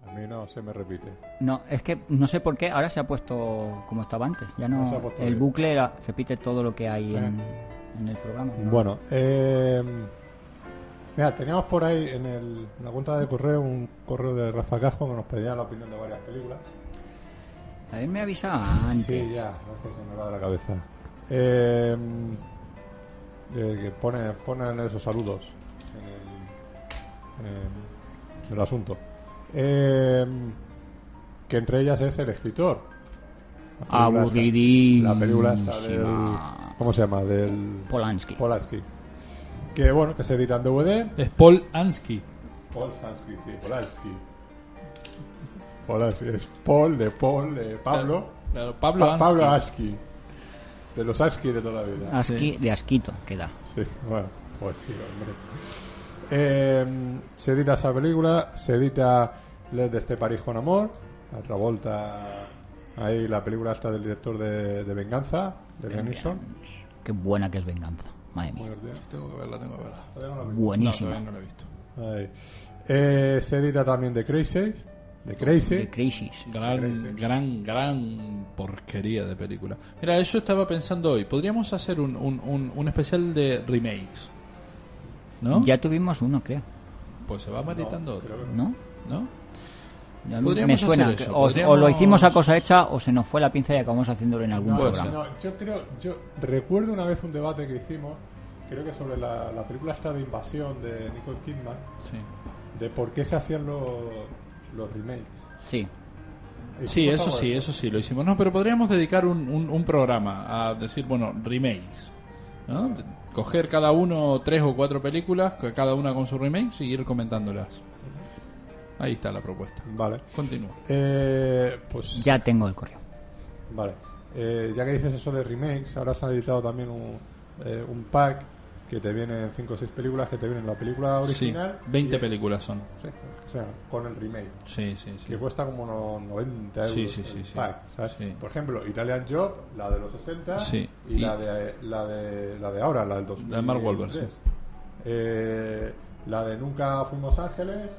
A mí no se me repite. No, es que no sé por qué, ahora se ha puesto como estaba antes. Ya no. No se ha puesto el bien. bucle era- repite todo lo que hay Eh. en, en el programa. ¿no? Bueno, eh, mira, teníamos por ahí en, el- en la cuenta de correo un correo de Rafa Casco que nos pedía la opinión de varias películas. A ver, me avisaba antes. Sí, ya, es que se me va de la cabeza. Eh, eh, que pone, ponen esos saludos en el, eh, en el asunto. Eh, que entre ellas es el escritor. La película esta- Aburridísima. La película está del. ¿Cómo se llama? Del. Polanski. Polanski. Que bueno, que se edita en DVD. Es Paul Ansky. Polanski, sí, Polanski. Polanski, es Paul de Paul de Pablo. Claro, Pablo Pa- Ansky. Pablo Aski. De los Aski de toda la vida. Asqui- De Asquito queda. Sí, bueno, pues sí, hombre. Eh, se edita esa película, se edita Les de este París con amor, la Travolta, ahí la película hasta del director de, de Venganza, de Renison. Qué buena que es venganza. Madre mía. Tengo que verla, tengo que verla. No, Buenísima. todavía no la he visto. Ahí. Eh, se edita también The Crazy, The Crazy, De Crisis. Gran, gran, gran porquería de película. Mira, yo estaba pensando hoy, podríamos hacer un, un, un, un especial de remakes. ¿No? Ya tuvimos uno, creo. Pues se va maritando otro, ¿No? ¿no? A mí Podríamos Me suena. hacer eso, que o, podríamos- o lo hicimos a cosa hecha o se nos fue la pinza y acabamos haciéndolo en algún No, Puede programa. ser. no, yo creo, yo recuerdo una vez un debate que hicimos, creo que sobre la, la película esta de invasión de Nicole Kidman, Sí. de por qué se hacían los, los remakes. Sí. Sí, Hicimos eso algo de sí, eso sí, lo hicimos. No, pero podríamos dedicar un, un- un programa a decir, bueno, remakes. ¿no? De- Coger cada uno tres o cuatro películas, ca- cada una con su remake y ir comentándolas. Ahí está la propuesta. Vale. Continúa. Eh, pues Ya tengo el correo. Vale. Eh, ya que dices eso de remakes, ahora se ha editado también un, eh, un pack que te vienen 5 o 6 películas, que te vienen la película original. sí, 20 y- películas son. sí, o sea, con el remake. Sí, sí, sí. Que cuesta como unos 90 euros Sí, sí, el sí, sí. pack, ¿sabes? Sí. Por ejemplo, Italian Job, la de los 60 Sí, y, y- La, de, la, de, la de ahora, la del 2000. La de Mark Wahlberg, sí. eh, La de Nunca Fuimos Ángeles,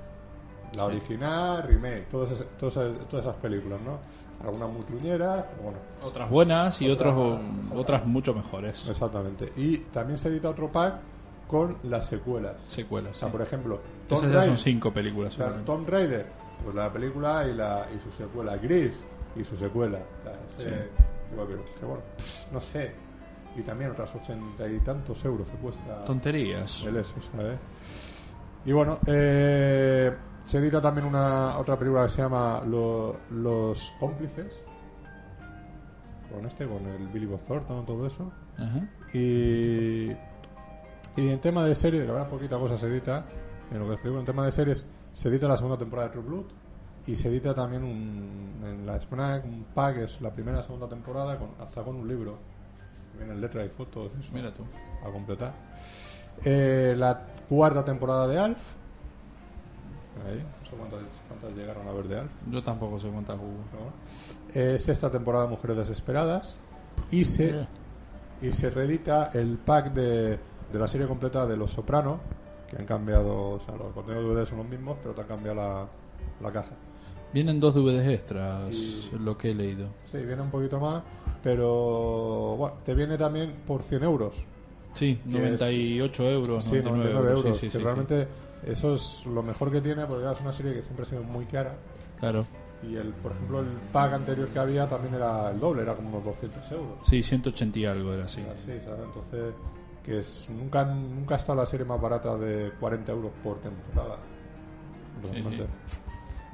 la Sí. original, remake, todas, esas- todas, esas- todas esas películas, ¿no? Algunas muy truñeras, pero bueno, Otras buenas y Otras- otras, otras mucho Pues, mejores. Exactamente. Y también se edita otro pack con las secuelas. Secuelas. O sea, sí. por ejemplo, Tomb Esas ya son Raider- cinco películas. claro, seguramente. Tomb Raider, pues la película y, la, y su secuela. Gris y su secuela. O sea, ese- Sí. digo, pero, que bueno, no sé. Y también otras ochenta y tantos euros que cuesta Tonterías. el eso, ¿sabes? Y bueno, eh, se edita también una otra película que se llama Lo- Los cómplices. Con este, con el Billy Bob Thornton, todo eso Ajá. y, y Y en tema de series, la verdad, poquita cosa se edita. En lo que escribo, en tema de series, se edita la segunda temporada de True Blood. Y se edita también un, en la FNAC un pack, es la primera segunda temporada, con, hasta con un libro. Vienen letras y fotos eso, Mira tú. a completar. Eh, la cuarta temporada de Alf. Ahí, no sé cuántas, cuántas llegaron a ver de Alf. Yo tampoco sé cuántas hubo. ¿no? Eh, sexta temporada de Mujeres Desesperadas y se, y se reedita el pack de, de la serie completa de Los Sopranos, que han cambiado, o sea, los contenidos de DVD son los mismos, pero te han cambiado la, la caja. Vienen dos DVDs extras, Y- lo que he leído. Sí, viene un poquito más, pero bueno, te viene también por 100 euros. Sí, es- 98 euros, sí, 99 euros, Sí, sí, que sí, sí. realmente eso es lo mejor que tiene, porque es una serie que siempre ha sido muy cara. Claro. Y el, por ejemplo, el pack anterior que había también era el doble, era como unos 200 euros. Sí, 180 y algo era así. Así, ¿sabes? Entonces, que es, nunca, nunca ha estado la serie más barata de 40 euros por temporada. Realmente.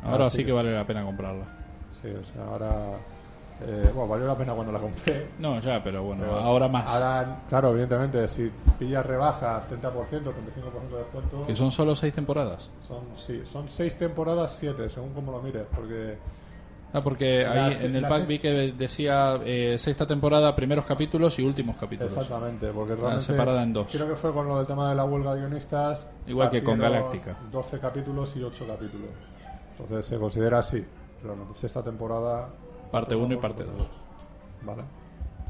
Ahora Ah, sí sí. que vale la pena comprarla. Sí, o sea, ahora. eh, bueno, valió la pena cuando la compré. No, ya, pero bueno, pero ahora más. Ahora, claro, evidentemente, si pillas rebajas, 30%, 35% de descuento. Que son solo seis temporadas. Son, sí, son seis temporadas, siete, según como lo mires, porque Ah, porque ahí La se- en el la pack sext- vi que decía eh, sexta temporada, primeros capítulos y últimos capítulos. Exactamente, porque Está realmente. separada en dos. Creo que fue con lo del tema de la huelga de guionistas. Igual que con partieron Galáctica. 12 capítulos y 8 capítulos. Entonces se considera así. Realmente, sexta temporada. Parte uno y por parte capítulos. dos. Vale.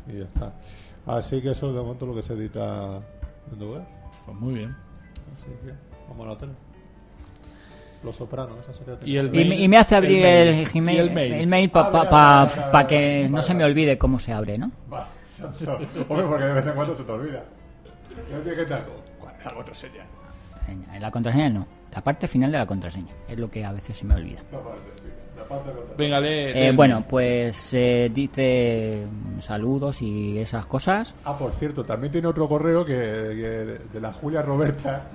Y ya está. Así que eso es de momento lo que se edita en DVD. Pues muy bien. Así que vamos a la tele. Los Sopranos, esa sería Y el Y, me- y me hace abrir el, Gmail, el mail, Ah, para vale, vale, vale, vale, que vale, no vale, se me vale. olvide cómo se abre, ¿no? Vale, exacto. Hombre, porque de vez en cuando se te olvida. Yo te ¿qué te hago? ¿Cuál es la contraseña? En- en La contraseña no. La parte final de la contraseña es lo que a veces se me olvida. La parte, sí, la parte de contraseña. Venga, lee- lee Eh, el bueno, mail. pues eh, dice mm, saludos y esas cosas. Ah, por cierto, también tiene otro correo que, que de, de la Julia Roberta.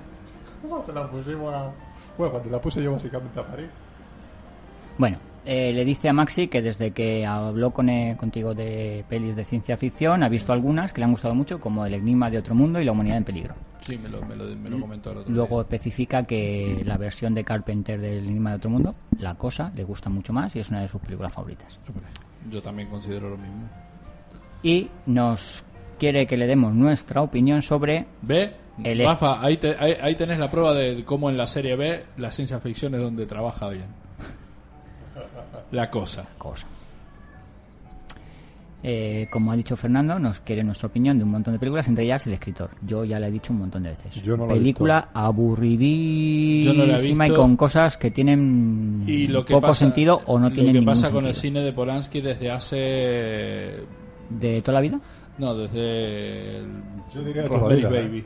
¿Cómo te la pusimos a.? Bueno, cuando la puse yo básicamente a París. Bueno, eh, le dice a Maxi que desde que habló con, eh, contigo de pelis de ciencia ficción ha visto algunas que le han gustado mucho, como El Enigma de Otro Mundo y La Humanidad en Peligro. Sí, me lo, me lo, me lo comentó el otro Luego día. especifica que la versión de Carpenter del Enigma de Otro Mundo, La Cosa, le gusta mucho más y es una de sus películas favoritas. Hombre, Yo también considero lo mismo. Y nos quiere que le demos nuestra opinión sobre... ¿Ve? El- E. Rafa, ahí, te- ahí, ahí tenés la prueba de cómo en la serie B la ciencia ficción es donde trabaja bien. La cosa. cosa. Eh, como ha dicho Fernando, nos quiere nuestra opinión de un montón de películas, entre ellas El Escritor. Yo ya la he dicho un montón de veces. Yo no la he Película aburridísima Yo no la he y visto. con cosas que tienen Y lo que poco pasa, sentido o no lo tienen que ningún pasa con el sentido. cine de Polanski desde hace. ¿De toda la vida? No, desde. el Yo diría de toda Rosemary's la vida, Baby.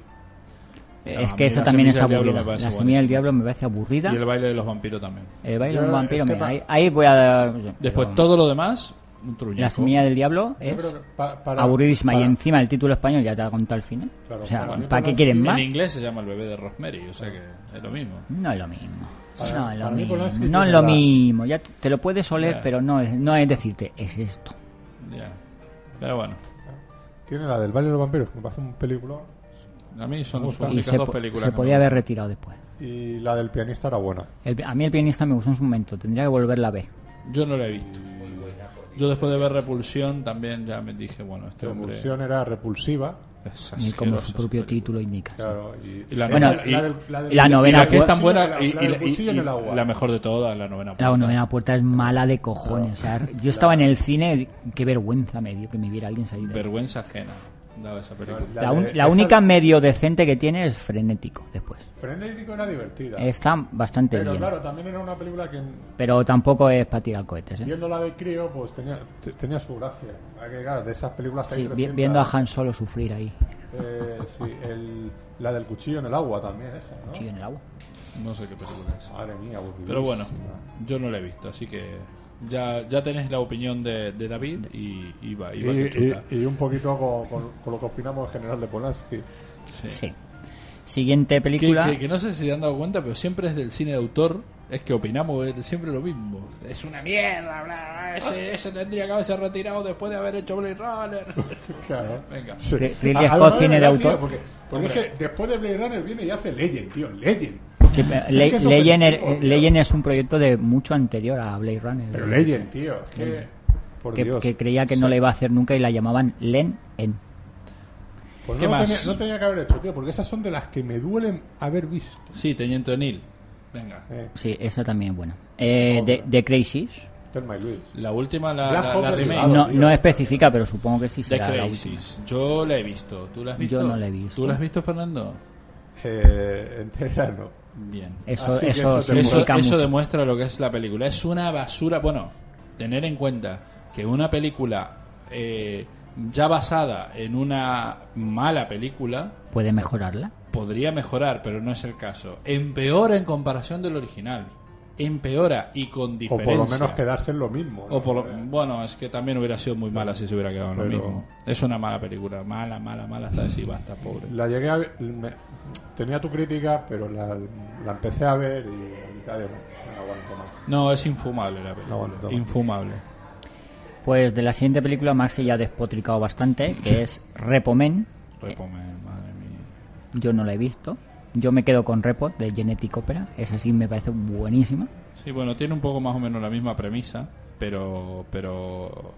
Eh, Ah, es a que mí esa La también es semilla del diablo aburrida. me parece La semilla del buenísima. diablo me parece aburrida. Y el baile de los vampiros también. El baile Yo, de un vampiro, es que me- pa- ahí, ahí voy a dar... Después pero todo lo demás, un truñaco. La semilla del diablo Yo es creo que pa- para- aburridísima y para- encima el título español ya te ha contado el final. Claro, o sea, para ¿para, mí qué Polanski- quieren más? En inglés se llama el bebé de Rosemary, o sea que es lo mismo. No es lo mismo. Para- no es lo para mí mismo. Polanski No es tiene lo la- mismo. Ya te- te lo puedes oler, Ya. pero no es, no es decirte, es esto. Ya. Pero bueno, Tiene la del Valle de los Vampiros, que me parece un película. a mí son Me sus gusta. Y únicas se, dos po- películas. se que podía me haber retirado después. Y la del pianista era buena. El- a mí el pianista me gustó en su momento. Tendría que volverla a ver. gustan. Yo no la he visto. Yo después de ver Repulsión también ya me dije, bueno, este La hombre emulsión era repulsiva. es Y como su asqueroso, propio esa película. título indica. Claro. Y, Y la Esa, novena- del- del- la del- novena Y la puerta. que es tan buena La- y, la y- del cuchillo y- en el agua. La mejor de todas, la novena La puerta. novena puerta es mala de cojones. o sea, yo estaba en el cine, qué vergüenza me dio que me viera alguien salir de ahí. Vergüenza ajena daba esa película. La La, un- de- la esa- única medio decente que tiene es frenético después. Frenético era divertida. Está bastante pero bien. claro, también era una película que Pero tampoco es para tirar cohetes. ¿eh? Viéndola de crío, pues tenía, te- tenía su gracia. Hay que, claro, de esas películas hay Sí, vi- 300. viendo a Han Solo sufrir ahí. Eh, sí, el- la del cuchillo en el agua también, esa, ¿no? Sí, en el agua. No sé qué película es. Madre mía, aburridísima. Pero bueno, yo no la he visto, así que ya, ya tenés la opinión de, de David y, y va, y Y, va que chuta. y- y un poquito con, con- con lo que opinamos en general de Polanski. Sí. Sí. Siguiente Que, película. que- que no sé si se han dado cuenta, pero siempre es del cine de autor Es que opinamos eh, siempre lo mismo. Es una mierda, bla, bla, ese, ese tendría que haberse retirado después de haber hecho Blade Runner. Claro. Venga. Sí. Cre- creer A- que además Scott de tiene de verdad, autor- tío, Porque, porque es que después de Blade Runner viene y hace Legend, tío. Legend. Sí, pero Es Le- que es Legend, ofensivo, es, tío. Legend es un proyecto de mucho anterior a Blade Runner. Pero Legend, tío. Es que. Por que, Dios. que creía que no la iba a hacer nunca y la llamaban Len En. Pues ¿Qué no, más? Tenía, no tenía que haber hecho, tío. Porque esas son de las que me duelen haber visto. Sí, Teniente O'Neill. Venga. Eh, Sí, esa también es buena. Eh, Oh. de, de Crisis. Thelma y Luis. La última, la, La la, la Joker remake. Claro, No, tío. no especifica, pero supongo que sí The será la última. Crisis. Yo la he visto. ¿Tú la has Yo visto? no la he visto. ¿Tú la has visto, Fernando? Eh, entera no. Bien. Eso, Así Ah, que eso eso te- Eso, significa eso mucho. demuestra lo que es la película. Es una basura. Bueno, tener en cuenta que una película eh, ya basada en una mala película ¿Puede mejorarla? podría mejorar, pero no es el caso. Empeora en comparación del original. Empeora y O con por diferencia. lo menos quedarse en lo mismo. ¿no? O por lo- bueno, es que también hubiera sido muy mala si se hubiera quedado en lo Pero- mismo. Es una mala película, mala, mala, mala hasta decir basta, pobre. La llegué a ver- me- tenía tu crítica, pero la, la empecé a ver y a mitad de no aguanto más. No, es infumable la película. No, bueno, toma. infumable. Pues de la siguiente película, Max ya ha despotricado bastante, que es Repo Men. Repome, madre mía. Yo no la he visto. Yo me quedo con Repo de Genetic Opera. Esa sí me parece buenísima. Sí, bueno, tiene un poco más o menos la misma premisa, pero pero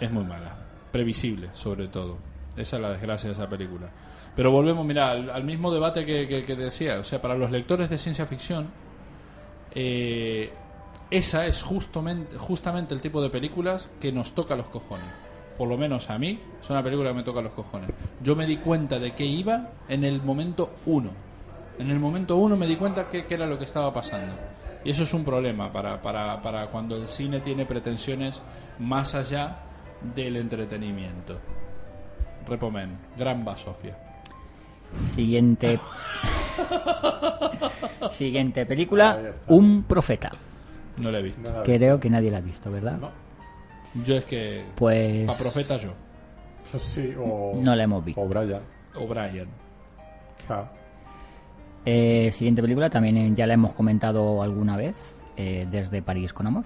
es muy mala. Previsible, sobre todo. Esa es la desgracia de esa película. Pero volvemos, mira, al, al mismo debate que, que- que decía. O sea, para los lectores de ciencia ficción, eh, esa es justamente, justamente el tipo de películas que nos toca los cojones. Por lo menos a mí, es una película que me toca los cojones. Yo me di cuenta de que iba en el momento uno. En el momento uno me di cuenta que, que era lo que estaba pasando. Y eso es un problema para, para, para cuando el cine tiene pretensiones más allá del entretenimiento. Repomen, gran va Sofía. Siguiente. Siguiente película, Un Profeta. No la he visto. Nada de- Creo que nadie la ha visto, ¿verdad? No. Yo es que... Pues Pa' profeta yo. Sí, o, no la hemos visto. o Brian. O Brian. Claro. Eh, siguiente película, también eh, ya la hemos comentado alguna vez, eh, desde París con Amor.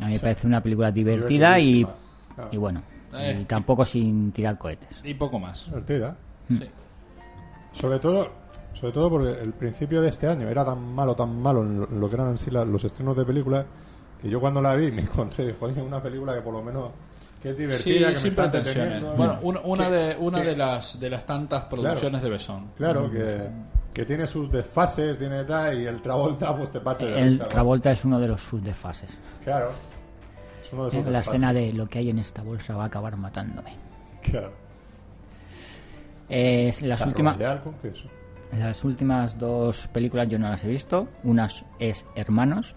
A mí me parece una película divertida y, Divertidísima. Claro. y bueno, Eh. y tampoco sin tirar cohetes. Y poco más. Divertida. Sí. Sobre todo, sobre todo porque el principio de este año era tan malo, tan malo en lo- en lo que eran en sí la- los estrenos de películas, que yo cuando la vi me encontré, dije, joder, una película que por lo menos que es Sí, divertida, que me sin está pretensiones. entreteniendo. Bueno, una, una Que- de una que- de las de las tantas producciones de Besón. Claro, que, que tiene sus desfases, tiene tal, y el Travolta pues te parte de la El risa, ¿no? Travolta es uno de los sus desfases. Claro. Es uno de sus Eh, La desfases. escena de lo que hay en esta bolsa va a acabar matándome. Claro. Eh, es las, La últimas, Royal con queso. las últimas dos películas yo no las he visto. Una es Hermanos,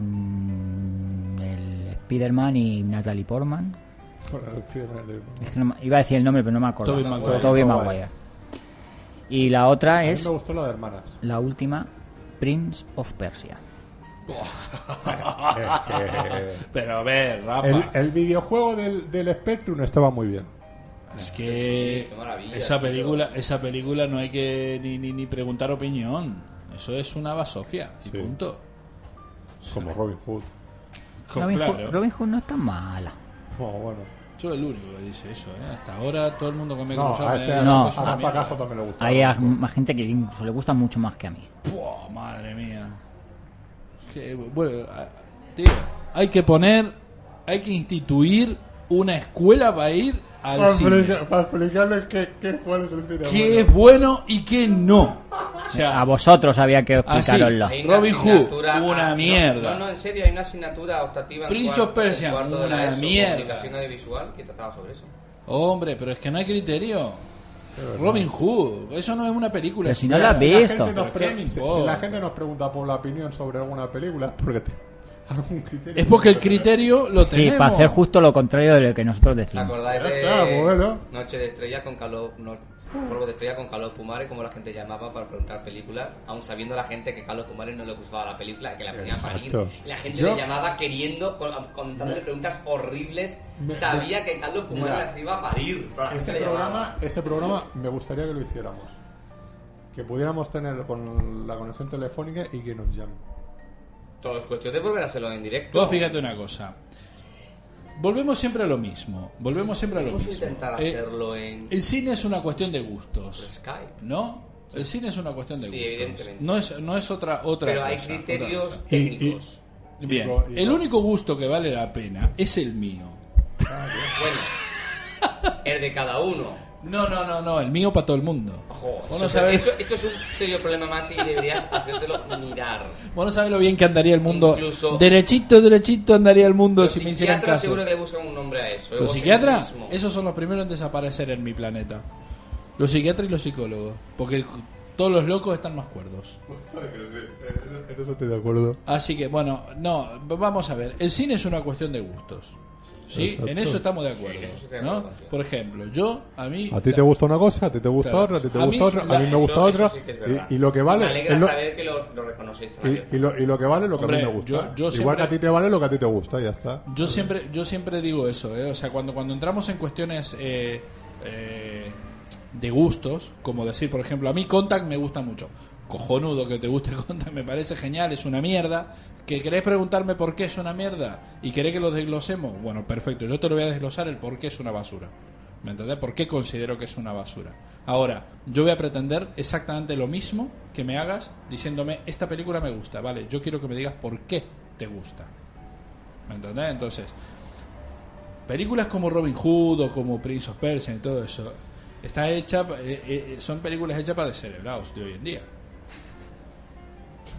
con el Spider-Man y Natalie Portman. Con el fiebre de- Es que no me- iba a decir el nombre, pero no me acuerdo. Tobey Maguire. Tobey Maguire. Maguire. Y la otra A mí Ah, es me gustó la de hermanas. la última, Prince of Persia. Es Pero a ver, Rafa, que Eh. el, el videojuego del, del Spectrum estaba muy bien. es que Qué maravilla, esa tío. película, esa película no hay que ni, ni, ni preguntar opinión. Eso es una basofia y Sí. punto. Como Robin Hood. Co- Robin, claro. Hood, Robin Hood no es tan mala. No, bueno. Yo el único que dice eso, ¿eh? Hasta ahora todo el mundo que me No, cruza a me- este me a- No. a es una Rafa mierda. Cajo también le gustó. Hay a- más gente que incluso le gusta mucho más que a mí. Pua, madre mía. Es que, bueno, a- tío, hay que poner, hay que instituir una escuela para ir al Ah, cine. para explicarles qué, qué, cuál es el cine. qué es bueno y qué no. O A sea, vosotros había que Así. explicaroslo. Ahí- Hay una Robin Hood, asignatura- una no, mierda. No, no, en serio, hay una asignatura optativa. en Prince cuarto- of Persia, en cuarto de la una ESO, mierda. Comunicación audiovisual que trataba sobre eso. hombre, pero es que no hay criterio. Robin Hood, eso no es una película. Pero es si una- no la has Si la visto. gente nos Pero ¿qué pre- me si- importa? si la gente nos pregunta por la opinión sobre alguna película, es porque te- algún criterio. Es porque el criterio lo Sí, tenemos. para hacer justo lo contrario de lo que nosotros ¿Te decimos. acordáis Ya de está, bueno. Noche de Estrella con Carlos... no, Polvo de Estrella con Carlos Pumares, como la gente llamaba para preguntar películas, aun sabiendo la gente que Carlos Pumares no le gustaba la película, que la ponía a parir. Exacto. Y La gente Yo- le llamaba queriendo, con- contándole preguntas horribles. me- Sabía que Carlos Pumares mira, este las iba a parir. pero la gente Ese le llamaba. programa, ese programa me gustaría que lo hiciéramos. que pudiéramos tener con la conexión telefónica y que nos llamen. Todo es cuestión de volver a hacerlo en directo. Tú fíjate una cosa. Volvemos siempre a lo mismo. Volvemos siempre a lo Vamos a mismo. intentar Eh, hacerlo en el cine es una cuestión de gustos. por Skype. ¿No? El cine es una cuestión de Sí, gustos. evidentemente. No es, no es otra, otra Pero hay cosa, otra criterios cosa. técnicos. Bien, Y co- y el co- único gusto que vale la pena es el mío. Bueno, el de cada uno. No, no, no, no, el mío para todo el mundo. Ojo, Vos eso, no sabés- eso- eso es un serio problema más y deberías hacértelo mirar. Vos no sabés lo bien que andaría el mundo. Incluso- derechito, derechito andaría el mundo Los si me hicieran psiquiatras caso. seguro que le buscan un nombre a eso. eh, Los psiquiatras, egocentrismo. esos son los primeros en desaparecer en mi planeta. Los psiquiatras y los psicólogos. Porque todos los locos están más cuerdos. En eso estoy de acuerdo. Así que, bueno, no, vamos a ver. El cine es una cuestión de gustos. ¿Sí? Exacto. En eso estamos de acuerdo. Sí, en eso estoy de ¿no? acuerdo contigo. Por ejemplo, yo, a mí. A ti te gusta una cosa, a ti te gusta Claro. otra, a ti te A mí gusta otra, la- a mí me gusta Eso- otra. eso sí que es verdad. y, y lo que vale. Me alegra es lo- saber que lo, lo reconocéis también. y, y lo, y lo que vale es lo que a Hombre, mí me gusta. yo- yo Igual siempre- Mm. que a ti te vale lo que a ti te gusta, ya está. Yo siempre, yo siempre digo eso, ¿eh? o sea, cuando, cuando entramos en cuestiones eh, eh, de gustos, como decir, por ejemplo, a mí Contact me gusta mucho. Cojonudo que te guste Contact, me parece genial, es una mierda. ¿Que querés preguntarme por qué es una mierda y querés que lo desglosemos? Bueno, perfecto, yo te lo voy a desglosar el por qué es una basura. ¿Me entendés? ¿Por qué considero que es una basura? Ahora, yo voy a pretender exactamente lo mismo que me hagas diciéndome, esta película me gusta, ¿vale? Yo quiero que me digas por qué te gusta. ¿Me entendés? Entonces, películas como Robin Hood o como Prince of Persia y todo eso, está hecha, eh, eh, son películas hechas para descerebrados de hoy en día.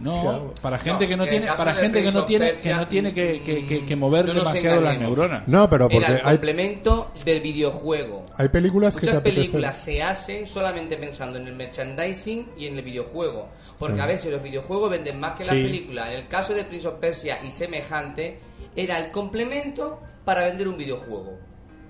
No, Claro. para gente No, que no en tiene, el caso para de gente que Prince no of tiene, que Persia, no tiene que, que- que- que mm, mover no nos demasiado las engañemos. neuronas. No, pero Era porque el hay, complemento del videojuego. hay películas que te Muchas apetecen. películas se hacen solamente pensando en el merchandising y en el videojuego. Porque Sí. a veces los videojuegos venden más que las Sí. películas. En el caso de Prince of Persia y semejante, era el complemento para vender un videojuego.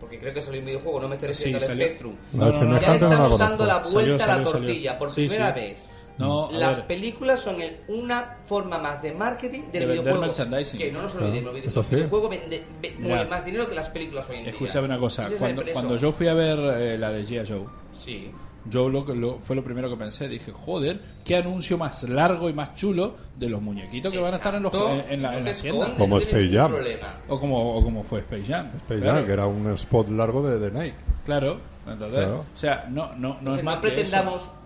Porque creo que salió un videojuego, no me estoy Sí, refiriendo al salió. Spectrum. No, No, no, no, semejante ya le no la estamos conozco. dando la Salió, vuelta a la salió, salió. tortilla por Sí, primera sí. vez. No, a Las ver. películas son el- una forma más de marketing De del vender videojuego. merchandising. Que no nos Claro, olvidemos, el eso sí. videojuego vende, ve- Mira. mueve más dinero que las películas hoy en día. Escuchame una cosa, Ese es el cuando, preso. cuando yo fui a ver eh, la de G.I. Joe, Sí. yo lo, que- lo- fue lo primero que pensé, dije, joder, qué anuncio más largo y más chulo de los muñequitos que van a estar en, los, Exacto. en, en la, No en te la escondes, tienda. no Como tienes Space Jam. ningún problema. O como, o como fue Space Jam. Space Jam, Claro. que era un spot largo de, de Nike. Claro, ¿entendés? Claro. O sea, no, no, no Entonces, es más no que pretendamos eso.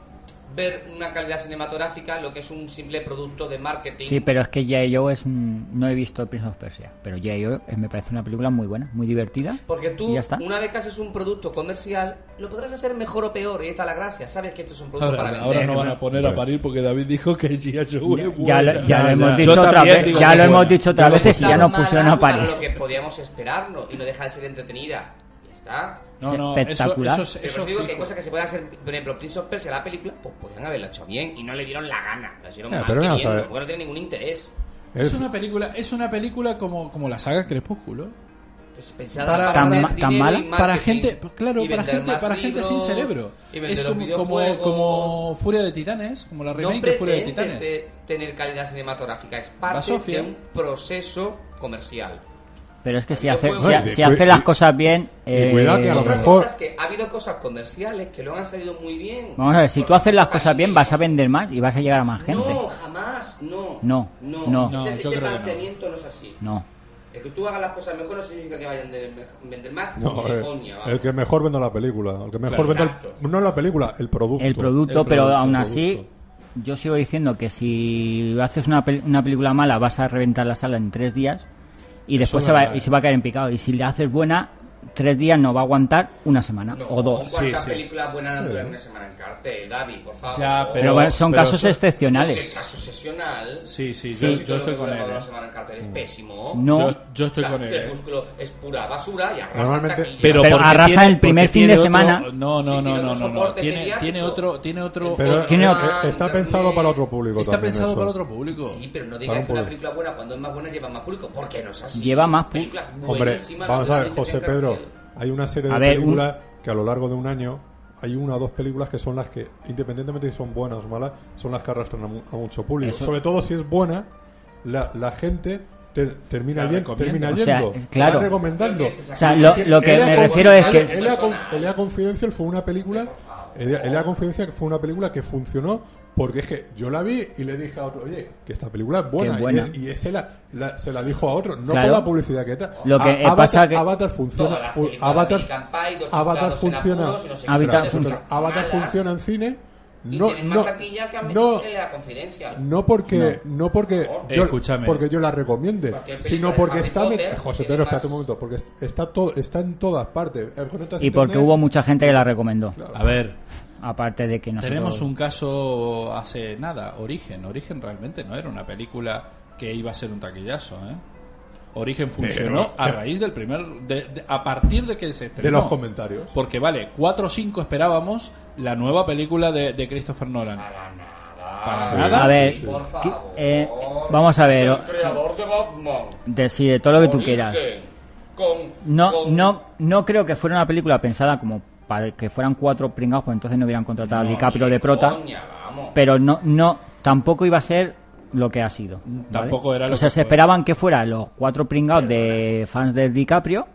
ver una calidad cinematográfica lo que es un simple producto de marketing. Sí, pero es que ya yo es un- no he visto Prince of Persia, pero ya yo me parece una película muy buena, muy divertida. Porque tú, Y ya está. una vez que haces un producto comercial, lo podrás hacer mejor o peor, y esta es la gracia. Sabes que esto es un producto para Ahora, vender. ahora no van a poner a parir porque David dijo que G.I. Joe es Ya, buena. lo, ya lo hemos ya. dicho Yo otra también vez, digo ya que lo es hemos buena. dicho otra No vez y ya estaba nos pusieron mala a parir. para lo que podíamos esperarnos, y no deja de ser entretenida. Ya está. No, no, eso, Espectacular. eso, es- Pero eso os digo que hay fijo. cosas que se pueden hacer, por ejemplo, Prince of Persia, la película, pues podían haberla hecho bien y no le dieron la gana. Lo hicieron Eh, mal pero vamos a queriendo, ver. porque no tiene ningún interés. Es Es- una película, es una película como, como la saga Crepúsculo. Pues pensada para, Para- tan hacer ma- tan dinero mala. y marketing. Para gente, claro, Y para vender gente, más para gente sin libros, cerebro. y vender Es los como, como, videojuegos. como Furia de Titanes, como la remake no de Furia de pretende Titanes. te- tener calidad cinematográfica, es La parte Sofía. de un proceso comercial. Pero es que si Yo hace, juego- si, ha- No, y si cu- hace las y- cosas bien... eh, y cuidado que a lo Otra mejor- cosa es que ha habido cosas comerciales que lo han salido muy bien. Vamos a ver, si Por tú haces las ejemplo, cosas bien vas a Candy vender más y vas a llegar a más gente. No, jamás, no. No, no. No, yo Ese, ese creo que no. planteamiento no. es así. No. El que tú hagas las cosas mejor no significa que vayan a vender, vender más No, ni de eh, coña. vamos. el que mejor vende la película. El que mejor vende el- Exacto. no la película, el producto. El producto, pero producto, aún el así producto. yo sigo diciendo que si haces una, pel- una película mala vas a reventar la sala en tres días y después es se va, verdad. y se va a caer en picado. Y si la haces buena, tres días no va a aguantar una semana No, o dos. ¿Cuántas Sí, sí. películas buenas no duran una semana en cartel, David? Por favor. Ya, Pero, bueno, son pero casos eso- El excepcionales. caso sesional. Sí, sí, Pero yo, si yo todo lo estoy que con dura él. Una eh. semana en cartel es pésimo. No. Yo, yo estoy O sea, con él. que el eh. músculo es pura basura y arrasa Normalmente- taquilla. pero, Pero porque arrasa tiene- el primer porque fin de tiene semana. otro- no no Sí, no tiene no otro no, no soporte tiene mediático. tiene otro tiene otro Pero, Tiene eh, otro- está Internet. pensado para otro público. está también pensado eso. para otro público Sí, pero no Para digas un que una público. película buena cuando es más buena lleva más público, porque no es así. Lleva más público. películas Hombre, buenísimas vamos a ver, naturalmente José en Pedro, cartel. hay una serie de A ver, películas que a lo largo de un año hay una o dos películas que son las que, independientemente si son buenas o malas, son las que arrastran a, mu- a mucho público. Eso- Sobre todo si es buena, la, la gente te- termina, La yen- recomienda. termina O yendo, sea, es- claro. va recomendando. Creo que- O sea, lo, lo que Elea me con- refiero es Elea- que... Elea con- Elea Confidential fue una película He de- he de la confidencia que fue una película que funcionó porque es que yo la vi y le dije a otro, oye, que esta película es buena. Que es buena. Y, e- y ese la, la- se la dijo a otro, no Claro. con la publicidad que trae. Lo que, eh, Avatar, pasa que- Avatar funciona. Todas las fu- películas de Avatar, American Pie, Dos Avatar soldados en funciona. apuros y no sé qué, Avatar son funciona. Avatar malas funciona en cine. Y No, tienen más no, taquilla que eh, han no, metido en la confidencia. no porque no, porque Eh, yo escúchame. porque yo la recomiende, Cualquier película sino de porque Harry está Potter met- José tiene Pedro, espérate más- un momento, porque est- está todo está en todas partes. Eh, conectas Y porque internet, hubo mucha gente que la recomendó. A ver, Aparte de que nosotros... tenemos un caso hace nada, Origen. Origen realmente no era una película que iba a ser un taquillazo, ¿eh? Origen funcionó a raíz del primer... de- de- a partir de que se estrenó. de los comentarios. Porque vale, 4 o 5 esperábamos la nueva película de, de Christopher Nolan. Para nada. Para Sí. nada. A ver, Sí. Por qui- favor. eh, vamos a ver, o- El creador de Batman. decide todo lo que tú quieras. Origen, Con, No, con- no, no creo que fuera una película pensada como para que fueran cuatro pringados, pues entonces no hubieran contratado No, a DiCaprio ni de prota. coña, vamos. Pero no, no, tampoco iba a ser lo que ha sido. ¿vale? Tampoco era lo O sea, que se fue. esperaban que fueran los cuatro pringados de fans de DiCaprio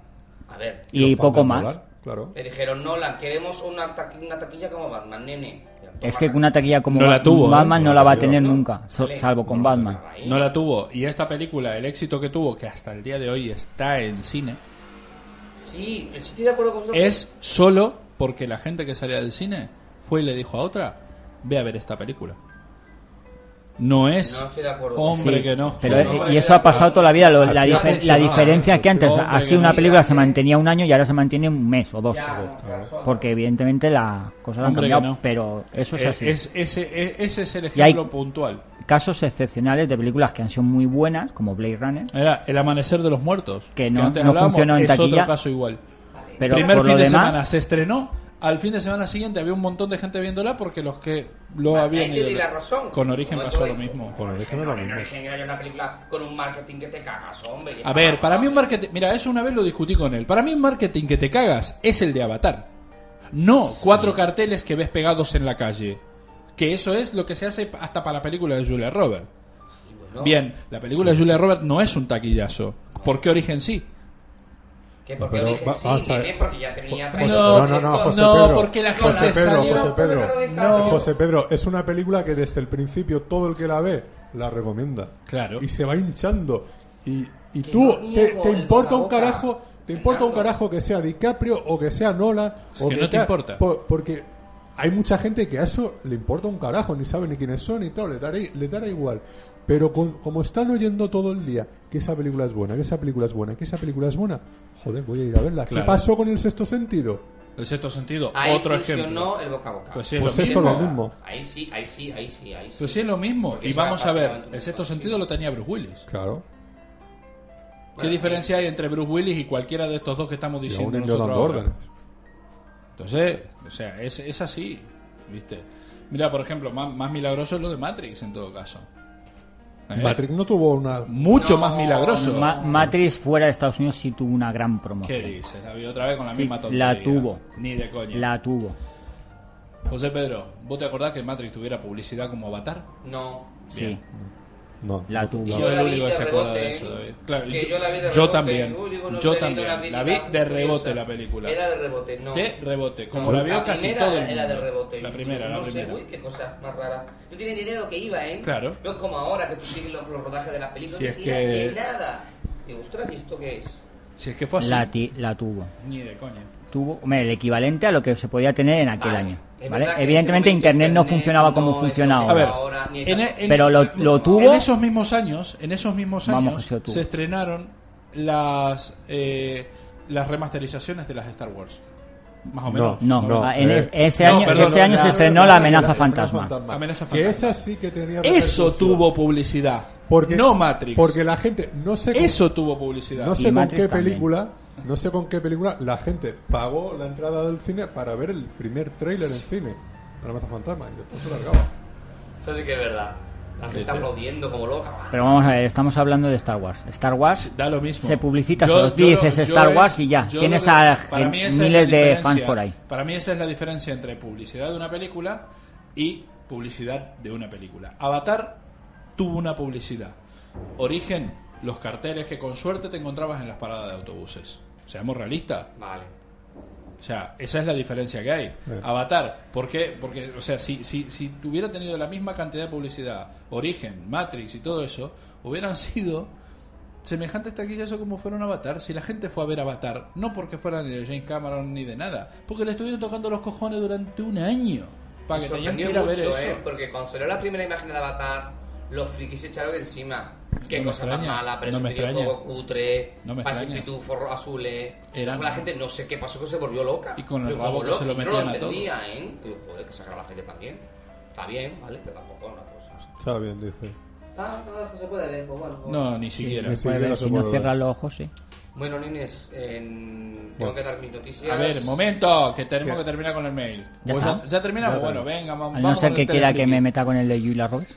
A ver, Los y fans poco del más. Molar, claro. le dijeron, Nolan, queremos una, taqui- una taquilla como Batman, nene. Toma Es que una taquilla como No la tuvo, ¿eh? Batman No no la la va a tuvo, tener ¿no? nunca, so- Vale. salvo con No, Batman. ahí. No la tuvo. Y esta película, el éxito que tuvo, que hasta el día de hoy está en cine, Sí, sí estoy de acuerdo con vosotros. es solo porque la gente que salía del cine fue y le dijo a otra, ve a ver esta película. No es No estoy de acuerdo. hombre Sí, que no. Pero, No, no, eh, y no, eso ha no, pasado no. toda la vida. lo- la, Así ha difer- la funcionado. diferencia es que antes, Hombre, así que una no. película se mantenía un año y ahora se mantiene un mes o dos. Ya, no, claro, son- Porque evidentemente las cosas han Hombre, que cambiado, no. pero eso es Eh, así. es- ese, eh, ese es el Y hay- ejemplo puntual. Casos excepcionales de películas que han sido muy buenas, como Blade Runner, Era El Amanecer de los Muertos. Que no- antes no hablábamos, funcionó en es taquilla. otro caso igual. pero Primer por fin lo de demás, semana se estrenó. Al fin de semana siguiente había un montón de gente viéndola porque los que lo Ahí habían te ido- di la razón. Con origen Como pasó todo. lo mismo. Por origen es lo Origen, mismo. Origen era ya una película con un marketing que te cagas, hombre. A ver, para mí un marketing. Mira, eso una vez lo discutí con él. Para mí un marketing que te cagas es el de Avatar. No cuatro carteles que ves pegados en la calle. Que eso es lo que se hace hasta para la película de Julia Roberts. Bueno, Bien, la película de Julia Roberts no es un taquillazo. ¿Por qué origen sí? Que porque Pero origen va- sí, vamos a ver. nene, porque ya tenía José- tres- no, no, no, José no, Pedro. porque la José cosa Pedro, salió- José Pedro. No. José Pedro, es una película que desde el principio todo el que la ve la recomienda. Claro. Y se va hinchando. Y, y Que tú, no te, niego te el importa un boca a boca, carajo. Te importa un Fernando. carajo que sea DiCaprio o que sea Nola. Es o que no te tal, importa. po- porque hay mucha gente que a eso le importa un carajo, ni sabe ni quiénes son y tal, le dará, i- le dará igual. Pero con- como están oyendo todo el día que esa película es buena, que esa película es buena, que esa película es buena, joder, voy a ir a verla. Claro. ¿Qué pasó con el sexto sentido? En cierto sentido, Ahí otro funcionó ejemplo. el boca a boca. Pues sí, es Pues lo esto mismo. lo mismo. Ahí sí, ahí sí, ahí sí, ahí sí. Pues sí, es lo mismo. Porque Y eso vamos era a ver, prácticamente el un sexto desconocido. sentido lo tenía Bruce Willis. Claro. ¿Qué diferencia hay entre Bruce Willis y cualquiera de estos dos que estamos Y aún diciendo en Yo nosotros dando ahora? órdenes. Entonces, o sea, es, es así, ¿viste? Mira, por ejemplo, más, más milagroso es lo de Matrix en todo caso. ¿Eh? Matrix no tuvo una. Mucho No, más milagroso. Ma- Matrix fuera de Estados Unidos sí tuvo una gran promoción. ¿Qué dices? La vi otra vez con la Sí, misma la tontería. tuvo. Ni de coña. La tuvo. José Pedro, ¿vos te acordás que Matrix tuviera publicidad como avatar? No. Sí, No. la no tuvo. Soy Yo el la vi único de que se acuerda rebote, de eso, David. Claro, que yo- yo la vi de yo rebote, también, uy, digo, no yo he leído también. La la vi crítica, de muy curiosa. rebote la película. Era de rebote, no. De rebote, como No, la vio casi primera todo el Era de mundo. rebote. La primera, la no primera. Sé, uy, qué cosa más rara. No tiene ni idea de lo que iba, ¿eh? Claro. No es como ahora que tú sigues los, los rodajes de las películas. Si no es te tiras que- de nada. Digo, ostras, ¿y esto qué es? Si es que fue así. La, ti- la tuvo. Ni de coña. Tuvo hombre, el equivalente a lo que se podía tener en aquel Vale. año. Ah, ¿vale? Es verdad que en ese Evidentemente momento Internet, no Internet funcionaba como no es lo funciona que ahora. A ver, Ahora, ni en, tanto. en- Pero lo- lo tuvo- En esos mismos años, en esos mismos Vamos, años, José, lo tuvo. se estrenaron las eh, las remasterizaciones de las Star Wars. Más o menos. No, No, ah, en eh, es- ese no, año, perdón, ese año la- se estrenó La Amenaza Fantasma. Amenaza Que fantasma. esa sí que tenía. Eso repercusión. tuvo publicidad. Porque, no Matrix. Porque la gente. No sé con- Eso tuvo publicidad. No Y sé con Matrix qué también. película, no sé con qué película la gente pagó la entrada del cine para ver el primer tráiler en cine. de La Maza Fantasma y después se largaba. Eso sí que es verdad. La gente está aplaudiendo como loca. Pero vamos a ver, estamos hablando de Star Wars. Star Wars Da lo mismo. Se publicita, Yo- solo yo dices lo- yo Star es- Wars y ya. yo Tienes lo que- a para mí esa es la miles de diferencia. fans por ahí. Para mí esa es la diferencia entre publicidad de una película y publicidad de una película. Avatar tuvo una publicidad. Origen, los carteles que con suerte te encontrabas en las paradas de autobuses. Seamos realistas. Vale. O sea, esa es la diferencia que hay. Avatar, ¿por qué? Porque, o sea, si, si, si tuviera tenido la misma cantidad de publicidad, Origen, Matrix y todo eso, hubieran sido semejantes taquillas como fueron Avatar. Si la gente fue a ver Avatar, no porque fueran ni de James Cameron ni de nada, porque le estuvieron tocando los cojones durante un año. Para Me que tenían que sorprendió ir a ver mucho, eso. ¿eh? Porque cuando salió la primera imagen de Avatar, los frikis se echaron de encima. Qué No me cosa tan extraña, mala, pero no eso me tenía extraña. juego cutre, No me pases extraña. pitufos azules. Eran- Con la gente, no sé qué pasó, que se volvió loca. Y con el Pero rabo como que se loca, lo yo no metían a todo. entendía, ¿eh? Y digo, joder, que saca la gente también. Está bien, ¿vale? Pero tampoco es una cosa. Está bien, dice. Ah, no, eso se puede leer, pues bueno. pues- No, ni siquiera. Sí, Puede yo ver, no si sé no por- cierra los ojos, sí. Bueno, Nines, en- tengo Bueno. que dar mis noticias. A ver, momento, que ¿Qué? tenemos que terminar con el mail. ¿Ya ¿O está? terminamos? Ya bueno, está. venga, vamos. Al no ser con que el quiera que telefriki. me meta con el de Julia Roberts.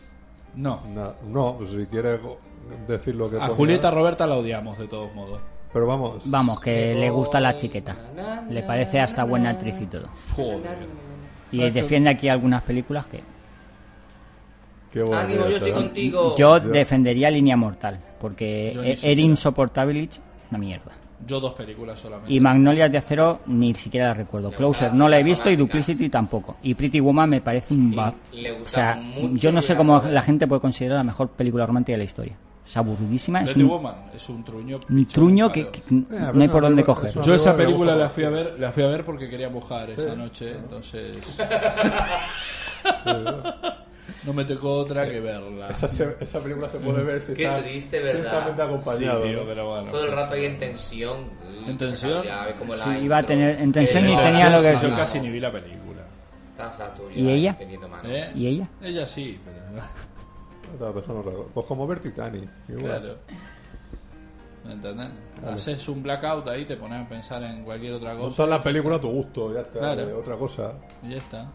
No. Na- no, pues si quiere go- decir lo que A ponga. Julieta Roberta la odiamos, de todos modos. Pero vamos. Vamos, que le gusta la chiqueta. Le parece hasta buena actriz y todo. Joder. Y defiende aquí algunas películas que... Qué bueno. Ánimo, yo estoy ¿verdad? contigo. Yo Yo- defendería Línea Mortal, porque Yo ni e- siquiera. era insoportable, una mierda. Yo dos películas solamente. Y Magnolias de Acero ni siquiera la recuerdo. Le Closer gustaban no la he las visto y románticas. Duplicity tampoco. Y Pretty Woman me parece un bab. Y le O sea, gustaba mucho yo no sé Julia cómo Roberts. la gente puede considerar la mejor película romántica de la historia. Es aburridísima, es Pretty un, Woman es un truño. un pinche truño malo. que, que n- Eh, pero no hay no, por pero dónde eso- coger. eso- Yo esa Me gusta película la mucho. fui a ver, la fui a ver porque quería mojar esa noche, entonces no me tocó otra que verla. Esa, se- esa película se puede ver si Qué está triste, ¿verdad? ciertamente Sí, acompañado. tío, ¿no? pero bueno. Todo el pues, rato ahí en tensión. Mm, ¿En tensión? ya ves cómo la Sí, iba a intro. tener- en tensión Eh, y no, tenía sí, lo que- sí, Yo casi ni vi la película. Estás a tu- ¿Y ella? Teniendo mano. ¿Eh? ¿Y ella? Ella sí, pero Otra persona, claro. Pues como ver Titanic. igual. claro. ¿Me entendés? Haces un blackout ahí, te pones a pensar en cualquier otra cosa Montar la película a tu gusto, ya está. Claro. eh, Otra cosa. y ya está.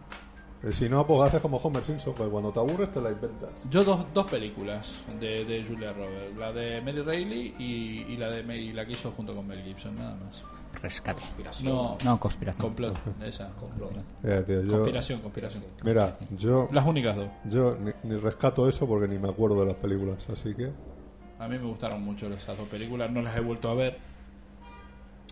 Eh, Si no, pues haces como Homer Simpson, pues cuando te aburres te la inventas. Yo dos, dos películas de, de Julia Roberts, la de Mary Reilly y, y la de y la que hizo junto con Mel Gibson, nada más. Rescate. No, No, conspiración. complot, esa, complot. Eh, tío, yo- Conspiración, conspiración. mira, yo, Las únicas dos. yo ni, ni rescato eso porque ni me acuerdo de las películas, así que. A mí me gustaron mucho esas dos películas, no las he vuelto a ver.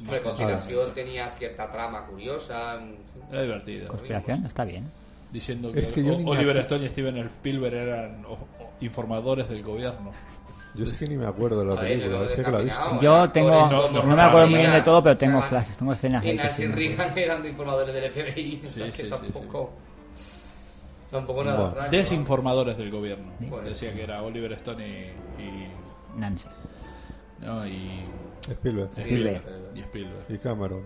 Hombre, Conspiración tenía cierta trama curiosa. en fin. Era divertido. Conspiración, está bien. Diciendo que, Es que yo O- ni me Oliver acuerdo. Stone y Steven Spielberg eran o- o informadores del gobierno. Yo es que ni me acuerdo de la A ver, película, yo sé que la he visto. descaminado, Yo actores tengo- como no me Ronald acuerdo muy bien Reagan, de todo, pero o sea, tengo flashes, tengo escenas Y ahí que Nancy sí me Reagan eran de informadores del FBI. o sea, Sí, que sí, sí, sí. tampoco. Tampoco nada Bueno, extraño, ¿no? Desinformadores del gobierno. Por eso. Decía que era Oliver Stone y. y- Nancy. no, y. Spielberg Spielberg. Spielberg. Y Spielberg. eh, y Cameron.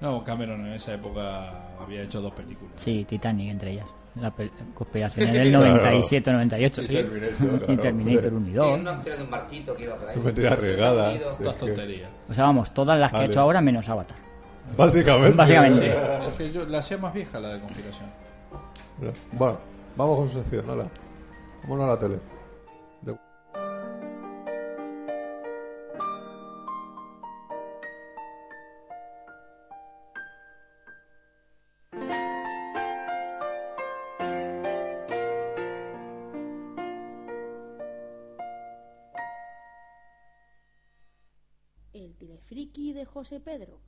No, Cameron en esa época había hecho dos películas. Sí, Titanic entre ellas. La pel- conspiración en el 97-98. Sí. Terminator, Y Terminator hombre. 1 y Sí, 2. una historia de un barquito que iba por ahí. Mentira No sé, regada, sentido. sí. Estas Es que- tonterías. O sea, vamos, todas las que ha Vale. Pues, hecho ahora menos Avatar. Básicamente. Básicamente. Es que yo la hacía más vieja la de conspiración. Bueno, vamos con su sección, hola. Vámonos a la tele. De- El telefriki de José Pedro.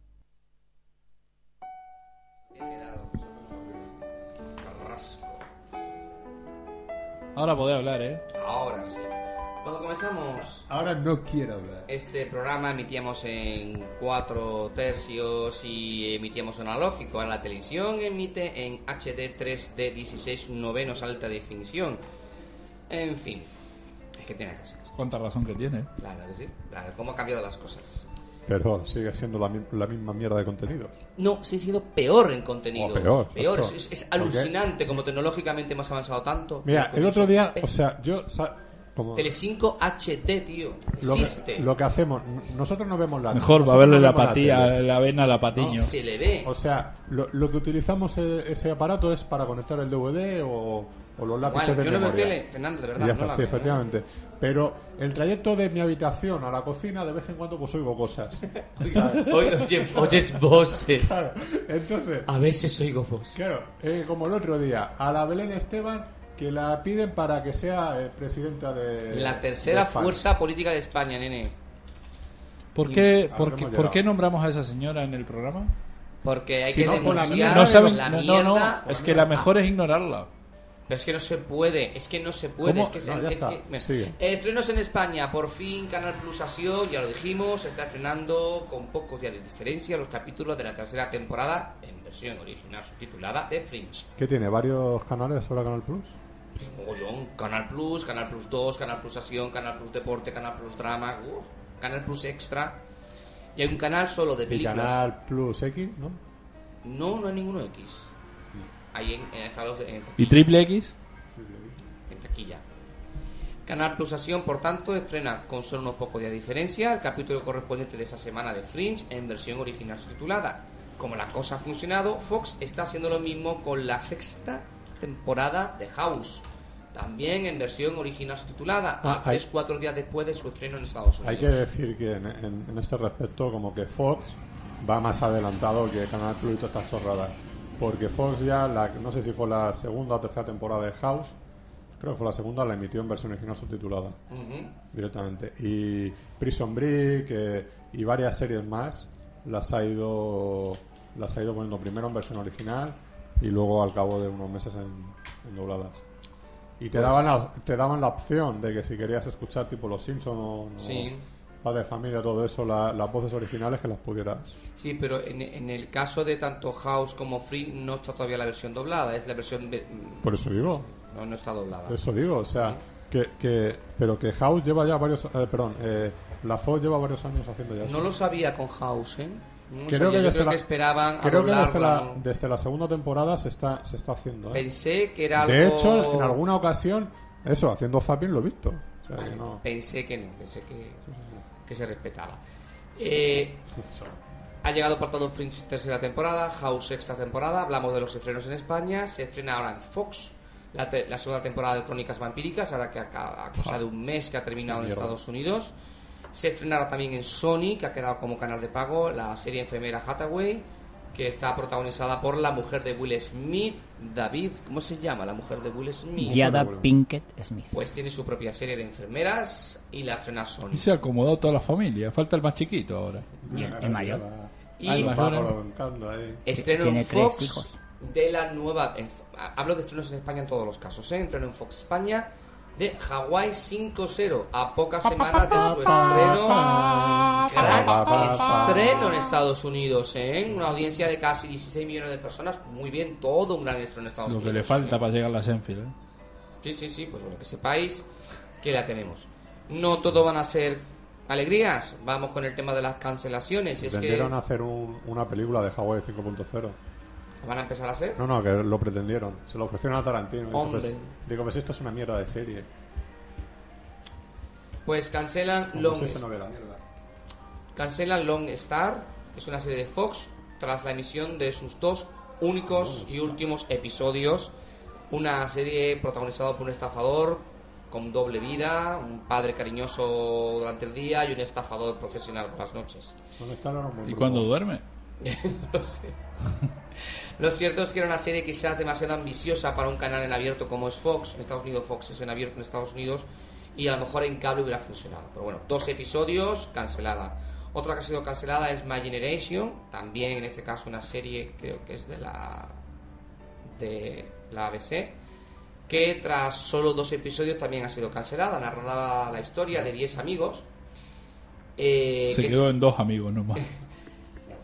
Carrasco. Ahora podés hablar, ¿eh? Ahora sí. Cuando comenzamos Ahora no quiero hablar. este programa emitíamos en cuatro tercios y emitíamos analógico. En la televisión emite en HD 3D 16 novenos alta definición. En fin, es que tiene que ser. esto. Cuánta razón que tiene. Claro que sí. Claro, cómo ha cambiado las cosas. Pero sigue siendo la, mi- la misma mierda de contenidos. No, se ha sido peor en contenido. Oh, peor, Es, exacto. es- es alucinante como tecnológicamente hemos avanzado tanto. Mira, el otro día, o sea, yo. sa- Como Tele5 HD, tío. lo, Existe. que, lo que hacemos, n- nosotros no vemos la Mejor va a nosotros verle no la vemos patilla, tele. la vena la No patiño. se le ve. o sea, lo, lo que utilizamos e- ese aparato es para conectar el DVD o, o los lápices Bueno, de yo no veo memoria. tele, Fernando, de Y ya verdad. no está, la sí, veo, ¿eh? ¿no? efectivamente. Pero el trayecto de mi habitación a la cocina, de vez en cuando, pues oigo cosas. ¿sabes? Oye, oye, oyes voces. Claro. Entonces, A veces oigo voces. Claro, eh, como el otro día, a la Belén Esteban que la piden para que sea eh, presidenta de La tercera de FAN. fuerza política de España, nene. ¿Por qué, Ahora por, hemos qué, por llegado. qué nombramos a esa señora en el programa? Porque hay Si que no, denunciar por la la mierda. mierda. No saben- no, no, no, es que la mejor es ignorarla. Pero es que no se puede, es que no se puede. ¿Cómo? Es que se- No, ya es está, que- mira, sigue. eh, estrenos en España, por fin Canal Plus ha sido, ya lo dijimos, se está estrenando con pocos días de diferencia los capítulos de la tercera temporada en versión original subtitulada de Fringe. ¿Qué tiene? ¿Varios canales solo Canal Plus? Pues, mogollón, Canal Plus, Canal Plus 2, Canal Plus Acción, Canal Plus Deporte, Canal Plus Drama, uf, Canal Plus Extra. Y hay un canal solo de Y películas. Canal Plus X, ¿no? No, no hay ninguno X. Ahí en, en Estados- en ¿Y Triple X? en taquilla. Canal Plus Acción, por tanto, estrena con solo unos pocos días de diferencia el capítulo correspondiente de esa semana de Fringe en versión original subtitulada. Como la cosa ha funcionado, Fox está haciendo lo mismo con la sexta temporada de House, también en versión original subtitulada, Ah, a hay- 3-4 días después de su estreno en Estados Unidos. Hay que decir que en, en- en este respecto como que Fox va más adelantado que Canal Plus y todas estas chorradas. Porque Fox ya, la, no sé si fue la segunda o tercera temporada de House, creo que fue la segunda, la emitió en versión original subtitulada Ujú. directamente. Y Prison Break eh, y varias series más las ha ido las ha ido poniendo primero en versión original y luego al cabo de unos meses en, en dobladas. Y te daban la, te daban la opción de que si querías escuchar tipo Los Simpsons o o Sí. Padre de Familia, todo eso, la- las voces originales que las pudieras. Sí, pero en, en el caso de tanto House como Fringe no está todavía la versión doblada, es la versión... ve- Por eso digo, No, no está doblada. eso digo, o sea, que, que pero que House lleva ya varios, eh, perdón, eh, la Fox lleva varios años haciendo ya eso. No lo sabía con House, ¿eh? No lo creo sabía. que, Yo desde creo la, que esperaban creo que hablar desde, la, con- desde la segunda temporada se está se está haciendo ¿eh? Pensé que era algo... de hecho en alguna ocasión eso haciendo zapping lo he visto O sea, Vale, que no- Pensé que no, pensé que, que se respetaba. Eh, ha llegado por todo Fringe tercera temporada, House sexta temporada, hablamos de los estrenos en España, se estrena ahora en Fox la, te- la segunda temporada de Crónicas Vampíricas, ahora que acaba- a cosa de un mes que ha terminado Qué en mierda. Estados Unidos. Se estrenará también en Sony, que ha quedado como canal de pago, la serie Enfermera Hathaway, que está protagonizada por la mujer de Will Smith, David, ¿cómo se llama la mujer de Will Smith? Bueno, Yada bueno. Pinkett Smith. pues tiene su propia serie de enfermeras y la estrena Sony. Y se ha acomodado toda la familia. Falta el más chiquito ahora. Y el, el mayor. Y- Ah, el mayor, Paco ¿eh? lo encanta, ahí. Estreno Tiene en tres Fox hijos. de la nueva... en- hablo de estrenos en España en todos los casos, ¿eh? Estreno en Fox España de Hawái 5-0 a pocas semanas de su estreno. Gran estreno en Estados Unidos, ¿eh? Una audiencia de casi 16 millones de personas. Muy bien, todo un gran estreno en Estados Lo Unidos. que le falta para llegar a la Senfield. ¿eh? Sí, sí, sí, pues bueno, que sepáis que la tenemos. No todo van a ser alegrías. Vamos con el tema de las cancelaciones. Es que pretendieron hacer un- una película de Hawaii 5.0 van a empezar a ser. no no que lo pretendieron se lo ofrecieron a Tarantino Dijo, Hombre. pues- digo pues esto es una mierda de serie Pues cancelan Como Long, pues eso no ve la mierda cancelan Long Star, es una serie de Fox, tras la emisión de sus dos únicos y últimos episodios. Una serie protagonizada por un estafador con doble vida, un padre cariñoso durante el día y un estafador profesional por las noches. ¿Dónde está ahora un buen ¿Y grupo? cuando duerme? Lo sé. Lo cierto es que era una serie quizás demasiado ambiciosa para un canal en abierto como es Fox. En Estados Unidos Fox es en abierto en Estados Unidos y a lo mejor en cable hubiera funcionado. Pero bueno, dos episodios, cancelada. Otra que ha sido cancelada es My Generation, también en este caso una serie creo que es de la de la ABC que tras solo dos episodios también ha sido cancelada. Narraba la historia de 10 amigos. eh, Se que quedó en dos amigos nomás.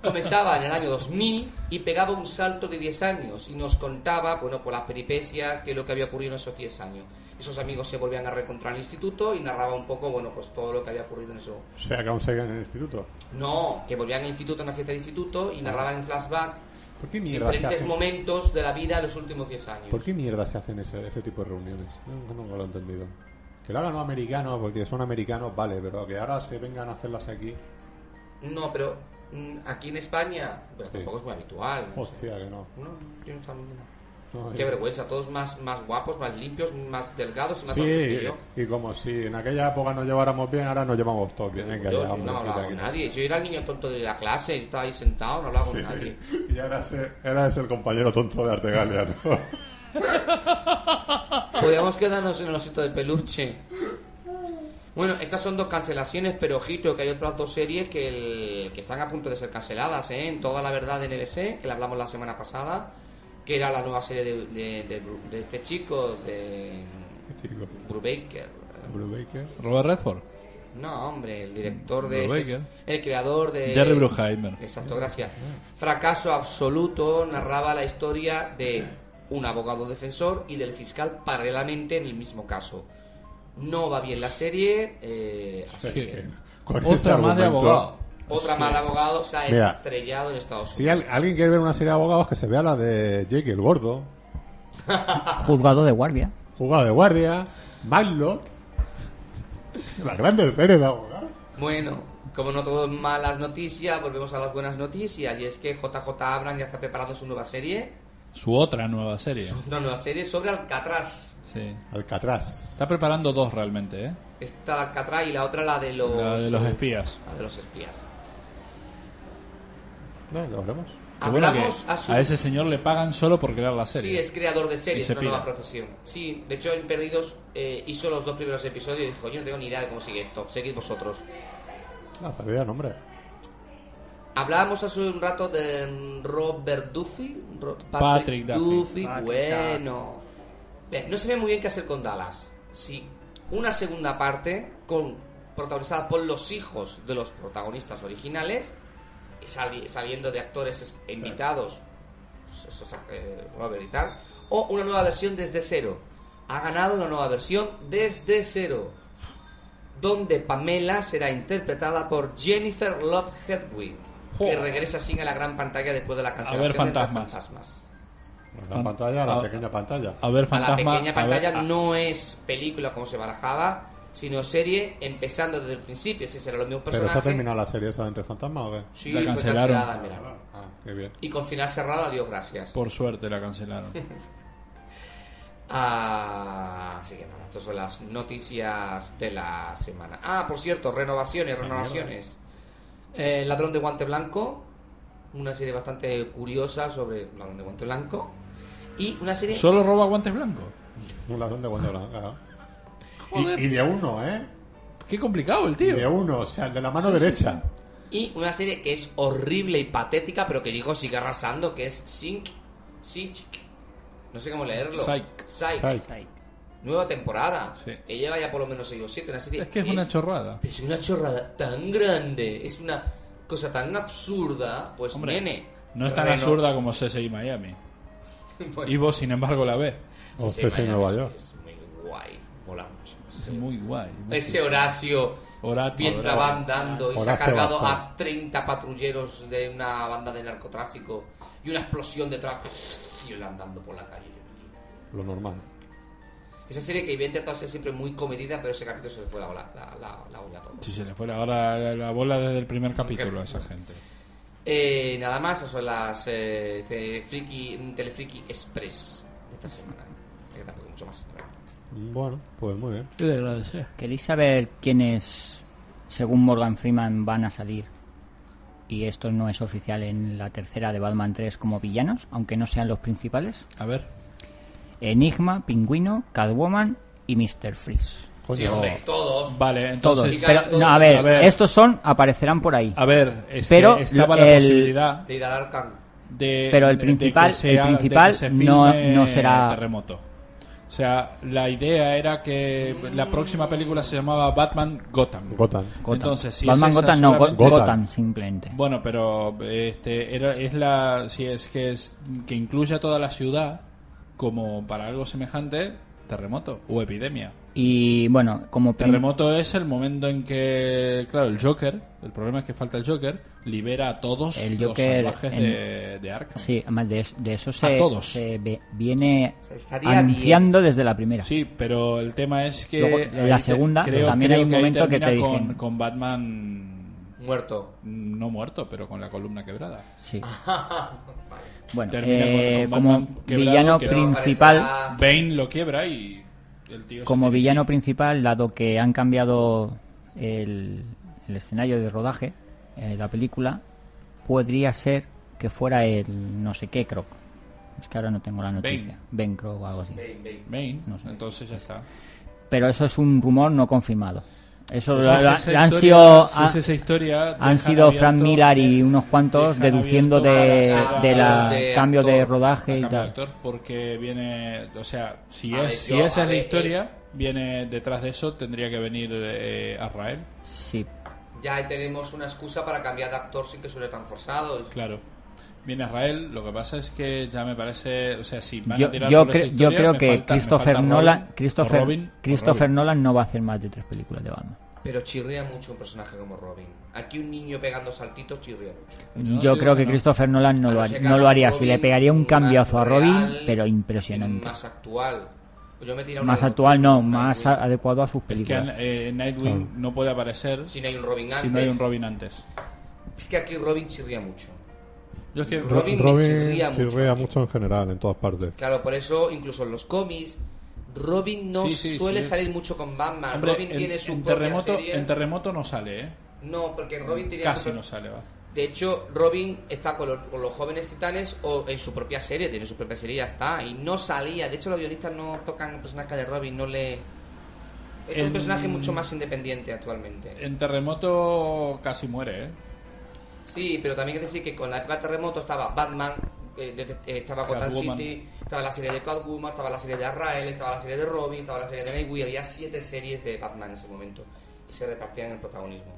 Comenzaba en el año 2000 y pegaba un salto de 10 años y nos contaba, bueno, por las peripecias, qué es lo que había ocurrido en esos 10 años. Esos amigos se volvían a reencontrar en el instituto y narraba un poco, bueno, pues todo lo que había ocurrido en eso. o sea que aún siguen en el instituto No, que volvían al instituto, a una fiesta de instituto y narraba en flashback ¿por qué Ah. mierda se diferentes hacen momentos de la vida de los últimos 10 años. ¿Por qué mierda se hacen ese, ese tipo de reuniones? No, no lo he entendido. Que lo hagan los americanos, porque son americanos, vale, pero que ahora se vengan a hacerlas aquí. No, pero mm, aquí en España, pues Sí. tampoco es muy habitual. no sé. Hostia, que no. No, yo no estaba ninguna. No, Qué eh. vergüenza, todos más, más guapos, más limpios, más delgados y más altos que Sí, yo. y como si en aquella época nos lleváramos bien, ahora nos llevamos todos bien. Venga, Yo ya, hombre, no hablaba quita, con quita. nadie. Yo era el niño tonto de la clase, yo estaba ahí sentado, no hablaba con nadie. Y ahora se- ahora es el compañero tonto de Artegalia, ¿no? Podíamos quedarnos en el osito de peluche. Bueno, estas son dos cancelaciones, pero ojito que hay otras dos series que, el- que están a punto de ser canceladas, ¿eh? En Toda la Verdad de NBC, que la hablamos la semana pasada, que era la nueva serie de, de- de- de este chico, de Chico, Brubaker. Blue Baker. Robert Redford. No, hombre, el director de... Brubaker. ese- el creador de... Jerry Bruckheimer. Exacto, gracias. Fracaso absoluto narraba la historia de un abogado defensor y del fiscal paralelamente en el mismo caso. No va bien la serie, eh, así Sí. que Con ese Otra más de argumento- abogado. otra más de abogado se ha Mira. estrellado en Estados Unidos. Si al- alguien quiere ver una serie de abogados, que se vea la de Jake el Gordo, Juzgado de guardia. Jugado de Guardia, Matlock. Las grandes series de abogados. Bueno, como no todo es malas noticias, volvemos a las buenas noticias y es que JJ Abrams ya está preparando su nueva serie, Su otra nueva serie. una nueva serie sobre Alcatraz. Sí. Alcatraz. Está preparando dos realmente, ¿eh? Esta de Alcatraz y la otra la de los La de los espías. la de los espías. No, lo veremos. Qué bueno que Hablamos a su- a ese señor le pagan solo por crear la serie. Sí, es creador de series, Y se una nueva pira. profesión. Sí, de hecho en Perdidos eh, hizo los dos primeros episodios y dijo, yo no tengo ni idea de cómo sigue esto, seguid vosotros. No, todavía no, hombre. Hablábamos hace un rato de mm, Robert Duffy. Ro- Patrick Duffy. Patrick bueno. Bien, no se ve muy bien qué hacer con Dallas. Sí, una segunda parte con protagonizada por los hijos de los protagonistas originales, y sali- saliendo de actores es- invitados, pues, esos, eh, Robert y tal, o una nueva versión desde cero. Ha ganado una nueva versión desde cero, donde Pamela será interpretada por Jennifer Love Hedwig, que Jo. regresa sin a la gran pantalla después de la cancelación ver de Entre fantasmas. fantasmas. La pantalla, la pequeña pantalla. A ver, A la fantasma. pequeña a ver, ah, pantalla a- no es película como se barajaba, sino serie empezando desde el principio, si será lo mismo Pero se personaje. ha terminado la serie esa de Entre Fantasmas o qué? Sí, La fue cancelaron. cancelada en verano. Ah, qué bien. Y con final cerrado, adiós, gracias. Por suerte la cancelaron. Ah, así que nada, estas son las noticias de la semana. Ah, por cierto, Ah, renovaciones, renovaciones. Eh, Ladrón de Guante Blanco, una serie bastante curiosa sobre Ladrón de Guante Blanco. Y una serie... ¿Solo roba guantes blancos? Un ladrón de cuando blanca. Joder. Y, y de uno, ¿eh? Qué complicado el Y tío. de uno, o sea, el de la mano derecha. Y una serie que es horrible y patética, pero que digo sigue arrasando, que es Sink, Sink, no sé cómo leerlo. Psych. Psych. Psych. Nueva temporada. Sí. Y lleva ya por lo menos 6 o 7 una serie. Es que es una chorrada. pero es una chorrada tan grande, es una cosa tan absurda, pues Hombre, nene. No es tan reno- absurda como CSI Miami. Bueno, Y vos, sin embargo, la ves. O sí, sí, CSI Miami Nueva sí, York. Es muy guay, mola mucho. Es muy guay. muy Ese Horacio, Horacio, mientras Horacio. van dando y se ha Horacio cargado Bastón. a 30 patrulleros de una banda de narcotráfico y una explosión detrás y él andando por la calle. Lo normal. Esa serie que había intentado ser siempre muy comedida, pero ese capítulo se le fue la ola, la, la- la olla a todo. Si se le fuera ahora la, la bola desde el primer capítulo a esa gente. Eh, nada más, esas son las eh, este, friki, Telefriki Express de esta semana. Que tampoco hay mucho más. la verdad. Bueno, pues muy bien. Qué agradecer. ¿Queréis saber quiénes, según Morgan Freeman, van a salir? Y esto no es oficial en la tercera de Batman 3 como villanos, aunque no sean los principales. A ver. Enigma, Pingüino, Catwoman y Mr. Freeze. Sí, hombre, todos. Vale, Todos. entonces. Sí, Pero, todos. no, a ver, A ver. estos son, aparecerán por ahí. A ver, es Pero que estaba la el- posibilidad De ir al Arkham. de. Pero el de que principal- se el haga- de que principal se no- filme no será- Terremoto. O sea, la idea era que la próxima película se llamaba Batman Gotham. Gotham. Gotham. Entonces, si Batman es esa Gotham no, Go- solamente- Gotham, Gotham. simplemente. Bueno, pero este era, es la si es que es que incluye a toda la ciudad como para algo semejante terremoto o epidemia. Y bueno, como prim- Terremoto es el momento en que claro el Joker, el problema es que falta el Joker libera a todos El los Joker salvajes en- de, de Arkham. Sí, además de, es- de eso A se, todos. se ve- viene Se estaría bien. anunciando desde la primera. Sí, pero el tema es que Luego, en ahí la te- segunda, también hay un ahí momento que te termina dicen- con, con Batman Muerto. mm, no muerto, pero con la columna quebrada. Sí. Bueno, Termina eh, con- con como Batman quebrado, villano que no principal, Aparecerá- Bane lo quiebra y el tío se como tiene que villano ir. principal, dado que han cambiado el, el escenario de rodaje eh, la película, podría ser que fuera el no sé qué Croc. Es que ahora no tengo la noticia. Ben Croc o algo así. Bane, No sé. entonces ya está. Pero eso es un rumor no confirmado. Eso lo, Esa- lo- esa lo han historia- sido. esa- ha- esa historia han dejan sido abierto- Frank Miller y unos cuantos dejan deduciendo de, abierto a la- de la de actor, cambio de a rodaje y cambio de tal. actor porque viene o sea si A ver, es si yo- esa a es la ver, historia viene detrás de eso tendría que venir eh, Azrael Sí. Ya ahí tenemos una excusa para cambiar de actor sin que suene tan forzado. claro viene Azrael lo que pasa es que ya me parece o sea si van Yo, a tirar yo por esa cre- yo historia, creo me que falta- me Christopher falta Robin, Nolan o Christopher, Robin, o Christopher Robin. Nolan no va a hacer más de tres películas de Batman. Pero chirría mucho un personaje como Robin. Aquí un niño pegando saltitos chirría mucho. Yo Yo, digo creo que que, no. Christopher Nolan no, A lo, ser haría, que no lo haga haría. Si le Robin pegaría un más cambiazo a Robin, real, pero impresionante. Más actual. Pues yo me tiraría una Más de actual no, Nightwing. más a- adecuado a sus es que películas. eh, Nightwing no puede aparecer Si no hay un Robin antes. si no hay un Robin antes Es que aquí Robin chirría mucho. yo es que Ro- Robin me chirría mucho chirría a mí. mucho en general, en todas partes. Claro, por eso, incluso en los cómics, Robin no Sí, sí, suele sí. salir mucho con Batman. hombre, Robin en- tiene su en propia terremoto serie. en terremoto no sale eh No, porque Robin tiene casi su... no sale va De hecho, Robin está con los, con los jóvenes titanes o en su propia serie, tiene su propia serie y ya está. Y no salía. De hecho, los guionistas no tocan el personaje de Robin, no le. Es En- un personaje mucho mm. más independiente actualmente. en terremoto casi muere eh Sí, pero también hay que decir que con la época de terremoto estaba Batman, eh, de- de- eh, estaba Gotham Catwoman. City, estaba la serie de Catwoman, estaba la serie de Arrael, estaba la serie de Robin, estaba la serie de Nightwing. Había siete series de Batman en ese momento y se repartían el protagonismo.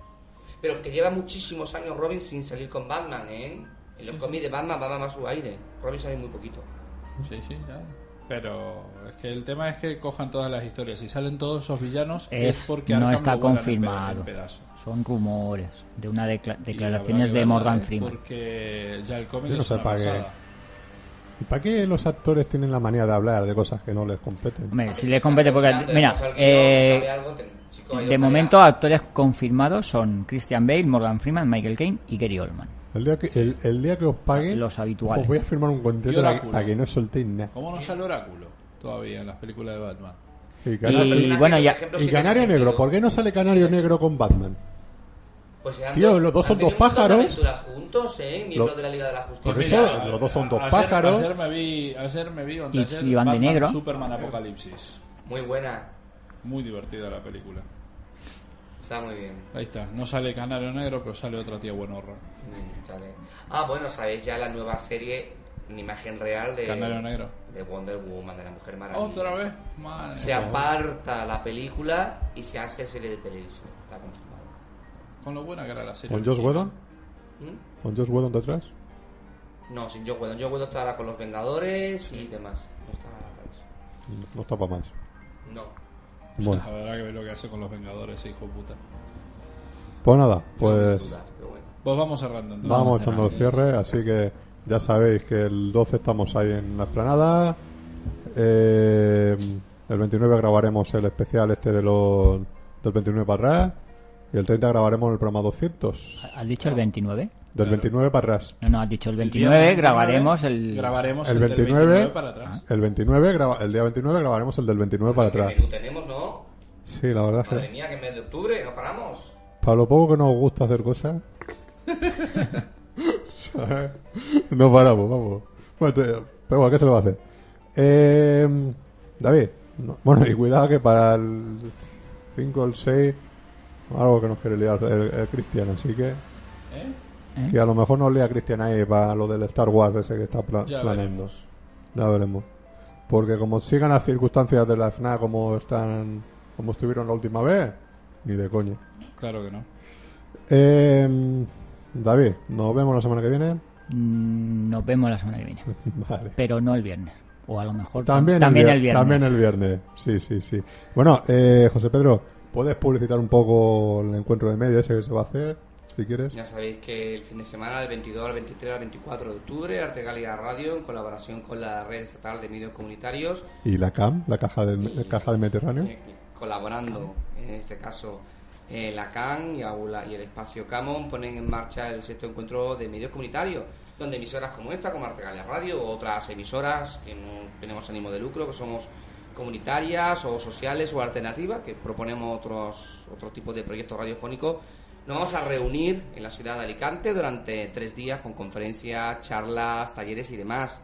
Pero que lleva muchísimos años Robin sin salir con Batman, ¿eh? En los cómics de Batman, Batman va a su aire. Robin sale muy poquito. Sí, sí, ya. Pero es que el tema es que cojan todas las historias. Si salen todos esos villanos, es, Es- porque no Arkham está lo vuelan en peda- confirmado. en pedazos. Son rumores de una decla- Y declaraciones habrá que de verla, Morgan ¿eh? Freeman. Porque ya el cómic Yo no es sé una para qué. pasada. ¿Y para qué los actores tienen la manía de hablar de cosas que no les competen? Hombre, Eh, si le compete porque Tanto, mira, pasa el guión, eh, sabe algo, ten- chico, hay de dos momento maneras. actores confirmados son Christian Bale, Morgan Freeman, Michael Caine y Gary Oldman. El día que, el, el día que os paguen, Los habituales. os voy a firmar un Y contrato para Oráculo. que- para que no soltéis nada. ¿Cómo no sale Oráculo todavía en las películas de Batman? Y, Pero Canario- ese Y- personaje, bueno, por ya- ejemplo, y sí tiene Canario sentido. Negro, ¿por qué no sale Canario Negro con Batman? Pues eran Tío, los dos son han dos tenido un montón de pájaros. aventuras juntos, ¿eh? Miembros de la Liga de la Justicia. Por eso, Mira, los dos son dos ayer- pájaros. Ayer me vi, ayer me vi, Y- anteayer, y van de Batman, negro. Superman Apocalipsis. Muy buena. Muy divertida la película. Está muy bien. Ahí está. No sale Canario Negro, pero sale otra tía buenorra. Mm, sale. Ah, bueno, sabéis ya la nueva serie en imagen real de, Canario Negro. de Wonder Woman, de la Mujer Maravilla. ¿Otra vez? Madre Se mía. aparta la película y se hace serie de televisión. Está confirmado. Con lo buena que era la serie. ¿Con Josh Whedon? ¿Mm? ¿Con Josh Whedon detrás? No, sin Joe Whedon. Joe Whedon está ahora con los Vengadores y demás. No está ahora para eso. No está para más. No. Bueno, Habrá que ver lo que hace con los Vengadores, hijo de puta. pues nada, Tengo mis pues dudas, pero bueno. Pues vamos cerrando entonces. vamos echando el cierre, así que ya sabéis que el 12 estamos ahí en la esplanada. Eh, el 29 grabaremos el especial este de los, del 29 para atrás. Y el 30 grabaremos el programa 200. ¿Has dicho el 29? Del 29 para atrás. No, no, has dicho el El 29, viernes grabaremos el... grabaremos El del 29, para atrás. El 29, graba- el día 29 grabaremos el del 29 para ¿Qué atrás. menú tenemos, no? Sí, la verdad es Madre que mía, que mes de octubre, no paramos. para lo poco que nos gusta hacer cosas, ¿sabes? no paramos, vamos. Bueno, te- pero bueno, ¿qué se lo va a hacer? Eh, David, no- bueno, y cuidado que para el 5 o el 6, algo que nos quiere liar el, el Cristian, así que... ¿Eh? Que a lo mejor nos lea Cristian ahí para lo del Star Wars ese que está pla- Ya planeando. veremos. Ya veremos. Porque como sigan las circunstancias de la FNA como están como estuvieron la última vez, ni de coña. Claro que no. Eh, David, nos vemos la semana que viene. Mm, Nos vemos la semana que viene. Vale. Pero no el viernes. O a lo mejor También, también vier- el viernes. También el viernes. Sí, sí, sí. Bueno, eh, José Pedro, ¿puedes publicitar un poco el encuentro de medio ese que se va a hacer? Si quieres. Ya sabéis que el fin de semana, del 22 al 23 al 24 de octubre, Arte Galia Radio, en colaboración con la Red Estatal de Medios Comunitarios, Y la CAM, la caja del, Y- caja del Mediterráneo. eh, colaborando en este caso eh, la CAN y, Aula- y el espacio Camon, ponen en marcha el sexto encuentro de medios comunitarios, donde emisoras como esta, como Arte Galia Radio, o otras emisoras que no tenemos ánimo de lucro, que somos comunitarias o sociales o alternativas, que proponemos otros, otros tipos de proyectos radiofónicos, nos vamos a reunir en la ciudad de Alicante durante tres días con conferencias, charlas, talleres y demás.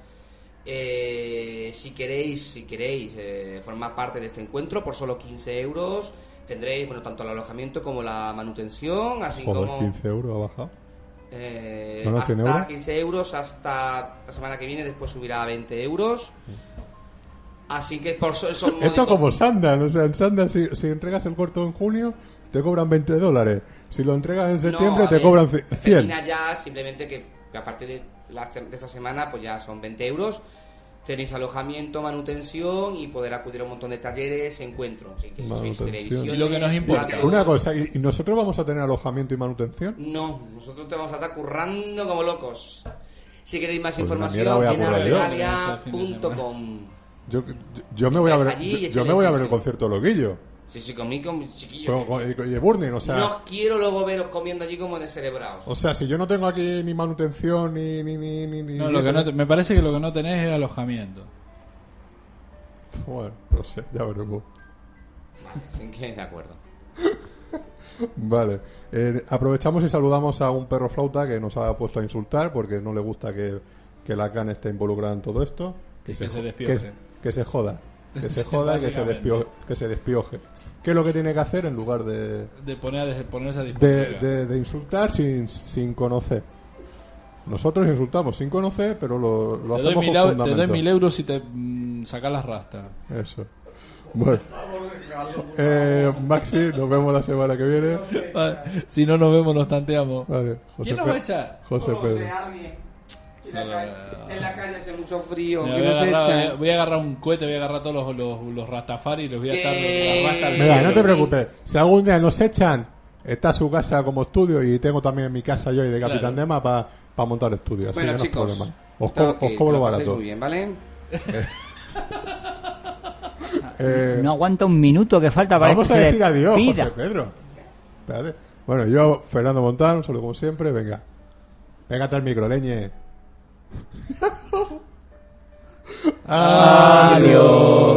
Eh, si queréis, si queréis eh, formar parte de este encuentro por solo 15 euros, Tendréis, bueno, tanto el alojamiento como la manutención, así Joder, como... 15 euros ha bajado. Eh, ¿No lo hasta tiene euros? 15 euros hasta la semana que viene, después subirá a 20 euros. Así que por so- son Esto módicos- es como Sandan, o sea, en Sandan si, si entregas el corto en junio te cobran 20 dólares, si lo entregas en No, septiembre a te ver, cobran c- se 100. termina ya simplemente que a partir de, la- de esta semana pues ya son 20 euros. Tenéis alojamiento, manutención y poder acudir a un montón de talleres, encuentros. Así que si sois Manutención. televisiones, Y lo que nos importa. radios- Una cosa, ¿y, y nosotros vamos a tener alojamiento y manutención? No, nosotros te vamos a estar currando como locos. Si queréis más Pues la mierda información, voy a en currar yo. arregalia.com. Yo, yo, yo me voy a ver, Estás allí y yo, es yo me voy a ver el excelentísimo. concierto de Loquillo, Sí, sí, conmigo, con chiquillo. con- con- y de Burning, o sea... no os quiero luego veros comiendo allí como descerebrados. O sea, si yo no tengo aquí ni manutención ni... ni, ni, ni, ni- No, lo que no te- me parece que lo que no tenés es alojamiento. Bueno, no sé, ya veremos. Vale, sin que de acuerdo. Vale. Eh, aprovechamos y saludamos a un perro flauta que nos ha puesto a insultar porque no le gusta que, que la CAN esté involucrada en todo esto. Y que se jo- despierte. Que, se- que se joda. Que se Sí, joda y que se, básicamente. despio- que se despioje. ¿Qué es lo que tiene que hacer en lugar de, De, poner, de ponerse a de, disposición. de- de insultar sin, sin conocer? Nosotros insultamos sin conocer, pero lo, lo te, doy hacemos mil, con au- te doy fundamento. mil euros si te mm, sacas las rastas. Eso. Bueno. Eh, Maxi, nos vemos la semana que viene. Vale, Ah, si no nos vemos, nos tanteamos. Vale, José ¿Quién nos va a Pe- echar? Oh, José Pedro. alguien. la ca- En la calle hace mucho frío. Mira, Que no se voy, a agarrar, echa. voy a agarrar un cohete, voy a agarrar todos los, los, los rastafari y los voy a Que- estar las rastas al Mira, Mira, cielo. no te preocupes. Si algún día nos echan, está su casa como estudio y tengo también mi casa yo y de Claro. Capitán Dema para montar estudios. así Bueno, que no hay chicos. problema. Os, tengo co- que os ir, cobro que lo paséis barato. muy bien, ¿vale? Eh, No aguanta un minuto que falta para vamos que a se decir adiós, despida. José Pedro. Vale. Bueno, yo, Fernando Montán, un saludo como siempre. Venga. Pégate al micro, leñe. Adiós.